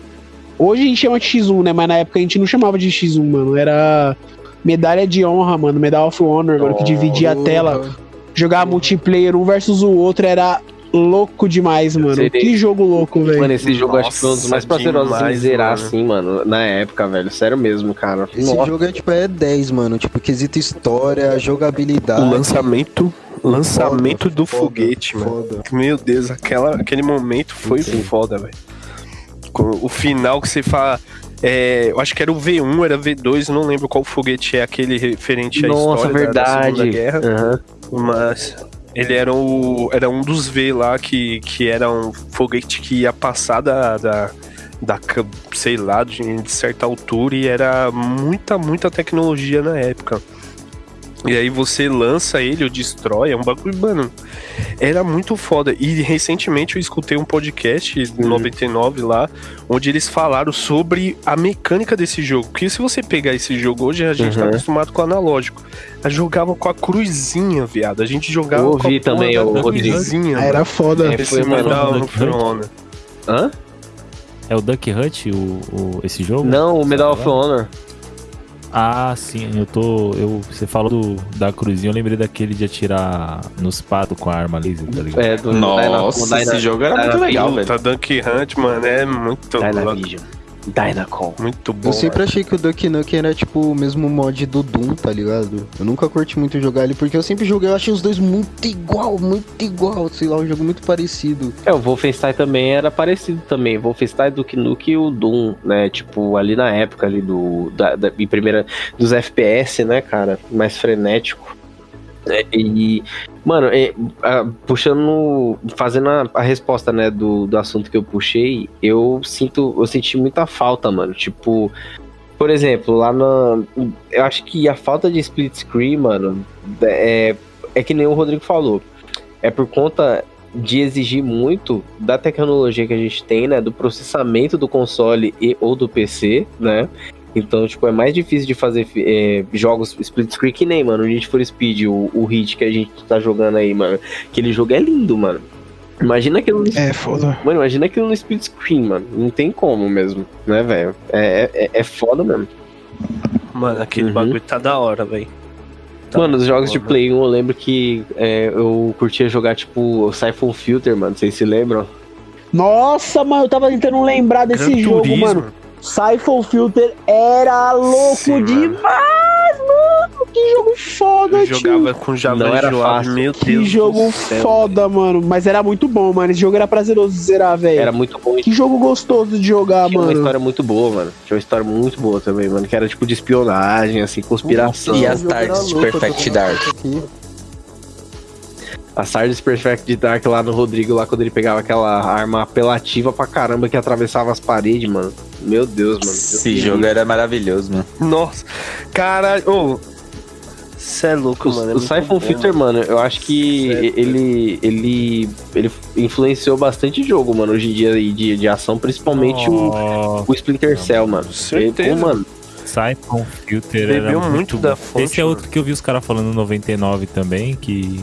S5: Hoje a gente chama de X1, né, mas na época a gente não chamava de X1, mano. Era medalha de honra, mano, Medal of Honor, mano, que dividia a tela, jogar multiplayer um versus o outro era louco demais, mano.
S1: sei
S5: Que jogo louco, velho.
S1: Mano, esse jogo acho que foi um dos mais
S2: Nossa,
S1: prazerosos de
S2: demais,
S1: zerar,
S2: mano.
S1: assim, mano. Na época, velho. Sério mesmo, cara.
S3: Esse jogo é tipo é 10, mano. Tipo, quesito história, jogabilidade.
S2: O lançamento, lançamento do
S3: foda,
S2: foguete, mano.
S3: Foda.
S2: Meu Deus, aquela, aquele momento foi
S1: Sim.
S2: foda, velho. Com- O final que você fala. é, eu acho que era o V1, era V2, não lembro qual foguete é aquele referente à
S1: Nossa,
S2: história da- da, Segunda
S1: verdade.
S2: Guerra,
S3: é
S1: Aham.
S2: mas ele era, o, era um dos V lá que, que era um foguete que ia passar da, da, da ca- sei lá, de, de certa altura e era muita, muita tecnologia na época. E aí você lança ele ou destrói, é um bagulho, mano. Era muito foda. E recentemente eu escutei um podcast 99 lá, onde eles falaram sobre a mecânica desse jogo. Porque se você pegar esse jogo hoje, a gente tá
S1: Uhum.
S2: acostumado com o analógico. A jogava com a cruzinha, viado. A gente jogava
S1: Eu
S2: com a
S1: ouvi
S2: porra
S1: também,
S2: da
S1: ô, Rodrigo.
S2: cruzinha.
S5: Ah, era foda.
S1: É,
S2: Esse
S1: foi, mano.
S2: Medal
S6: Mano,
S2: of Honor.
S1: Hã?
S6: É o Duck Hunt, o, o- esse jogo?
S1: Não, o Medal of Honor.
S6: Ah, sim, eu tô. Eu, você falou do, da cruzinha, eu lembrei daquele de atirar nos patos com a arma laser, tá ligado?
S1: É, do
S7: Nossa,
S1: Dyna-
S7: esse jogo era
S1: Dyna-
S7: muito legal, velho.
S8: Tá Dunk Hunt, mano, é muito louco,
S1: Dynavision. Dynacon.
S8: muito bom.
S3: Eu sempre achei que o Duck Nuke era tipo o mesmo mod do Doom, tá ligado? Eu nunca curti muito jogar ele, porque eu sempre joguei, eu achei os dois muito igual, muito igual, sei lá, um jogo muito parecido.
S1: É, o Wolfenstein também era parecido também. Wolfenstein, Duke Nuke e o Doom, né? Tipo, ali na época ali do... Da, da- em primeira, dos FPS, né, cara? Mais frenético. É, e... Mano, é, ah, puxando... Fazendo a, a resposta, né, do, do assunto que eu puxei, eu sinto... Eu senti muita falta, mano. Tipo... Por exemplo, lá na... Eu acho que a falta de split screen, mano, é, é que nem o Rodrigo falou. É por conta de exigir muito da tecnologia que a gente tem, né? Do processamento do console e ou do PC, né? Então, tipo, é mais difícil de fazer fi- eh, jogos split screen que nem, mano, Need for Speed, o, o hit que a gente tá jogando aí, mano. Aquele jogo é lindo, mano. Imagina aquilo no
S5: É, foda.
S1: Mano, imagina aquilo no split screen, mano. Não tem como mesmo, né, velho? É, é, é foda mesmo.
S8: Mano, aquele
S1: Uhum.
S8: bagulho tá da hora, velho. Tá
S1: mano, os jogos de
S8: foda.
S1: Play 1, eu lembro que é, eu curtia jogar, tipo, o Siphon Filter, mano. Vocês se lembram?
S5: Nossa, mano, eu tava tentando lembrar desse
S8: Gran
S5: jogo,
S8: Turismo.
S5: mano. Siphon Filter era louco
S8: Sim,
S5: demais, mano. Que jogo foda,
S8: Eu
S5: tio.
S8: jogava com Java
S1: Não era
S8: enjoado,
S1: fácil.
S8: meu Deus.
S5: é Que
S8: do
S5: jogo
S8: céu,
S5: foda, mano. Mas era muito bom, mano. Esse jogo era prazeroso de zerar, velho.
S1: Era muito bom.
S5: Que jogo gostoso de jogar,
S1: Tinha uma
S5: Ah, mano.
S1: história muito boa, mano. Tinha uma história muito boa também, mano. Que era tipo de espionagem, assim, conspiração.
S7: E
S3: Nossa,
S7: as
S3: o jogo era
S7: tardes de
S3: louco, eu tô
S7: Perfect
S3: com
S7: Dark?
S3: aqui.
S1: A Sardes Perfect de Dark lá no Rodrigo, lá quando ele pegava aquela arma apelativa pra caramba que atravessava as paredes, mano. Meu Deus, mano.
S7: Esse jogo era maravilhoso, mano.
S8: Nossa, caralho. Ô, cê é louco,
S1: O,
S8: mano. é
S1: o
S8: muito
S1: Siphon
S8: bom.
S1: Filter, mano, eu acho que
S8: Certo.
S1: ele, ele, ele influenciou bastante jogo, mano, hoje em dia aí de, de ação, principalmente o,
S6: Nossa,
S1: o Splinter Cell, mano.
S8: certeza.
S1: Ele, mano,
S6: Siphon Filter
S8: Bebeu
S6: era
S8: muito
S6: muito
S8: da
S6: bom.
S8: fonte,
S6: Esse é
S8: mano.
S6: outro que eu vi os caras falando no 99 também, que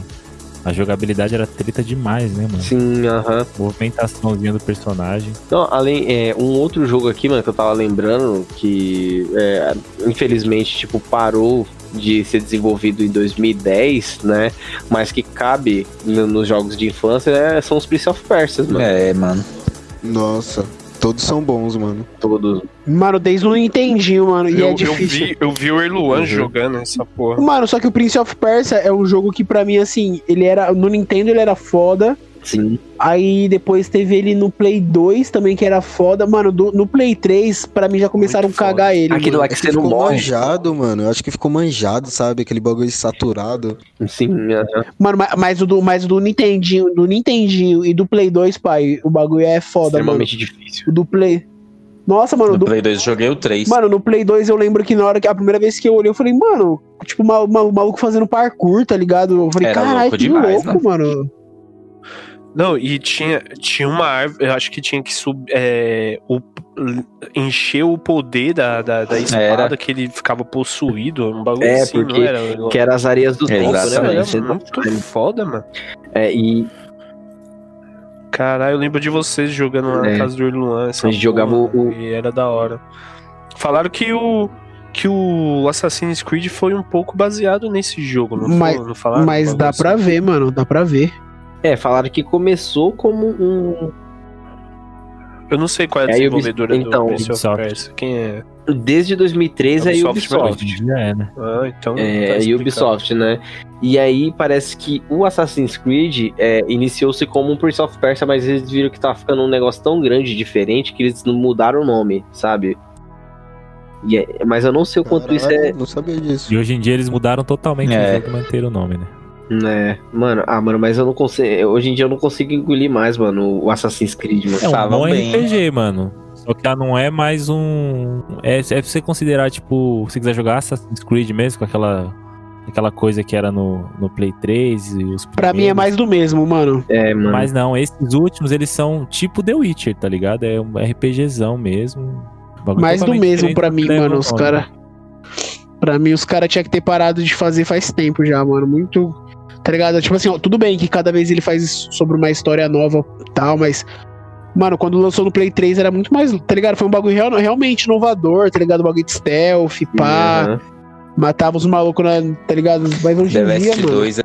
S6: a jogabilidade era treta demais, né, mano?
S1: sim, aham.
S6: Movimentaçãozinha do personagem.
S1: Não, além, é, um outro jogo aqui, mano, que eu tava lembrando, que é, infelizmente, tipo, parou de ser desenvolvido em 2010, né? Mas que cabe no- nos jogos de infância, é, são os Prince of Persia, mano.
S7: É, mano.
S3: Nossa, todos são bons, mano.
S1: Todos.
S5: Mano, desde o Nintendinho, mano. E
S8: Eu,
S5: é
S8: eu
S5: difícil.
S8: vi, eu vi o Erluan
S1: Uhum.
S8: jogando essa porra.
S5: Mano, só que o Prince of Persia é um jogo que pra mim, assim, ele era. No Nintendo ele era foda.
S1: Sim.
S5: Aí depois teve ele no Play 2 também, que era foda. Mano, do- no Play 3, pra mim já começaram
S8: Muito
S5: a cagar ele.
S1: Aquilo lá que
S3: Acho
S1: você não
S3: É ficou
S5: é um
S1: morre.
S3: manjado, mano. Eu Acho que ficou manjado, sabe? Aquele bagulho saturado.
S1: Sim, é aham.
S5: Mano, ma- mas o do, mas o do Nintendinho, do Nintendinho e do Play 2, pai, o bagulho é foda, mano.
S1: extremamente difícil.
S5: O do Play. Nossa, mano, o
S7: No
S5: do
S7: Play 2 joguei o 3.
S5: Mano, no Play 2 eu lembro que na hora que a primeira vez que eu olhei, eu falei, mano, tipo, o mal, mal- maluco fazendo parkour, tá ligado? Eu falei,
S7: Era
S5: caralho,
S7: louco
S5: que
S7: demais,
S5: louco, mano.
S8: Não, e tinha, tinha uma árvore. Eu acho que tinha que sub, é, o- encher o poder da, da, da espada
S7: Era.
S8: que ele ficava possuído. Um bagulho
S1: É,
S8: assim,
S1: porque-
S8: não era? Erluan?
S1: Que era as areias do tempo, né,
S7: Exatamente.
S1: velho?
S8: Nossa,
S1: Você-
S8: era é muito foda, mano.
S1: É, e
S8: Caralho, eu lembro de vocês jogando lá na
S1: É.
S8: casa do Erluan. essa
S1: A gente jogava
S8: porra,
S1: o-
S8: E era da hora. Falaram que o. Que o Assassin's Creed foi um pouco baseado nesse jogo, não,
S5: Mas-
S8: foi, não falaram?
S5: Mas
S8: Um
S2: é
S5: dá
S8: bagulho
S5: pra
S8: assim?
S5: ver, mano, dá pra ver.
S1: é, falaram que começou como um
S8: Eu não sei qual é a
S1: É, Ubisoft-
S8: desenvolvedora
S1: então,
S8: do Prince of
S6: Ubisoft.
S8: Persia. Quem é?
S1: desde 2013 aí
S8: Ubisoft, né?
S1: Ubisoft.
S6: Já é, né?
S8: Ah, então. tá
S1: É,
S8: explicado.
S1: Ubisoft, né? E aí parece que o Assassin's Creed é, iniciou-se como um Prince of Persia, mas eles viram que tá ficando um negócio tão grande, diferente, que eles não mudaram o nome, sabe? E é- mas eu não sei o quanto isso é.
S3: Caralho, Não sabia disso. [laughs]
S6: E hoje em dia eles mudaram totalmente
S7: É.
S6: o jogo manter o nome, né?
S1: Né, mano, ah, mano, mas eu não consigo. Hoje em dia eu não consigo engolir mais, mano, o Assassin's Creed, mano.
S6: É um
S7: Estavam
S6: bom
S7: bem.
S6: RPG, mano. Só que já não é mais um. É, é pra você considerar, tipo, se você quiser jogar Assassin's Creed mesmo, com aquela, aquela coisa que era no, no Play 3 e os.
S5: Pra mim é
S6: primeiros.
S5: mais um. do mesmo, mano.
S1: É, mano.
S6: Mas não, esses últimos eles são tipo The Witcher, tá ligado? É um RPGzão mesmo. Um Bagulho
S5: Mais do
S6: totalmente
S5: mesmo
S6: diferente
S5: pra
S6: do
S5: mim,
S6: que né? leva
S5: mano,
S6: o
S5: os
S6: nome.
S5: cara... Pra mim, os caras tinham que ter parado de fazer faz tempo já, mano. Muito. Tá ligado? Tipo assim, ó, tudo bem que cada vez ele faz sobre uma história nova e tal, mas Mano, quando lançou no Play 3 era muito mais, tá ligado? Foi um bagulho real- realmente inovador, tá ligado? Um bagulho de stealth, pá.
S7: Aham.
S2: Uhum.
S5: Matava os malucos, na, tá ligado? Mas hoje
S7: The
S5: em dia,
S7: Last é,
S5: mano,
S7: 2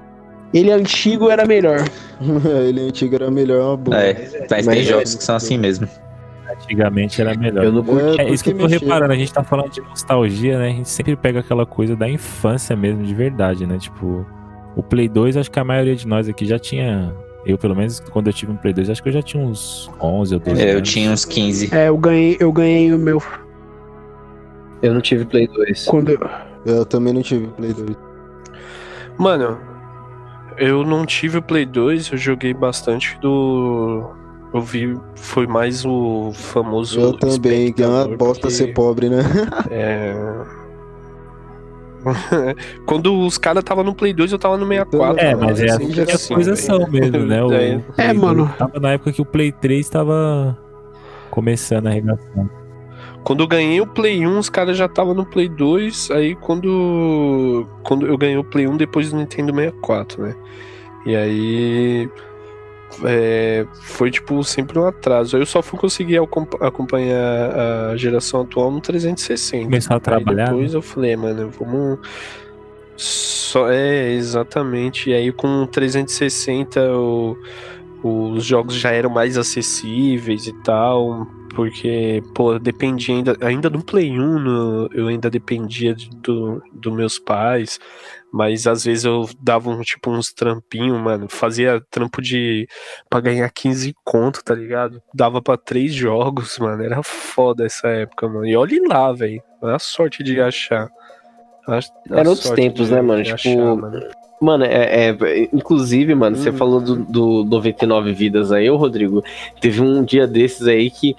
S5: ele antigo era melhor.
S3: Ele antigo era melhor, uma boa.
S7: É, mas tem
S3: Mas-
S7: jogos que são assim mesmo.
S6: Antigamente era melhor.
S11: Eu não curti.
S3: É,
S6: É isso que eu
S3: porque
S6: tô
S3: mexer.
S6: reparando, a gente tá falando de nostalgia, né? A gente sempre pega aquela coisa da infância mesmo, de verdade, né? Tipo, o Play 2, acho que a maioria de nós aqui já tinha. Eu, pelo menos, quando eu tive um Play 2, acho que eu já tinha uns 11 ou 12
S7: É, Eu
S6: anos.
S7: tinha uns 15.
S5: É, eu ganhei, eu ganhei o meu
S1: Eu não tive Play 2.
S5: quando eu-
S3: Eu também não tive Play 2.
S2: Mano, eu não tive o Play 2, eu joguei bastante do. Eu vi, foi mais o famoso.
S3: Eu também, que é uma
S2: espectador,
S3: bosta
S2: porque,
S3: ser pobre, né?
S2: é... [laughs] Quando os caras tava no Play 2, eu tava no 64.
S6: É,
S2: mano,
S6: mas é
S2: eu
S6: a
S2: sempre
S6: que as
S2: assim,
S6: coisas
S2: velho.
S6: são mesmo,
S2: [laughs]
S6: né? O
S2: É,
S6: Play dois
S5: mano.
S6: Tava na época que o Play 3 tava começando a arregaçar.
S2: Quando eu ganhei o Play 1, os caras já estavam no Play 2. Aí quando. Quando eu ganhei o Play 1 depois do Nintendo 64, né? E aí. é, foi tipo sempre um atraso. Eu só fui conseguir acom- acompanhar a geração atual no 360.
S6: Começou a trabalhar, né?
S2: Aí depois eu falei, "É, mano, vamos. Só, é, exatamente. E aí com o 360 o- os jogos já eram mais acessíveis e tal. Porque, pô, eu dependia ainda, ainda do Play 1, no- eu ainda dependia de- do, dos meus pais. Mas às vezes eu dava um, tipo uns trampinhos, mano. Fazia trampo de. pra ganhar 15 conto, tá ligado? Dava pra três jogos, mano. Era foda essa época, mano. E olhe lá, velho. A sorte de achar. A- a
S1: Hum. Era outros
S2: sorte
S1: tempos,
S2: de-
S1: né, mano?
S2: de
S1: Tipo,
S2: mano.
S1: Mano, é, é- inclusive, mano, você
S2: Hum.
S1: falou do, do 99 vidas aí, ô Rodrigo. Teve um dia desses aí que,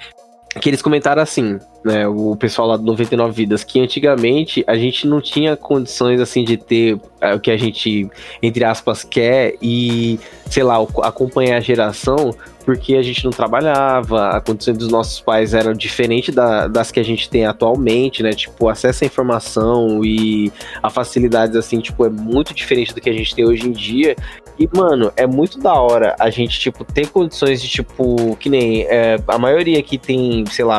S1: que eles comentaram assim, né? O pessoal lá do 99 vidas, que antigamente a gente não tinha condições assim de ter ah, o que a gente, entre aspas, quer e, sei lá, o- acompanhar a geração, porque a gente não trabalhava, a condição dos nossos pais era diferente da- das que a gente tem atualmente, né? Tipo, acesso à informação e a facilidades assim, tipo, é muito diferente do que a gente tem hoje em dia. E, mano, é muito da hora a gente, tipo, ter condições de, tipo, que nem é, a maioria aqui tem, sei lá,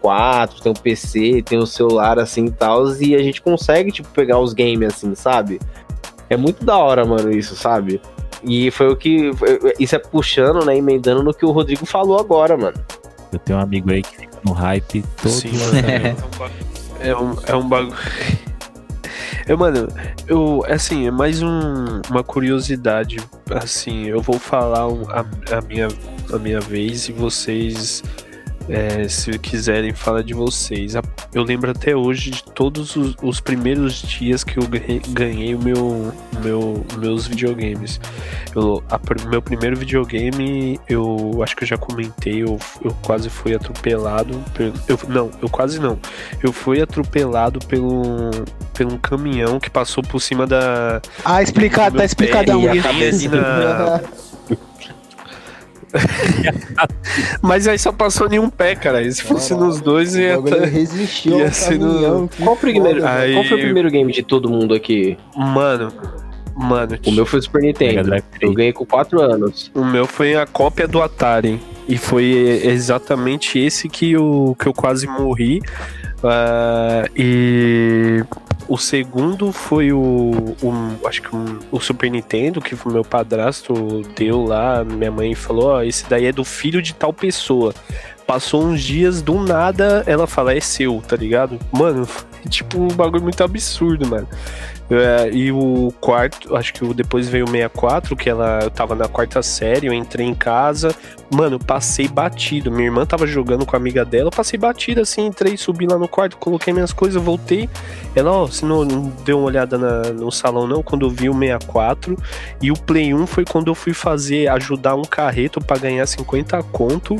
S1: PS4, tem o PC, tem o celular, assim e tal, e a gente consegue, tipo, pegar os games, assim, sabe? É muito da hora, mano, isso, sabe? E foi o que. Isso é puxando, né? Emendando no que o Rodrigo falou agora, mano.
S6: Eu tenho um amigo aí que fica no hype todo.
S2: Sim, [laughs] mano. É um, é um bagulho. [laughs] Eu, mano, eu, assim, é mais um- uma curiosidade. Assim, eu vou falar um- a, a minha, a minha vez e vocês, é, se quiserem, falar de vocês. A- Eu lembro até hoje de todos os, os primeiros dias que eu ganhei, ganhei o meu, meu, meus videogames. Eu, a pr- meu primeiro videogame, eu acho que eu já comentei, eu, eu quase fui atropelado. pelo- eu, não, eu quase não. Eu fui atropelado pelo, pelo um caminhão que passou por cima da.
S5: Ah,
S2: do
S5: explicado, tá
S2: meu pé
S5: explicadão
S2: e a
S5: isso.
S2: cabeça- Mas aí só passou nenhum pé, cara. E se fosse
S3: Caralho,
S2: nos dois, ia.
S3: O bagulho
S2: tá-
S1: é
S3: resistiu
S2: ia
S3: ao
S2: ser no-
S3: caminhão. que
S1: Qual, o primeiro,
S3: foda,
S2: Aí-
S1: qual foi o primeiro game de todo mundo aqui?
S2: Mano. Mano,
S1: O meu foi o Super
S6: Mega
S1: Nintendo.
S6: Drive
S1: Eu
S6: 3.
S1: ganhei com 4 anos.
S2: O meu foi a cópia do Atari. E foi exatamente esse que eu, que eu quase morri. Ah, e o segundo foi o, o- acho que um- o Super Nintendo que o meu padrasto deu lá, minha mãe falou, ó, esse daí é do filho de tal pessoa. Passou uns dias do nada, ela fala é seu, tá ligado? Mano, [laughs] foi, tipo um bagulho muito absurdo, mano. É, e o quarto, acho que o- depois veio o 64, que ela eu tava na quarta série, eu entrei em casa, mano, eu passei batido. Minha irmã tava jogando com a amiga dela, eu passei batido assim, entrei, subi lá no quarto, coloquei minhas coisas, voltei. Ela, ó, você não, não deu uma olhada na- no salão, não, quando eu vi o 64. E o Play 1 foi quando eu fui fazer, ajudar um carreto pra ganhar 50 conto.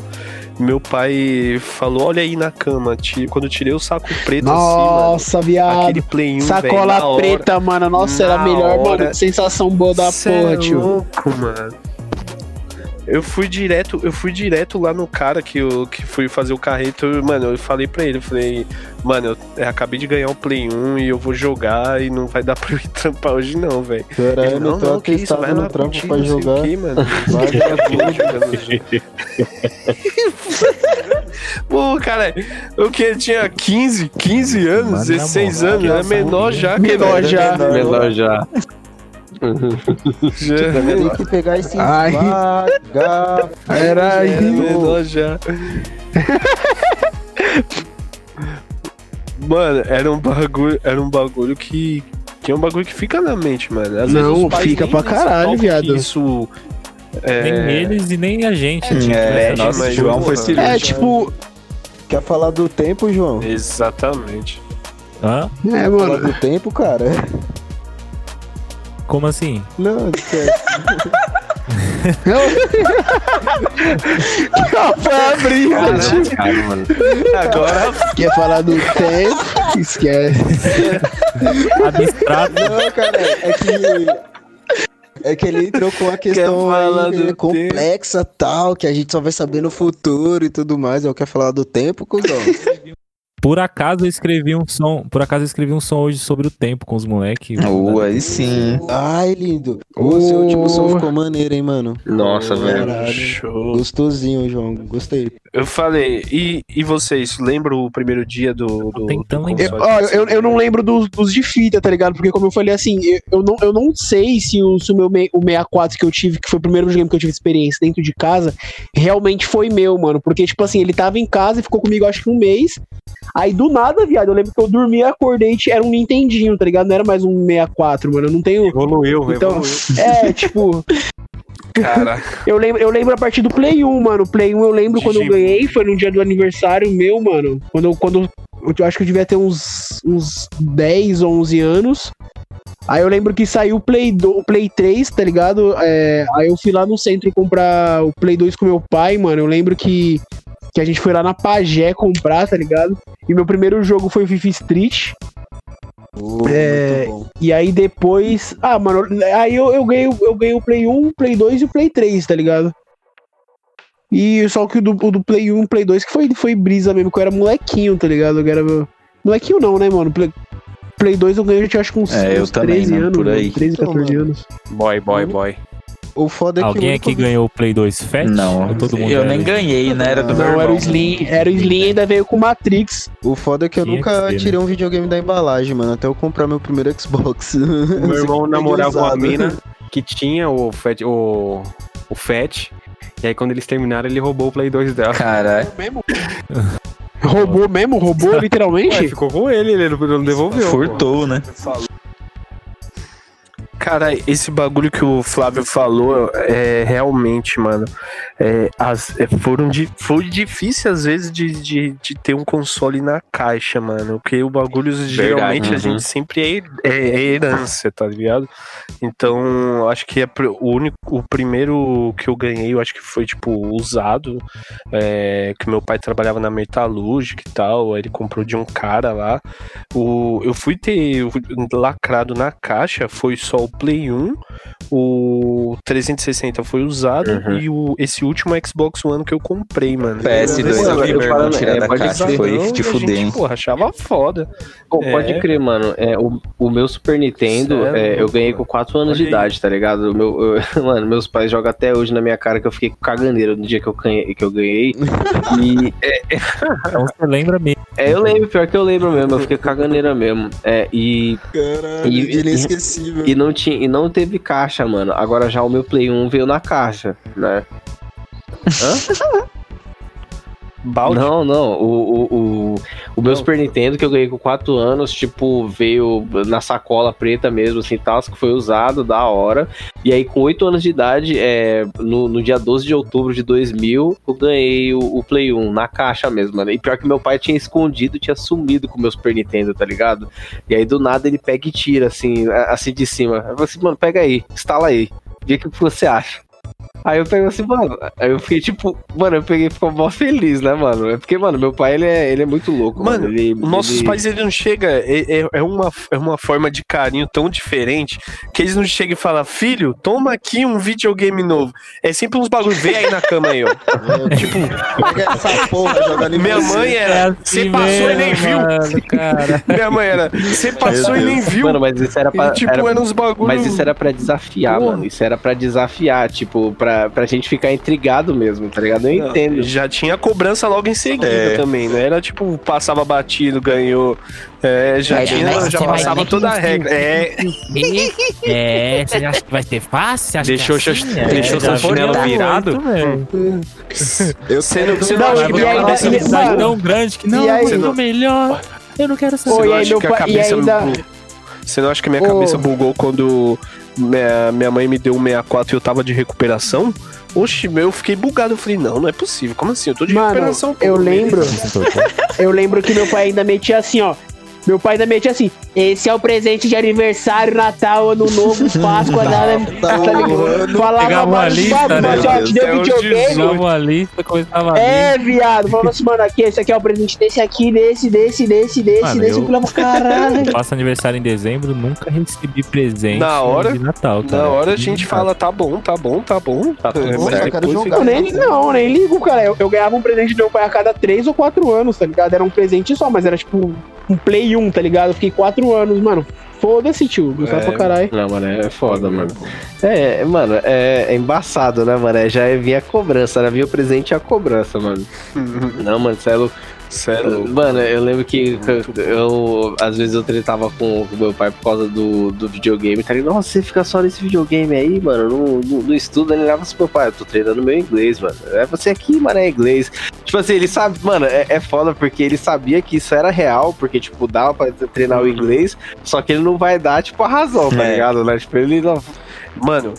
S2: Meu pai falou: olha aí na cama, ti- quando eu tirei o saco preto assim, mano.
S5: [laughs] Nossa, viado.
S2: Aquele Play 1, velho, na
S5: Sacola
S2: hora-
S5: preta, mano. Nossa, era
S2: na
S5: melhor,
S2: hora.
S5: mano. Sensação boa da
S2: Cê
S5: porra,
S2: é
S5: tio.
S2: louco, mano. Eu fui direto, eu fui direto lá no cara que, eu, que fui fazer o carreto, e, mano, eu falei pra ele, eu falei, mano, eu, eu acabei de ganhar o Play 1 e eu vou jogar e não vai dar pra eu ir trampar hoje não, velho.
S3: Caralho,
S2: Ele,
S3: não, tô atestado no trampo pra
S2: não sei o
S3: jogar.
S2: quê,
S3: [laughs]
S2: mano. [laughs] Pô, cara, eu que tinha 15, 15 anos,
S6: Mas na
S2: 16
S6: moral, né?
S2: anos,
S6: já
S2: é
S6: são
S2: menor
S6: bem-
S2: já que velho,
S5: Menor já.
S3: [laughs]
S2: né?
S1: Melhor já.
S2: Já.
S3: Tem que pegar esse
S12: Ai.
S3: vaga.
S12: Era
S2: É, menor já. mano, era um bagulho, era um bagulho que que é um bagulho que fica na mente, mano. Às vezes
S12: Não,
S2: os pais
S12: fica
S2: nem
S12: pra
S2: ressaltam
S12: caralho,
S2: que
S12: viado.
S2: Isso é,
S6: Nem eles e nem a gente.
S2: É,
S6: né?
S2: é,
S6: Essa
S2: nossa,
S6: nossa-
S2: João foi
S5: né?
S2: cirúrgico.
S12: É, tipo,
S3: Quer falar do tempo, João?
S2: Exatamente.
S6: Hã?
S12: é,
S3: Falar
S12: mano.
S3: do tempo, cara?
S6: Como assim?
S3: Não, esquece.
S5: [laughs]
S2: [laughs]
S5: é
S1: Cara, mano.
S2: Agora
S12: Quer falar do tempo? Esquece.
S6: Abstrato.
S3: Não, cara, é que. É que ele entrou com uma questão
S2: falar
S3: aí,
S2: do
S3: né, complexa tal, que a gente só vai saber no futuro e tudo mais. Eu quero falar do tempo, cuzão.
S6: Por acaso eu escrevi um som. Por acaso eu escrevi um som hoje sobre o tempo com os moleques.
S7: Uh, aí sim.
S3: Ai, lindo. O seu último som ficou maneiro, hein, mano?
S1: Nossa, velho.
S2: Show.
S3: Gostosinho, João. Gostei.
S2: Eu falei, e, e vocês, lembram o primeiro dia do. do
S6: tentando
S2: do
S6: lembrar.
S2: console?
S6: Eu-
S2: Vocês
S5: Ó, eu, eu não lembro dos, dos de fita, tá ligado? Porque, como eu falei assim, eu, eu não, eu não sei se, o, se o meu mei- o 64 que eu tive, que foi o primeiro videogame que eu tive experiência dentro de casa, realmente foi meu, mano. Porque, tipo assim, ele tava em casa e ficou comigo acho que um mês. Aí do nada, viado, eu lembro que eu dormi, acordei, t- era um Nintendinho, tá ligado? Não era mais um 64, mano. Eu não tenho.
S4: [laughs] Evoluiu,
S5: Então,
S4: evoluiu.
S5: é, tipo,
S2: Cara,
S5: eu lembro, eu lembro a partir do Play 1, mano. O Play 1 eu lembro quando eu
S2: Digimon.
S5: ganhei, foi no dia do aniversário meu, mano. Quando eu, quando eu, eu acho que eu devia ter uns, uns 10, 11 anos. Aí eu lembro que saiu o Play, do, o Play 3, tá ligado? É, aí eu fui lá no centro comprar o Play 2 com meu pai, mano. Eu lembro que, que a gente foi lá na Pajé comprar, tá ligado? E meu primeiro jogo foi o FIFA Street.
S3: Oh,
S5: É,
S3: Muito bom.
S5: E aí depois. Ah, mano, aí eu, eu, ganhei, eu ganhei o Play 1, o Play 2 e o Play 3, tá ligado? E só que o do, o do Play 1 e Play 2 que foi, foi brisa mesmo, que eu era molequinho, tá ligado? Eu era. Molequinho não, né, mano? Play, Play 2 eu ganhei, eu tinha acho que uns,
S7: É, eu
S5: uns
S7: também, mano,
S5: anos,
S7: por aí.
S5: mano, 13,
S3: Então,
S5: 14 anos.
S4: Boy, boy, boy.
S3: O foda é que.
S6: Alguém aqui ganhou o Play 2 Fat?
S7: Não,
S6: Ou todo mundo
S7: eu
S6: era
S7: nem
S6: isso?
S7: ganhei, né? Era do meu
S5: Não, era o
S7: irmão.
S5: Slim, era o Slim ainda veio com Matrix.
S3: O foda é que eu
S6: Tinha que
S3: nunca
S6: ser, né?
S3: tirei um videogame da embalagem, mano, até eu comprar meu primeiro Xbox. [laughs] é
S4: Meu irmão namorava uma
S3: usado.
S4: mina que tinha o Fat, o, o Fat. E aí quando eles terminaram, ele roubou o Play 2 dela.
S7: Caralho.
S5: Roubou mesmo? Roubou,
S4: Ué,
S5: literalmente?
S4: ficou com ele, ele não não devolveu. pô.
S7: Furtou, né?
S2: Cara, esse bagulho que o Flávio falou é realmente, mano. é, as- é, foram di- foi difícil às vezes de, de, de ter um console na caixa, mano. Porque o bagulho geralmente a
S7: uhum.
S2: gente sempre é, her- é- é herância, tá ligado? Então, acho que é pr- o único, o primeiro que eu ganhei, eu acho que foi tipo usado, é, que meu pai trabalhava na metalúrgica e tal. aí Ele comprou de um cara lá. O, eu fui ter eu fui- lacrado na caixa, foi só o Play 1, o 360 foi usado
S7: Uhum.
S2: e o, esse último Xbox One que eu comprei, mano.
S7: PS2
S1: Mano,
S7: eu vi
S1: eu
S7: meu irmão
S1: falando,
S7: tirar
S1: é, né,
S7: da
S1: pode
S7: caixa.
S1: ser,
S7: Foi
S2: Então, e
S7: te
S2: a gente,
S7: fuder, hein?
S2: Porra, achava foda.
S1: Pô,
S2: É.
S1: Pode crer, mano. É, o, o meu Super Nintendo,
S2: Sério,
S1: é, eu
S2: mano?
S1: ganhei com 4 anos
S2: Olha
S1: de
S2: aí.
S1: idade, tá ligado? O Meu, eu- [laughs] mano, meus pais jogam até hoje na minha cara que eu fiquei com caganeira no dia que eu, ganhei- que eu ganhei. E
S6: Então você lembra mesmo.
S1: É, eu lembro, pior que eu lembro mesmo, eu fiquei caganeira mesmo. É, e,
S3: Caralho, é
S1: E- e-
S3: inesquecível.
S1: e, não tinha, e não teve caixa, mano. Agora já o meu Play 1 veio na caixa, né?
S2: Balde.
S1: Não, não. O, o, o, o meu
S2: Não.
S1: Super Nintendo que eu ganhei com 4 anos, tipo, veio na sacola preta mesmo, assim, tal, que foi usado, da hora. E aí, com 8 anos de idade, é, no, no dia 12 de outubro de 2000, eu ganhei o, o Play 1 na caixa mesmo, mano. E pior que meu pai tinha escondido, tinha sumido com o meu Super Nintendo, tá ligado? E aí, do nada, ele pega e tira, assim, a- assim de cima. Eu falei assim, mano, pega aí, instala aí. Vê o que você acha. Aí eu peguei assim, mano. Aí eu fiquei tipo, mano, eu peguei ficou mó feliz, né, mano? É porque, mano, meu pai ele é, ele é muito louco, mano.
S2: Mano,
S1: ele,
S2: Nossos
S1: ele-
S2: pais, ele não chega. É, é- é uma, é uma forma de carinho tão diferente que eles não chegam e falam, filho, toma aqui um videogame novo. É sempre uns bagulho. Vem aí na cama
S1: [laughs]
S2: aí, ó.
S3: tipo, pega essa porra, joga ali. em
S2: Minha
S3: você.
S2: mãe
S6: É
S2: era. Você
S6: assim
S2: passou e nem
S6: mesmo,
S2: viu.
S6: mano, cara.
S2: Minha mãe era. Você passou e nem viu.
S1: Mano, mas isso era pra.
S2: E, tipo,
S1: era-
S2: era, uns bagulho.
S1: Mas isso era pra desafiar,
S2: Porra.
S1: mano. Isso era pra desafiar, tipo, pra, pra gente ficar intrigado mesmo, tá ligado? Eu
S2: Não,
S1: entendo.
S2: Já tinha cobrança logo em seguida
S7: É.
S2: também, né? Era tipo, passava batido, ganhou. É, já,
S13: Vai,
S2: tinha,
S13: vai,
S2: já
S13: vai,
S2: passava
S13: vai,
S2: toda a
S13: vai,
S2: regra. É,
S6: [laughs] É, você acha que vai ser fácil? Você acha
S4: Deixou
S6: que é
S4: seu- deixou
S6: já
S4: seu
S6: vou
S4: chinelo
S6: olhar
S4: virado?
S6: muito, velho.
S7: Eu
S2: você não, você não,
S5: Não,
S2: acha
S5: e
S2: é que
S5: aí
S2: deu uma
S5: ainda-
S6: Nossa,
S2: decisão?
S5: e-
S6: amizade
S5: mano,
S6: tão grande que
S5: e
S6: não,
S5: aí-
S6: mas o melhor. Eu não quero
S5: Ô,
S6: saber.
S5: e
S2: não
S5: aí,
S2: acha
S5: meu
S2: que a
S5: pai- e
S2: cabeça
S5: ainda-
S2: bugou? Você não acha que minha
S5: Ô.
S2: cabeça bugou quando minha, minha mãe me deu um 64 e eu tava de recuperação? Oxi, meu, eu fiquei bugado. Eu falei, não, não é possível. Como assim? Eu tô de
S5: Mano,
S2: recuperação. pô.
S5: eu lembro. Eu lembro que meu pai ainda metia assim, ó. Meu pai ainda metia assim, esse é o presente de aniversário, Natal, Ano
S6: [laughs]
S5: Novo, Páscoa, nada, tá ligado? Falava
S6: Pegava uma
S5: vários
S6: lista,
S5: bagulho,
S6: né?
S5: assim, ó, te
S2: Meu
S5: deu
S2: Deus,
S5: videogame,
S6: Jogava ali, começava ali.
S5: É, viado. Falava assim, mano, aqui, esse aqui é o presente desse aqui, desse, desse, desse, desse,
S6: Mano,
S5: desse.
S6: eu-
S5: Eu falava, caralho.
S6: Faço aniversário em dezembro, nunca recebi presente
S2: Na hora-
S6: de Natal.
S2: Na
S6: cara.
S2: hora a gente fala, tá bom, tá bom, tá bom. Tá
S3: tudo bom, eu quero jogar.
S5: [laughs] Eu nem, não, nem ligo, cara. Eu, eu ganhava um presente do meu pai a cada três ou quatro anos, tá ligado? Era um presente só, mas era tipo um Play 1, tá ligado? Eu fiquei quatro anos, mano. Foda-se, tio. Gostava
S2: É.
S5: pra caralho.
S1: Não, mano, é foda, mano. É, é, mano, é, é embaçado, né, mano? É, já é- vinha a cobrança, né? Vinha o presente e a cobrança, mano. Não, mano, você é louco.
S2: Sério.
S1: Mano, eu lembro que eu, eu- às vezes eu tretava com o meu pai por causa do, do videogame. Tá ligado? Nossa, você fica só nesse videogame aí, mano. Não, não, não estuda, ele leva pro meu pai. Eu tô treinando meu inglês, mano. É você aqui, mano, é inglês. Tipo assim, ele sabe, mano, é, é foda porque ele sabia que isso era real, porque, tipo, dava pra treinar o inglês, só que ele não vai dar, tipo, a razão, tá
S2: É.
S1: ligado? Né? Tipo, ele não.
S2: Mano,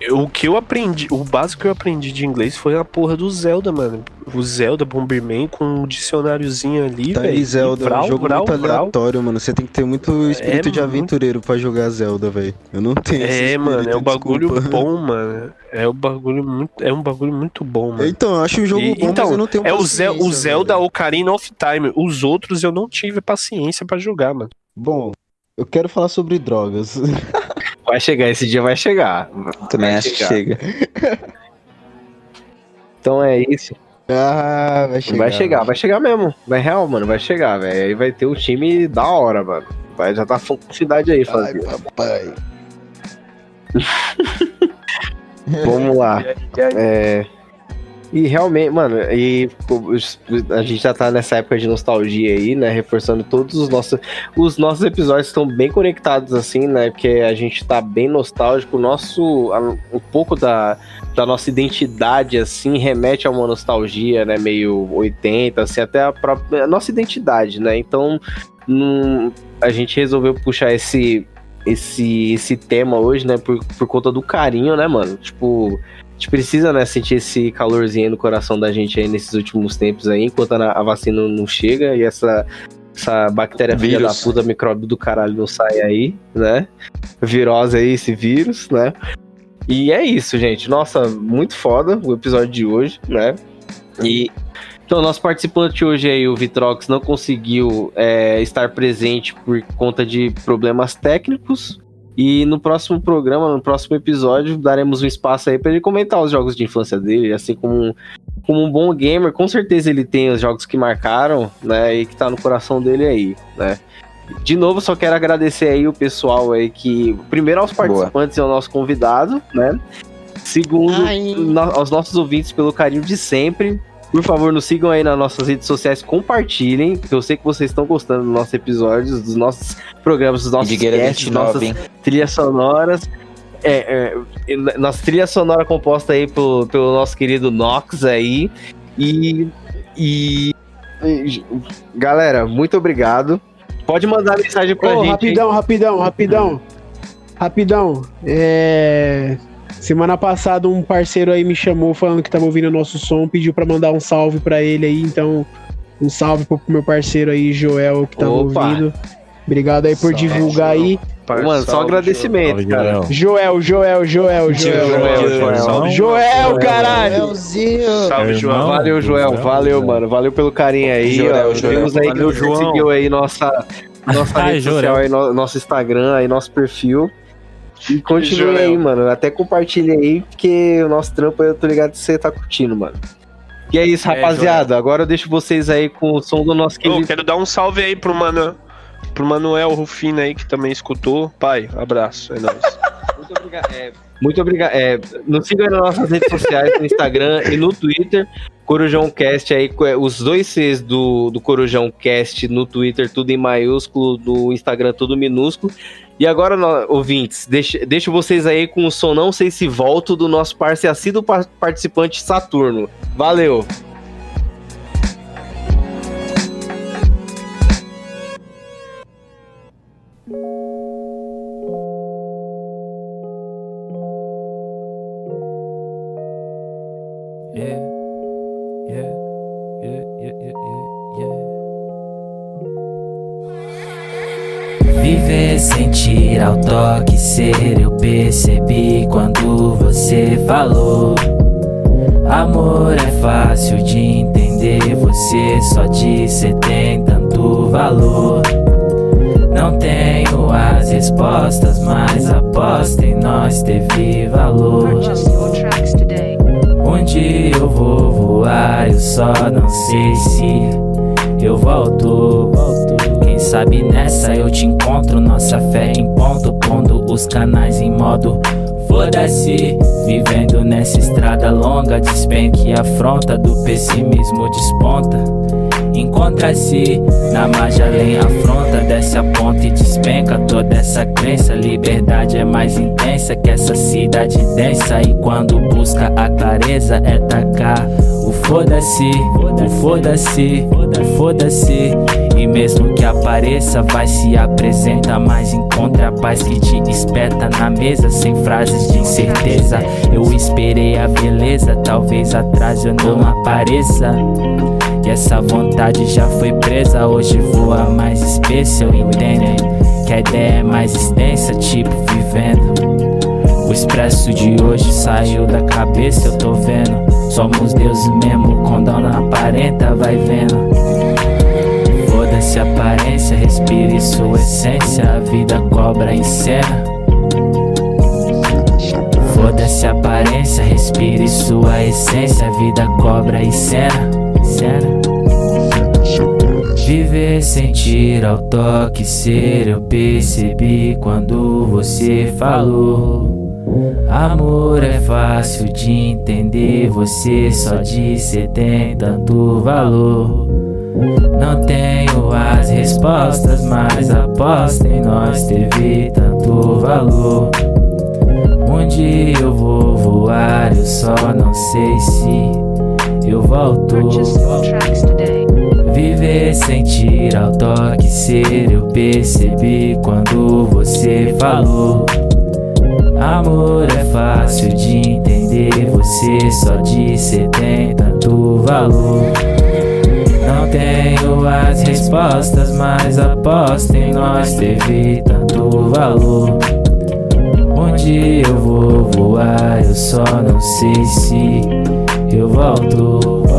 S2: eu- o que eu aprendi, o básico que eu aprendi de inglês foi a porra do Zelda, mano. O Zelda Bomberman com um dicionáriozinho ali,
S3: Tá
S2: velho.
S3: aí, Zelda,
S2: E vral,
S3: é um jogo
S2: vral,
S3: muito
S2: vral.
S3: aleatório, mano. Você tem que ter muito espírito de
S2: muito.
S3: aventureiro pra jogar Zelda, velho. Eu não tenho
S2: É,
S3: esse
S2: É,
S3: espírito,
S2: mano, é um bagulho
S3: desculpa.
S2: bom, mano. É um bagulho muito, é um bagulho muito bom, mano.
S3: Então, eu acho o jogo
S2: E-
S3: bom,
S2: então,
S3: mas eu não tenho
S2: É o, Ze
S3: paciência,
S2: o Zelda
S3: velho.
S2: Ocarina of Time. Os outros eu não tive paciência pra jogar, mano.
S3: Bom, eu quero falar sobre drogas. [laughs]
S1: Vai chegar, esse dia vai chegar.
S7: também acho que chega.
S1: Então é isso.
S3: ah, vai chegar.
S1: Vai chegar, vai chegar mesmo. Vai real, mano, vai chegar, velho. Aí vai ter um time da hora, mano. Vai, já tá full cidade aí,
S3: Ai,
S1: Fabio.
S2: [laughs]
S3: papai.
S1: [laughs] Vamos lá. É... E realmente, mano, e pô, a gente já tá nessa época de nostalgia aí, né? Reforçando todos os nossos. Os nossos episódios estão bem conectados, assim, né? Porque a gente tá bem nostálgico. O nosso. a- Um pouco da, da nossa identidade, assim, remete a uma nostalgia, né? Meio 80, assim, até a própria. A nossa identidade, né? Então, num- a gente resolveu puxar esse. Esse, esse tema hoje, né? Por, por conta do carinho, né, mano? Tipo, a gente precisa, né, sentir esse calorzinho aí no coração da gente aí nesses últimos tempos aí, enquanto a, a vacina não chega e essa, essa bactéria filha da
S7: Vírus.
S1: puta, micróbio do caralho não sai aí, né? Virose aí, esse vírus, né? E é isso, gente. Nossa, muito foda o episódio de hoje, né? E então, nosso participante hoje aí, o Vitrox, não conseguiu é, estar presente por conta de problemas técnicos. E no próximo programa, no próximo episódio, daremos um espaço aí pra ele comentar os jogos de infância dele, assim como um, como um bom gamer, com certeza ele tem os jogos que marcaram, né, e que tá no coração dele aí, né. De novo, só quero agradecer aí o pessoal aí que, primeiro aos
S7: Boa.
S1: participantes e ao nosso convidado, né. Segundo,
S14: Ai.
S1: no- aos nossos ouvintes pelo carinho de sempre. Por favor, nos sigam aí nas nossas redes sociais, compartilhem, que eu sei que vocês estão gostando dos nossos episódios, dos nossos programas, dos nossos
S7: Digueira
S1: casts, nossas
S7: 29, hein?
S1: trilhas sonoras. É, é, nossa trilha sonora composta aí pelo, pelo nosso querido Nox aí. E, e- e- Galera, muito obrigado. Pode mandar mensagem pra
S5: Ô,
S1: gente.
S5: rapidão, rapidão, rapidão. Rapidão. É, Semana passada um parceiro aí me chamou falando que tava ouvindo o nosso som, pediu pra mandar um salve pra ele aí, então um salve pro meu parceiro aí, Joel, que tava
S1: Opa.
S5: ouvindo. Obrigado aí por
S3: Salve,
S5: divulgar aí.
S8: parça.
S1: Mano, só agradecimento, cara.
S5: Joel, Joel, Joel, Joel.
S1: Joel,
S5: Joel,
S1: Joel.
S5: caralho!
S3: Joelzinho!
S8: Salve, João.
S1: Valeu, Joel. Valeu, mano. Valeu pelo carinho aí.
S7: Joel,
S1: ó.
S7: Joel.
S1: Vimos aí que
S4: Valeu,
S1: você
S4: João.
S1: seguiu aí nossa, nossa
S6: Ai,
S1: rede
S6: Joel.
S1: social, aí, no- nosso Instagram, aí nosso perfil. E continue
S8: Joel.
S1: aí, mano. Até compartilha aí, porque o nosso trampo eu tô ligado que você tá curtindo, mano. E é isso,
S8: É,
S1: rapaziada. Agora eu deixo vocês aí com o som do nosso
S8: Eu
S1: querido.
S8: quero dar um salve aí pro, mano, pro Manuel Rufino aí, que também escutou. Pai, abraço. É nóis.
S1: Muito obrigado. muito obrigado. É, nos sigam aí nas nossas redes sociais, no Instagram e no Twitter. Corujão Cast aí, co- é, os dois Cs do, do Corujão Cast no Twitter, tudo em maiúsculo, no Instagram tudo minúsculo. E agora, no- ouvintes, deixo, deixo vocês aí com o som Não Sei Se Volto do nosso parceiro assíduo par- participante Saturno. Valeu!
S6: Yeah, yeah, yeah, yeah, yeah, yeah,
S15: Viver, sentir ao toque ser, eu percebi quando você falou. Amor é fácil de entender, você só disse tem tanto valor. Não tenho as respostas, mas aposta em nós teve valor. Onde eu vou voar, eu só não sei se eu volto. Quem sabe nessa eu te encontro, nossa fé em ponto, pondo os canais em modo. Foda-se, vivendo nessa estrada longa, despenque e afronta do pessimismo desponta. Encontra-se na margem além afronta, desce a ponta e despenca toda essa crença. Liberdade é mais intensa que essa cidade densa. E quando busca a clareza, é tacar o foda-se, o foda-se, o foda-se. E mesmo que apareça, vai se apresenta. Mas encontra a paz que te espeta na mesa, sem frases de incerteza. Eu esperei a beleza, talvez atrás eu não apareça. E essa vontade já foi presa, hoje voa mais espessa, eu entendo Que a ideia é mais extensa, tipo vivendo O expresso de hoje saiu da cabeça, eu tô vendo Somos deuses mesmo, quando não aparenta, vai vendo Foda-se a aparência, respire sua essência A vida cobra em cena Foda-se a aparência, respire sua essência, a vida cobra e cena, cena. Viver, sentir ao toque, ser, eu percebi quando você falou. Amor é fácil de entender, você só disse tem tanto valor. Não tenho as respostas, mas aposta em nós teve tanto valor. Um dia eu vou voar, eu só não sei se eu volto. Viver, sentir ao toque ser, eu percebi quando você falou. Amor é fácil de entender, você só disse tem tanto valor. Não tenho as respostas, mas aposta em nós teve tanto valor. Um Onde eu vou voar, eu só não sei se eu volto.